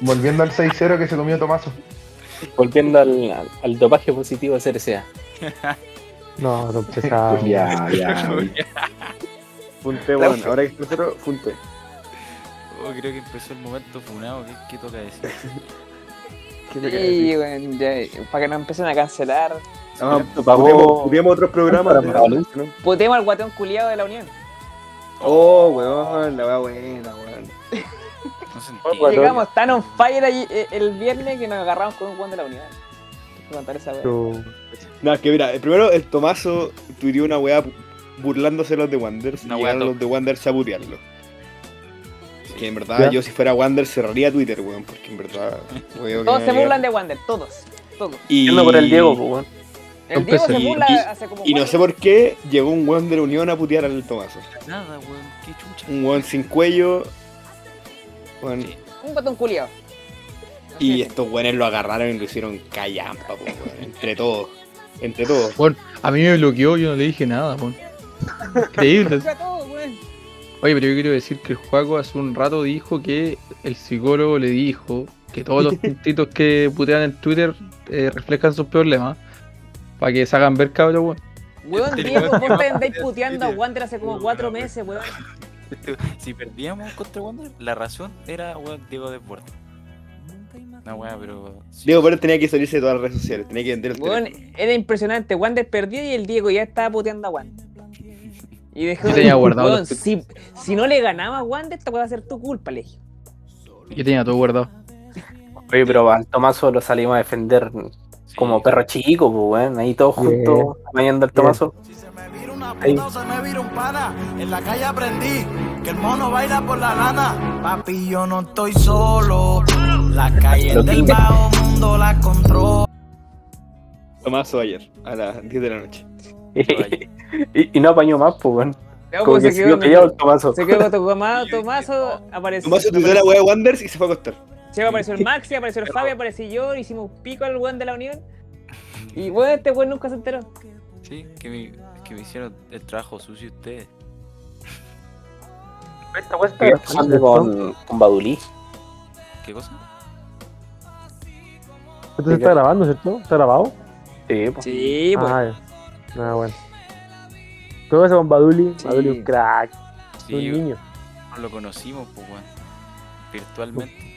Speaker 5: Volviendo al 6-0 que se comió Tomaso.
Speaker 2: volviendo al, al, al dopaje positivo de Cerecea.
Speaker 7: No, no
Speaker 2: Ah,
Speaker 7: empezaba.
Speaker 5: Ya, ya.
Speaker 8: Funte, bueno. Ahora que es tercero, funte.
Speaker 3: Oh, creo que empezó el momento funado. ¿Qué, qué toca decir?
Speaker 8: ¿Qué te querés decir?
Speaker 4: Sí, weón, ya, para que no empiecen a cancelar.
Speaker 8: Ah,
Speaker 2: Para vos-
Speaker 8: puteamos- puteamos otros programas.
Speaker 2: para
Speaker 8: ¿no?
Speaker 2: Valencia.
Speaker 8: ¿no?
Speaker 4: Potemos al guatón culiado de la Unión.
Speaker 8: Oh, weón, la va buena, weón.
Speaker 3: No se
Speaker 2: Guatón.
Speaker 3: entiende.
Speaker 4: Llegamos tan on fire allí, eh, el viernes que nos agarramos con un guan de la Unión. Quiero contar esa weón.
Speaker 8: No, es que mira, eh, primero el Tomaso tuiteó una weá bu- burlándose de los de Wanderers y
Speaker 3: Una weá
Speaker 8: llegaron
Speaker 3: top.
Speaker 8: los de Wanderers a putearlo. Que en verdad
Speaker 5: Ya.
Speaker 8: yo si fuera Wander cerraría Twitter, weón, porque en verdad... weón,
Speaker 4: Todos
Speaker 8: que-
Speaker 4: se burlan de Wander, todos. Todos.
Speaker 8: Y...
Speaker 2: Yendo por el Diego, pues, weón.
Speaker 4: El Diego se
Speaker 8: Y-
Speaker 4: burla
Speaker 8: y-
Speaker 4: hace como
Speaker 8: Y no
Speaker 4: cuatro
Speaker 8: sé por qué llegó un weón de la Unión a putear al Tomaso.
Speaker 3: Nada, weón. Qué chucha.
Speaker 8: Un weón sin cuello. weón,
Speaker 3: Sí.
Speaker 4: Un guatón culiado.
Speaker 8: y estos weones lo agarraron y lo hicieron callampa, po, weón. Entre todos. Entre todos.
Speaker 6: Bueno, a mí me bloqueó, yo no le dije nada, weón. Increíble.
Speaker 4: Bloquea todo, weón.
Speaker 6: Oye, pero yo quiero decir que el Juaco hace un rato dijo que el psicólogo le dijo que todos los puntitos que putean en Twitter eh, reflejan sus problemas. Para que se hagan ver cabros, weón.
Speaker 4: Weón,
Speaker 3: Este
Speaker 4: Diego,
Speaker 3: weón-
Speaker 4: vos te andáis puteando a
Speaker 3: Este-
Speaker 4: Wander hace como cuatro meses, weón.
Speaker 3: Si perdíamos contra Wander, la razón era weón, Diego Deporte. No, weón, pero.
Speaker 8: Diego Pérez tenía que salirse de todas las redes sociales, tenía que vender el
Speaker 4: Weón,
Speaker 8: teléfono.
Speaker 4: era impresionante. Wander perdió y el Diego ya estaba puteando a Wander. Y dejó
Speaker 6: Yo tenía guardado
Speaker 4: Weón,
Speaker 6: los
Speaker 4: si, si no le ganaba a Wander, esta puede ser tu culpa, le dije.
Speaker 6: Yo tenía todo guardado.
Speaker 2: Oye, pero al Tomaso lo salimos a defender
Speaker 3: sí,
Speaker 2: como perro chico, pues, weón. Ahí todos juntos, bañando al Tomaso.
Speaker 9: Si se me vira una
Speaker 2: Ahí.
Speaker 9: puta o se me vira un pana, en la calle aprendí que el mono baila por la lana. Papi, yo no estoy solo. La calle
Speaker 2: Lo
Speaker 9: del
Speaker 2: que-
Speaker 9: bajo mundo la controlo.
Speaker 8: Tomazo ayer, a las 10 de la noche.
Speaker 3: Oye.
Speaker 2: y, y no apañó más, pues, weón.
Speaker 4: Luego,
Speaker 2: Como
Speaker 4: pues,
Speaker 2: que
Speaker 4: se
Speaker 2: se
Speaker 4: quedó
Speaker 2: quedó
Speaker 4: en-
Speaker 2: pillado el Tomaso.
Speaker 4: Se quedó con Tomás, Tomaso, apareció,
Speaker 8: Tomazo tuiteó la weá de Wanderers y se fue a acostar.
Speaker 4: se apareció el Maxi, apareció el Fabi, aparecí yo, le hicimos pico al weón de la Unión. Y weón, este weón nunca se enteró.
Speaker 3: Sí, que me, que me hicieron el trabajo sucio ustedes.
Speaker 2: Está jugando con, con Badulí.
Speaker 3: ¿Qué cosa?
Speaker 7: Esto se está grabando, ¿cierto? ¿Está grabado?
Speaker 2: Sí, pues.
Speaker 4: Sí, pues.
Speaker 7: Ah, ya. Ah, bueno. ¿Qué pasa con Baduli?
Speaker 4: Sí.
Speaker 7: Baduli un crack, un
Speaker 3: Sí,
Speaker 7: niño.
Speaker 3: no lo conocimos, pues, weón. Virtualmente.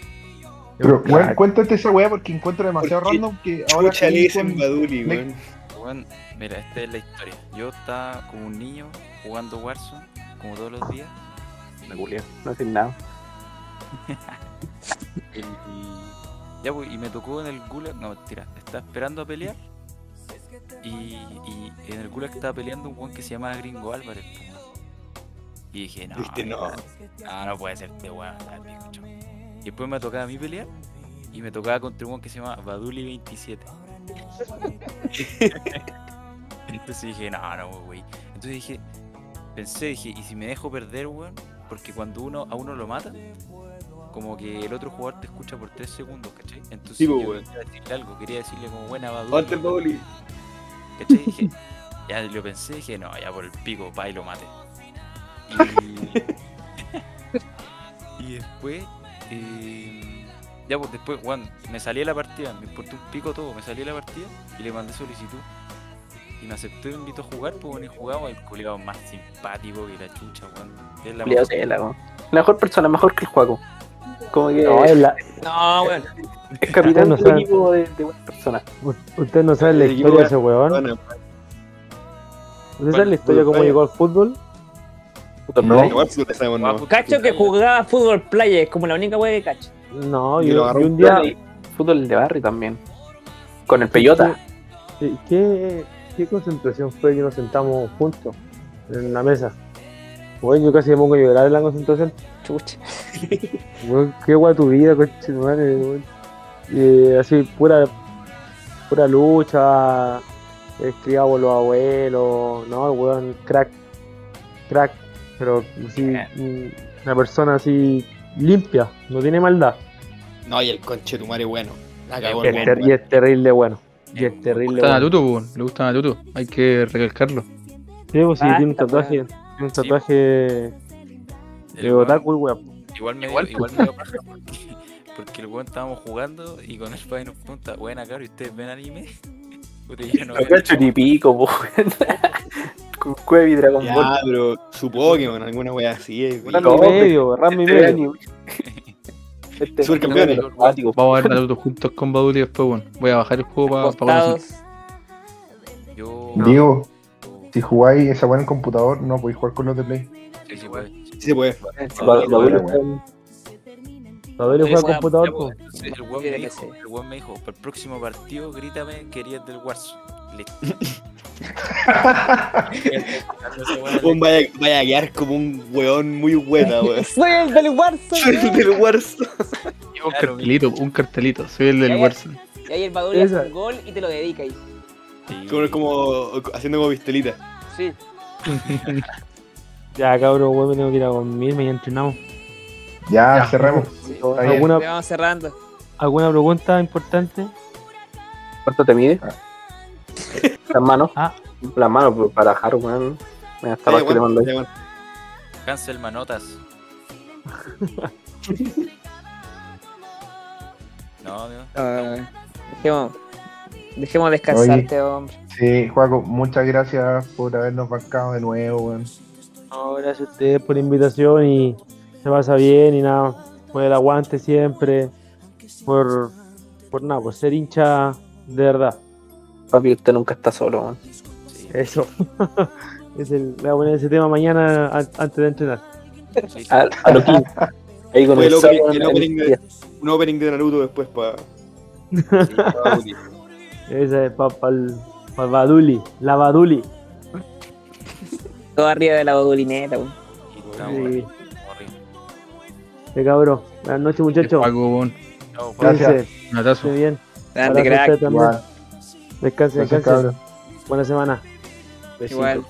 Speaker 5: Pero,
Speaker 7: Claro.
Speaker 5: weón, cuéntate esa weá porque encuentro demasiado
Speaker 8: Porque
Speaker 5: random que ahora.
Speaker 8: Escucha, le
Speaker 5: caí
Speaker 8: dicen
Speaker 5: con-
Speaker 8: Baduli,
Speaker 5: me-
Speaker 8: weón.
Speaker 3: Weón, mira, esta es la historia. Yo estaba como un niño jugando Warzone, como todos los días.
Speaker 2: Me culió, No sé nada.
Speaker 3: Y, y- ya, pues, y me tocó en el gulag. No, mentira, estaba esperando a pelear. Y, y en el gulag estaba peleando un weón que se llamaba Gringo Álvarez. pues, weón. Y dije, no,
Speaker 8: Dijiste, no.
Speaker 3: no, no puede ser este weón. está pico, chao. Y después me tocaba a mí pelear. Y me tocaba contra un weón que se llama Baduli27. Entonces dije, no, no, wey. Entonces dije, pensé, dije, ¿y si me dejo perder, weón? Porque cuando uno a uno lo mata, como que el otro jugador te escucha por 3 segundos, ¿cachai? Entonces
Speaker 8: Sí,
Speaker 3: yo
Speaker 8: pues, weón.
Speaker 3: quería decirle algo, quería decirle como buena
Speaker 8: Aguante el
Speaker 3: Baduli,
Speaker 8: Baduli.
Speaker 3: ¿cachai? Dije, ya lo pensé, dije, no, ya por el pico, pa, y lo mate. Y, y después, eh, ya pues después, weón, me salí de la partida, me importó un pico todo, me salí de la partida y le mandé solicitud. Y me aceptó y me invitó a jugar, pues bueno, y jugaba el culiado más simpático que la chucha, weón. Es la
Speaker 2: Culiao
Speaker 3: mejor-
Speaker 2: tela, weón. La mejor persona, mejor que el Juaco. Como que
Speaker 7: No, es la-
Speaker 4: No, weón.
Speaker 2: es capitán
Speaker 7: no
Speaker 2: de un
Speaker 7: sabe.
Speaker 2: equipo de, de buenas personas.
Speaker 7: u- Usted no sabe la
Speaker 8: El equipo
Speaker 7: historia de
Speaker 8: de-
Speaker 7: ese weón.
Speaker 8: Bueno,
Speaker 7: ¿Usted sabe la historia de cómo
Speaker 8: Bueno.
Speaker 7: llegó al fútbol?
Speaker 8: no, igual si lo sabemos, no.
Speaker 3: Guapo,
Speaker 4: Cacho que jugaba fútbol playa, es como la única wea de Cacho.
Speaker 7: No,
Speaker 8: Y
Speaker 7: yo,
Speaker 8: lo agarró
Speaker 7: yo
Speaker 8: un
Speaker 7: un día.
Speaker 2: Fútbol de barrio también. Con el Peyota.
Speaker 7: ¿Qué, qué, qué concentración fue que nos sentamos juntos en una mesa? Bueno, yo casi me pongo a llorar en la concentración.
Speaker 4: Chucha.
Speaker 7: Weón, qué guay tu vida, coche, madre, weón. Eh, así, pura, pura lucha, es criado por los abuelos, no, weón, crack, crack, pero sí,
Speaker 8: Eh.
Speaker 7: mm, una persona así limpia, no tiene maldad.
Speaker 8: No, y el conche de tu madre, bueno. La cagó
Speaker 7: Y
Speaker 8: el weón,
Speaker 7: es, ter- y
Speaker 8: weón.
Speaker 7: es terrible bueno, y es
Speaker 6: Le
Speaker 7: terrible
Speaker 6: gustan a
Speaker 7: bueno.
Speaker 6: Luto, weón. Le gustan a Luto. Hay que recalcarlo.
Speaker 7: Sí, pues sí,
Speaker 4: Basta,
Speaker 7: tiene un tatuaje,
Speaker 4: weón.
Speaker 7: tiene un tatuaje
Speaker 3: el
Speaker 7: de
Speaker 3: weón-
Speaker 7: otaku, weón.
Speaker 3: Igual me dio, igual me dio paja porque, porque el weón estábamos jugando y con el padre nos pregunta, buena caro, ¿y ustedes ven anime? Puta, y yo no
Speaker 2: No
Speaker 3: veo
Speaker 2: cacho
Speaker 3: anime.
Speaker 2: ni pico, po, weón. Con Cuevi Dragon Ball.
Speaker 8: Ya, pero su Pokémon, alguna weá así, eh, güey.
Speaker 7: Ram
Speaker 2: No,
Speaker 7: y
Speaker 2: hombre.
Speaker 7: medio, ram y
Speaker 2: Este era
Speaker 7: medio.
Speaker 2: ni- Este-
Speaker 8: Supercampeones.
Speaker 2: Acuático.
Speaker 6: Vamos a ver a Luto juntos con Baduli después, weón. Voy a bajar el juego para pa
Speaker 4: Costados.
Speaker 3: Yo...
Speaker 5: Diego,
Speaker 3: yo-
Speaker 5: si jugáis esa weá en el computador, no podéis jugar con los de Play.
Speaker 3: sí, sí, pues.
Speaker 8: Sí se puede.
Speaker 2: Ba- Badulo está en-
Speaker 7: Todavía juega
Speaker 4: Esa-
Speaker 7: computador,
Speaker 3: Ya,
Speaker 7: po.
Speaker 3: pues, entonces el weón me
Speaker 4: Tiene que
Speaker 3: dijo,
Speaker 4: ser.
Speaker 3: el weón me dijo, para el próximo partido grítame que eres del Warzone. Listo.
Speaker 8: Weón, vaya, vaya a quedar como un weón muy hueta, weón.
Speaker 4: Soy el
Speaker 8: Soy
Speaker 4: del
Speaker 8: el
Speaker 4: Warzone.
Speaker 8: del Warzone.
Speaker 6: Llevo un cartelito, un cartelito. Soy el del
Speaker 4: Ya, ya.
Speaker 6: Warzone.
Speaker 4: y ahí el Badul hace
Speaker 7: Esa.
Speaker 4: un gol y te lo dedica ahí.
Speaker 3: Sí.
Speaker 8: Como, como- haciendo como vistelita.
Speaker 4: Sí.
Speaker 7: Ya, cabrón, weón, me tengo que ir a dormir, me entrenamos.
Speaker 5: Ya, cerremos. Está bien.
Speaker 7: ¿Alguna,
Speaker 4: Le vamos cerrando.
Speaker 7: ¿Alguna pregunta importante?
Speaker 2: ¿Cuánto te mide?
Speaker 5: Ah.
Speaker 2: Las manos.
Speaker 7: Ah.
Speaker 2: Las manos pues, para bajar, weón. Mira, esta
Speaker 8: Ya, Eh,
Speaker 2: parte que te
Speaker 8: weón,
Speaker 2: mando ahí.
Speaker 8: ya, weón.
Speaker 3: Hansel Manotas. no, no.
Speaker 6: Ah,
Speaker 4: Dejemos, dejemos descansarte, hombre.
Speaker 5: Sí, Juaco, muchas gracias por habernos bancado de nuevo, weón.
Speaker 7: No, gracias a ustedes por la invitación y se pasa bien y nada, por el aguante siempre, por, por nada, por ser hincha de verdad.
Speaker 2: Papi, usted nunca está solo, weón.
Speaker 7: Eso. es el, le voy a poner ese tema mañana an- antes de entrenar.
Speaker 3: Sí,
Speaker 2: A, a lo que- Ahí con
Speaker 8: Fue
Speaker 2: el
Speaker 8: el
Speaker 2: saco
Speaker 8: opening-
Speaker 2: en
Speaker 8: el opening
Speaker 2: el-
Speaker 8: Un opening de Naruto después para.
Speaker 7: Ese es para Baduli, la Baduli.
Speaker 4: Todo arriba de la bodulineta, weón.
Speaker 3: y está
Speaker 7: Sí,
Speaker 3: horrible, horrible.
Speaker 7: qué cabrón. Buenas noches, muchachos.
Speaker 6: Paco, weón.
Speaker 3: No, pues, Juan,
Speaker 7: Gracias.
Speaker 6: Un abrazo.
Speaker 7: Esté bien.
Speaker 4: Grande
Speaker 7: Abrazo a
Speaker 4: crack,
Speaker 7: usted también.
Speaker 5: Igual,
Speaker 7: Descanse,
Speaker 5: gracias,
Speaker 7: descanse.
Speaker 5: cabrón.
Speaker 7: Buena semana.
Speaker 5: Besitos.
Speaker 4: igual,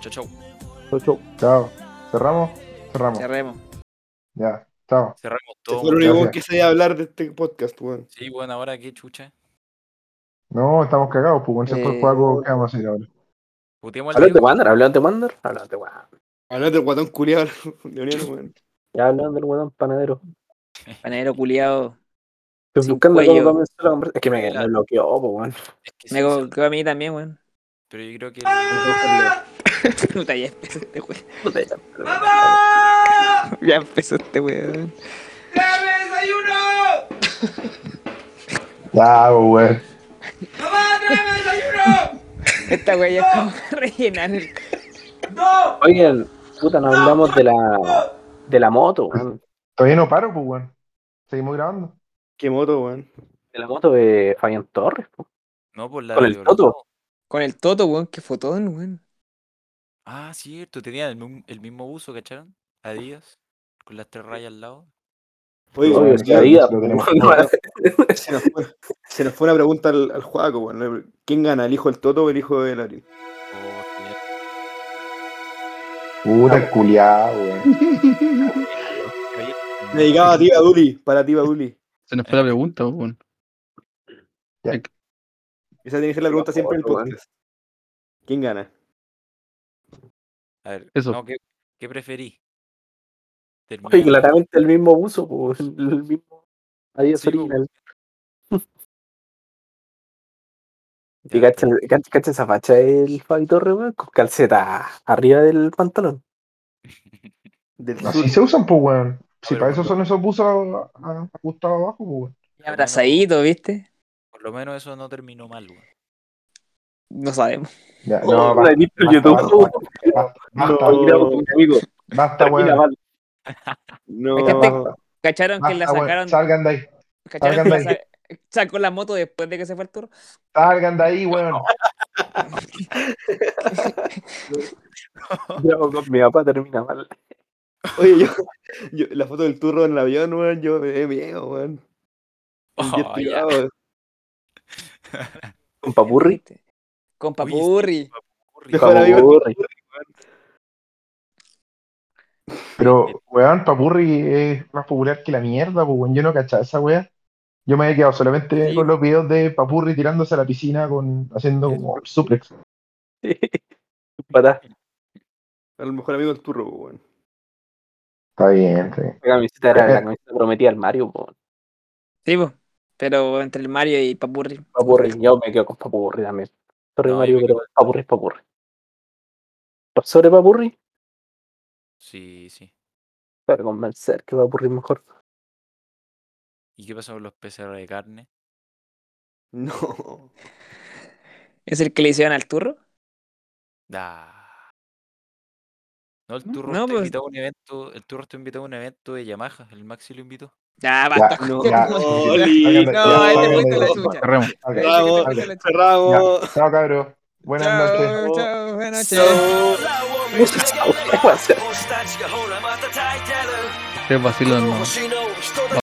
Speaker 3: chau, chau.
Speaker 7: Chau, chau.
Speaker 5: Chao. ¿Cerramos? Cerramos.
Speaker 4: cerremos.
Speaker 5: Ya, chao.
Speaker 3: Cerramos
Speaker 8: Este
Speaker 3: todo.
Speaker 8: fue el único
Speaker 5: Gracias.
Speaker 8: que sabía hablar de este podcast, weón.
Speaker 3: Sí, bueno, ahora qué chucha.
Speaker 5: No, estamos cagados, pues, weón. Se fue
Speaker 4: Eh,
Speaker 5: el Juaco, ¿qué vamos a hacer ahora?
Speaker 3: Puteamos al
Speaker 2: Hablando de
Speaker 3: Diego.
Speaker 2: Wander, hablando de Wander, hablando de Wander.
Speaker 8: Hablar del guatón culiado de Unión, weón.
Speaker 2: Ya hablando del weón panadero.
Speaker 4: Panadero culiado.
Speaker 2: Estoy
Speaker 4: Sin
Speaker 2: buscando
Speaker 4: cuello.
Speaker 2: cómo comenzó la conversación. Es que me, me bloqueó, po, weón.
Speaker 3: Es que sí,
Speaker 4: Me
Speaker 3: sí,
Speaker 4: cogió a mí también, weón.
Speaker 3: pero yo creo que.
Speaker 4: Puta, ya empezó este weón.
Speaker 2: Puta, ya, pero-
Speaker 4: Ya empezó este weón.
Speaker 5: Ya, pues, weón.
Speaker 4: Esta weón ya es como rellenar el
Speaker 2: Oigan, puta, no hablamos de la, de la moto, weón.
Speaker 5: Todavía no paro, pues, weón. Seguimos grabando.
Speaker 8: Qué moto, weón.
Speaker 2: De la moto de Fabián Torres, po.
Speaker 3: No, por la
Speaker 2: Con el
Speaker 3: de Orozco.
Speaker 2: Toto.
Speaker 4: Con el Toto, weón, que fotón, weón.
Speaker 3: Ah, cierto, tenían el, mu- el mismo buzo, ¿cacharon? Adidas, con las tres rayas al lado.
Speaker 8: Oye,
Speaker 5: Obvio,
Speaker 8: weón,
Speaker 2: Obvio,
Speaker 5: sí,
Speaker 8: ya-
Speaker 2: la vida,
Speaker 5: lo tenemos.
Speaker 2: po, weón.
Speaker 8: se, nos fue, se nos fue una pregunta al, al Juaco, weón. ¿Quién gana, el hijo del Toto o el hijo del Ari?
Speaker 3: Oh, mierda.
Speaker 5: Puta, culiado, weón.
Speaker 8: Dedicado a ti, Baduli, para ti, Baduli.
Speaker 6: Se nos fue la pregunta, weón.
Speaker 8: Esa tiene que ser la pregunta siempre en el
Speaker 2: Weón.
Speaker 8: podcast. ¿Quién gana?
Speaker 3: A ver,
Speaker 6: Eso.
Speaker 3: no, ¿qué, qué preferí?
Speaker 2: Oye,
Speaker 3: Terminar-
Speaker 2: claramente el mismo buzo, po, el mismo. Adiós,
Speaker 3: Sí, po.
Speaker 2: original.
Speaker 3: Ya,
Speaker 2: Y cacha, cacha- cacha esa facha del Fabi Torres, weón, con calceta arriba del pantalón.
Speaker 8: Del sur.
Speaker 5: Así se usan, pues, weón. Si
Speaker 3: Pero
Speaker 5: para eso
Speaker 3: cuando-
Speaker 5: son esos buzos a- a- ajustados abajo, pues, weón.
Speaker 4: Y abrazadito, ¿viste?
Speaker 3: Por lo menos eso no terminó mal, weón.
Speaker 4: No sabemos.
Speaker 5: Ya,
Speaker 2: Oh,
Speaker 5: no,
Speaker 2: la
Speaker 5: basta,
Speaker 2: he visto en
Speaker 5: basta,
Speaker 2: YouTube.
Speaker 5: basta,
Speaker 2: No,
Speaker 5: basta,
Speaker 2: mira, con mi amigo.
Speaker 5: basta,
Speaker 2: Mira,
Speaker 5: weón.
Speaker 2: vale.
Speaker 8: No,
Speaker 4: Es que te-
Speaker 8: este-
Speaker 4: ¿Cacharon que la
Speaker 5: Basta, weón.
Speaker 4: sacaron?
Speaker 5: Salgan de ahí,
Speaker 4: ¿Cacharon que
Speaker 5: Ah, salgan
Speaker 4: la
Speaker 5: de ahí.
Speaker 4: sa- sacó la moto después de que se fue el toro?
Speaker 5: salgan de ahí, weón. Ah.
Speaker 2: Mira, con mi papá termina mal.
Speaker 8: oye, yo, yo- la foto del turro en el avión, weón, yo me dé miedo, weón. Un jet
Speaker 3: Oh, ya.
Speaker 8: privado, weón.
Speaker 2: Con papurri.
Speaker 4: Este, Con
Speaker 3: Uy,
Speaker 4: Papurri.
Speaker 3: Horrible.
Speaker 8: Dejó el avión.
Speaker 2: Papurri.
Speaker 5: Pero, weón, Papurri es más popular que la mierda, pues, weón. Yo no cachaba esa weá. Yo me había quedado solamente
Speaker 3: Sí.
Speaker 5: con los videos de Papurri tirándose a la piscina con, haciendo como suplex.
Speaker 2: Patá.
Speaker 8: A lo mejor amigo del turro, weón.
Speaker 5: Está bien, está bien.
Speaker 2: La camiseta era la camiseta prometida al Mario, po.
Speaker 4: Sí, po. Pero entre el Mario y Papurri.
Speaker 2: Papurri. Yo me quedo con papurri también. Sorry,
Speaker 3: No,
Speaker 2: Mario,
Speaker 3: yo me
Speaker 2: pero papurri es papurri. ¿Sobre papurri?
Speaker 3: Sí, sí.
Speaker 2: Para convencer que papurri es mejor.
Speaker 3: ¿Y qué pasó con los PCR de carne?
Speaker 8: No.
Speaker 4: ¿Es el que le hicieron al turro?
Speaker 3: Da. No, el
Speaker 6: No,
Speaker 3: turro
Speaker 4: no,
Speaker 3: está
Speaker 4: pues-
Speaker 3: invitado a un evento. El turro está invitado a un evento de Yamaha. El Maxi lo invitó.
Speaker 4: Ah, basta. con-
Speaker 8: No,
Speaker 5: ya,
Speaker 8: Oli,
Speaker 5: ya,
Speaker 4: No, ahí te
Speaker 5: ya,
Speaker 4: fuiste
Speaker 5: ya,
Speaker 4: la
Speaker 5: ya,
Speaker 4: chucha.
Speaker 6: Cerremos.
Speaker 5: Ok,
Speaker 4: Ahí sí que te
Speaker 8: Bravo.
Speaker 4: fuiste la chucha.
Speaker 5: ya.
Speaker 8: cerramos.
Speaker 5: Chao, cabrón. Buenas noches.
Speaker 4: Chao, chao, buenas noches.
Speaker 8: Chao.
Speaker 2: Muchas gracias.
Speaker 6: Qué vacilo, hermano.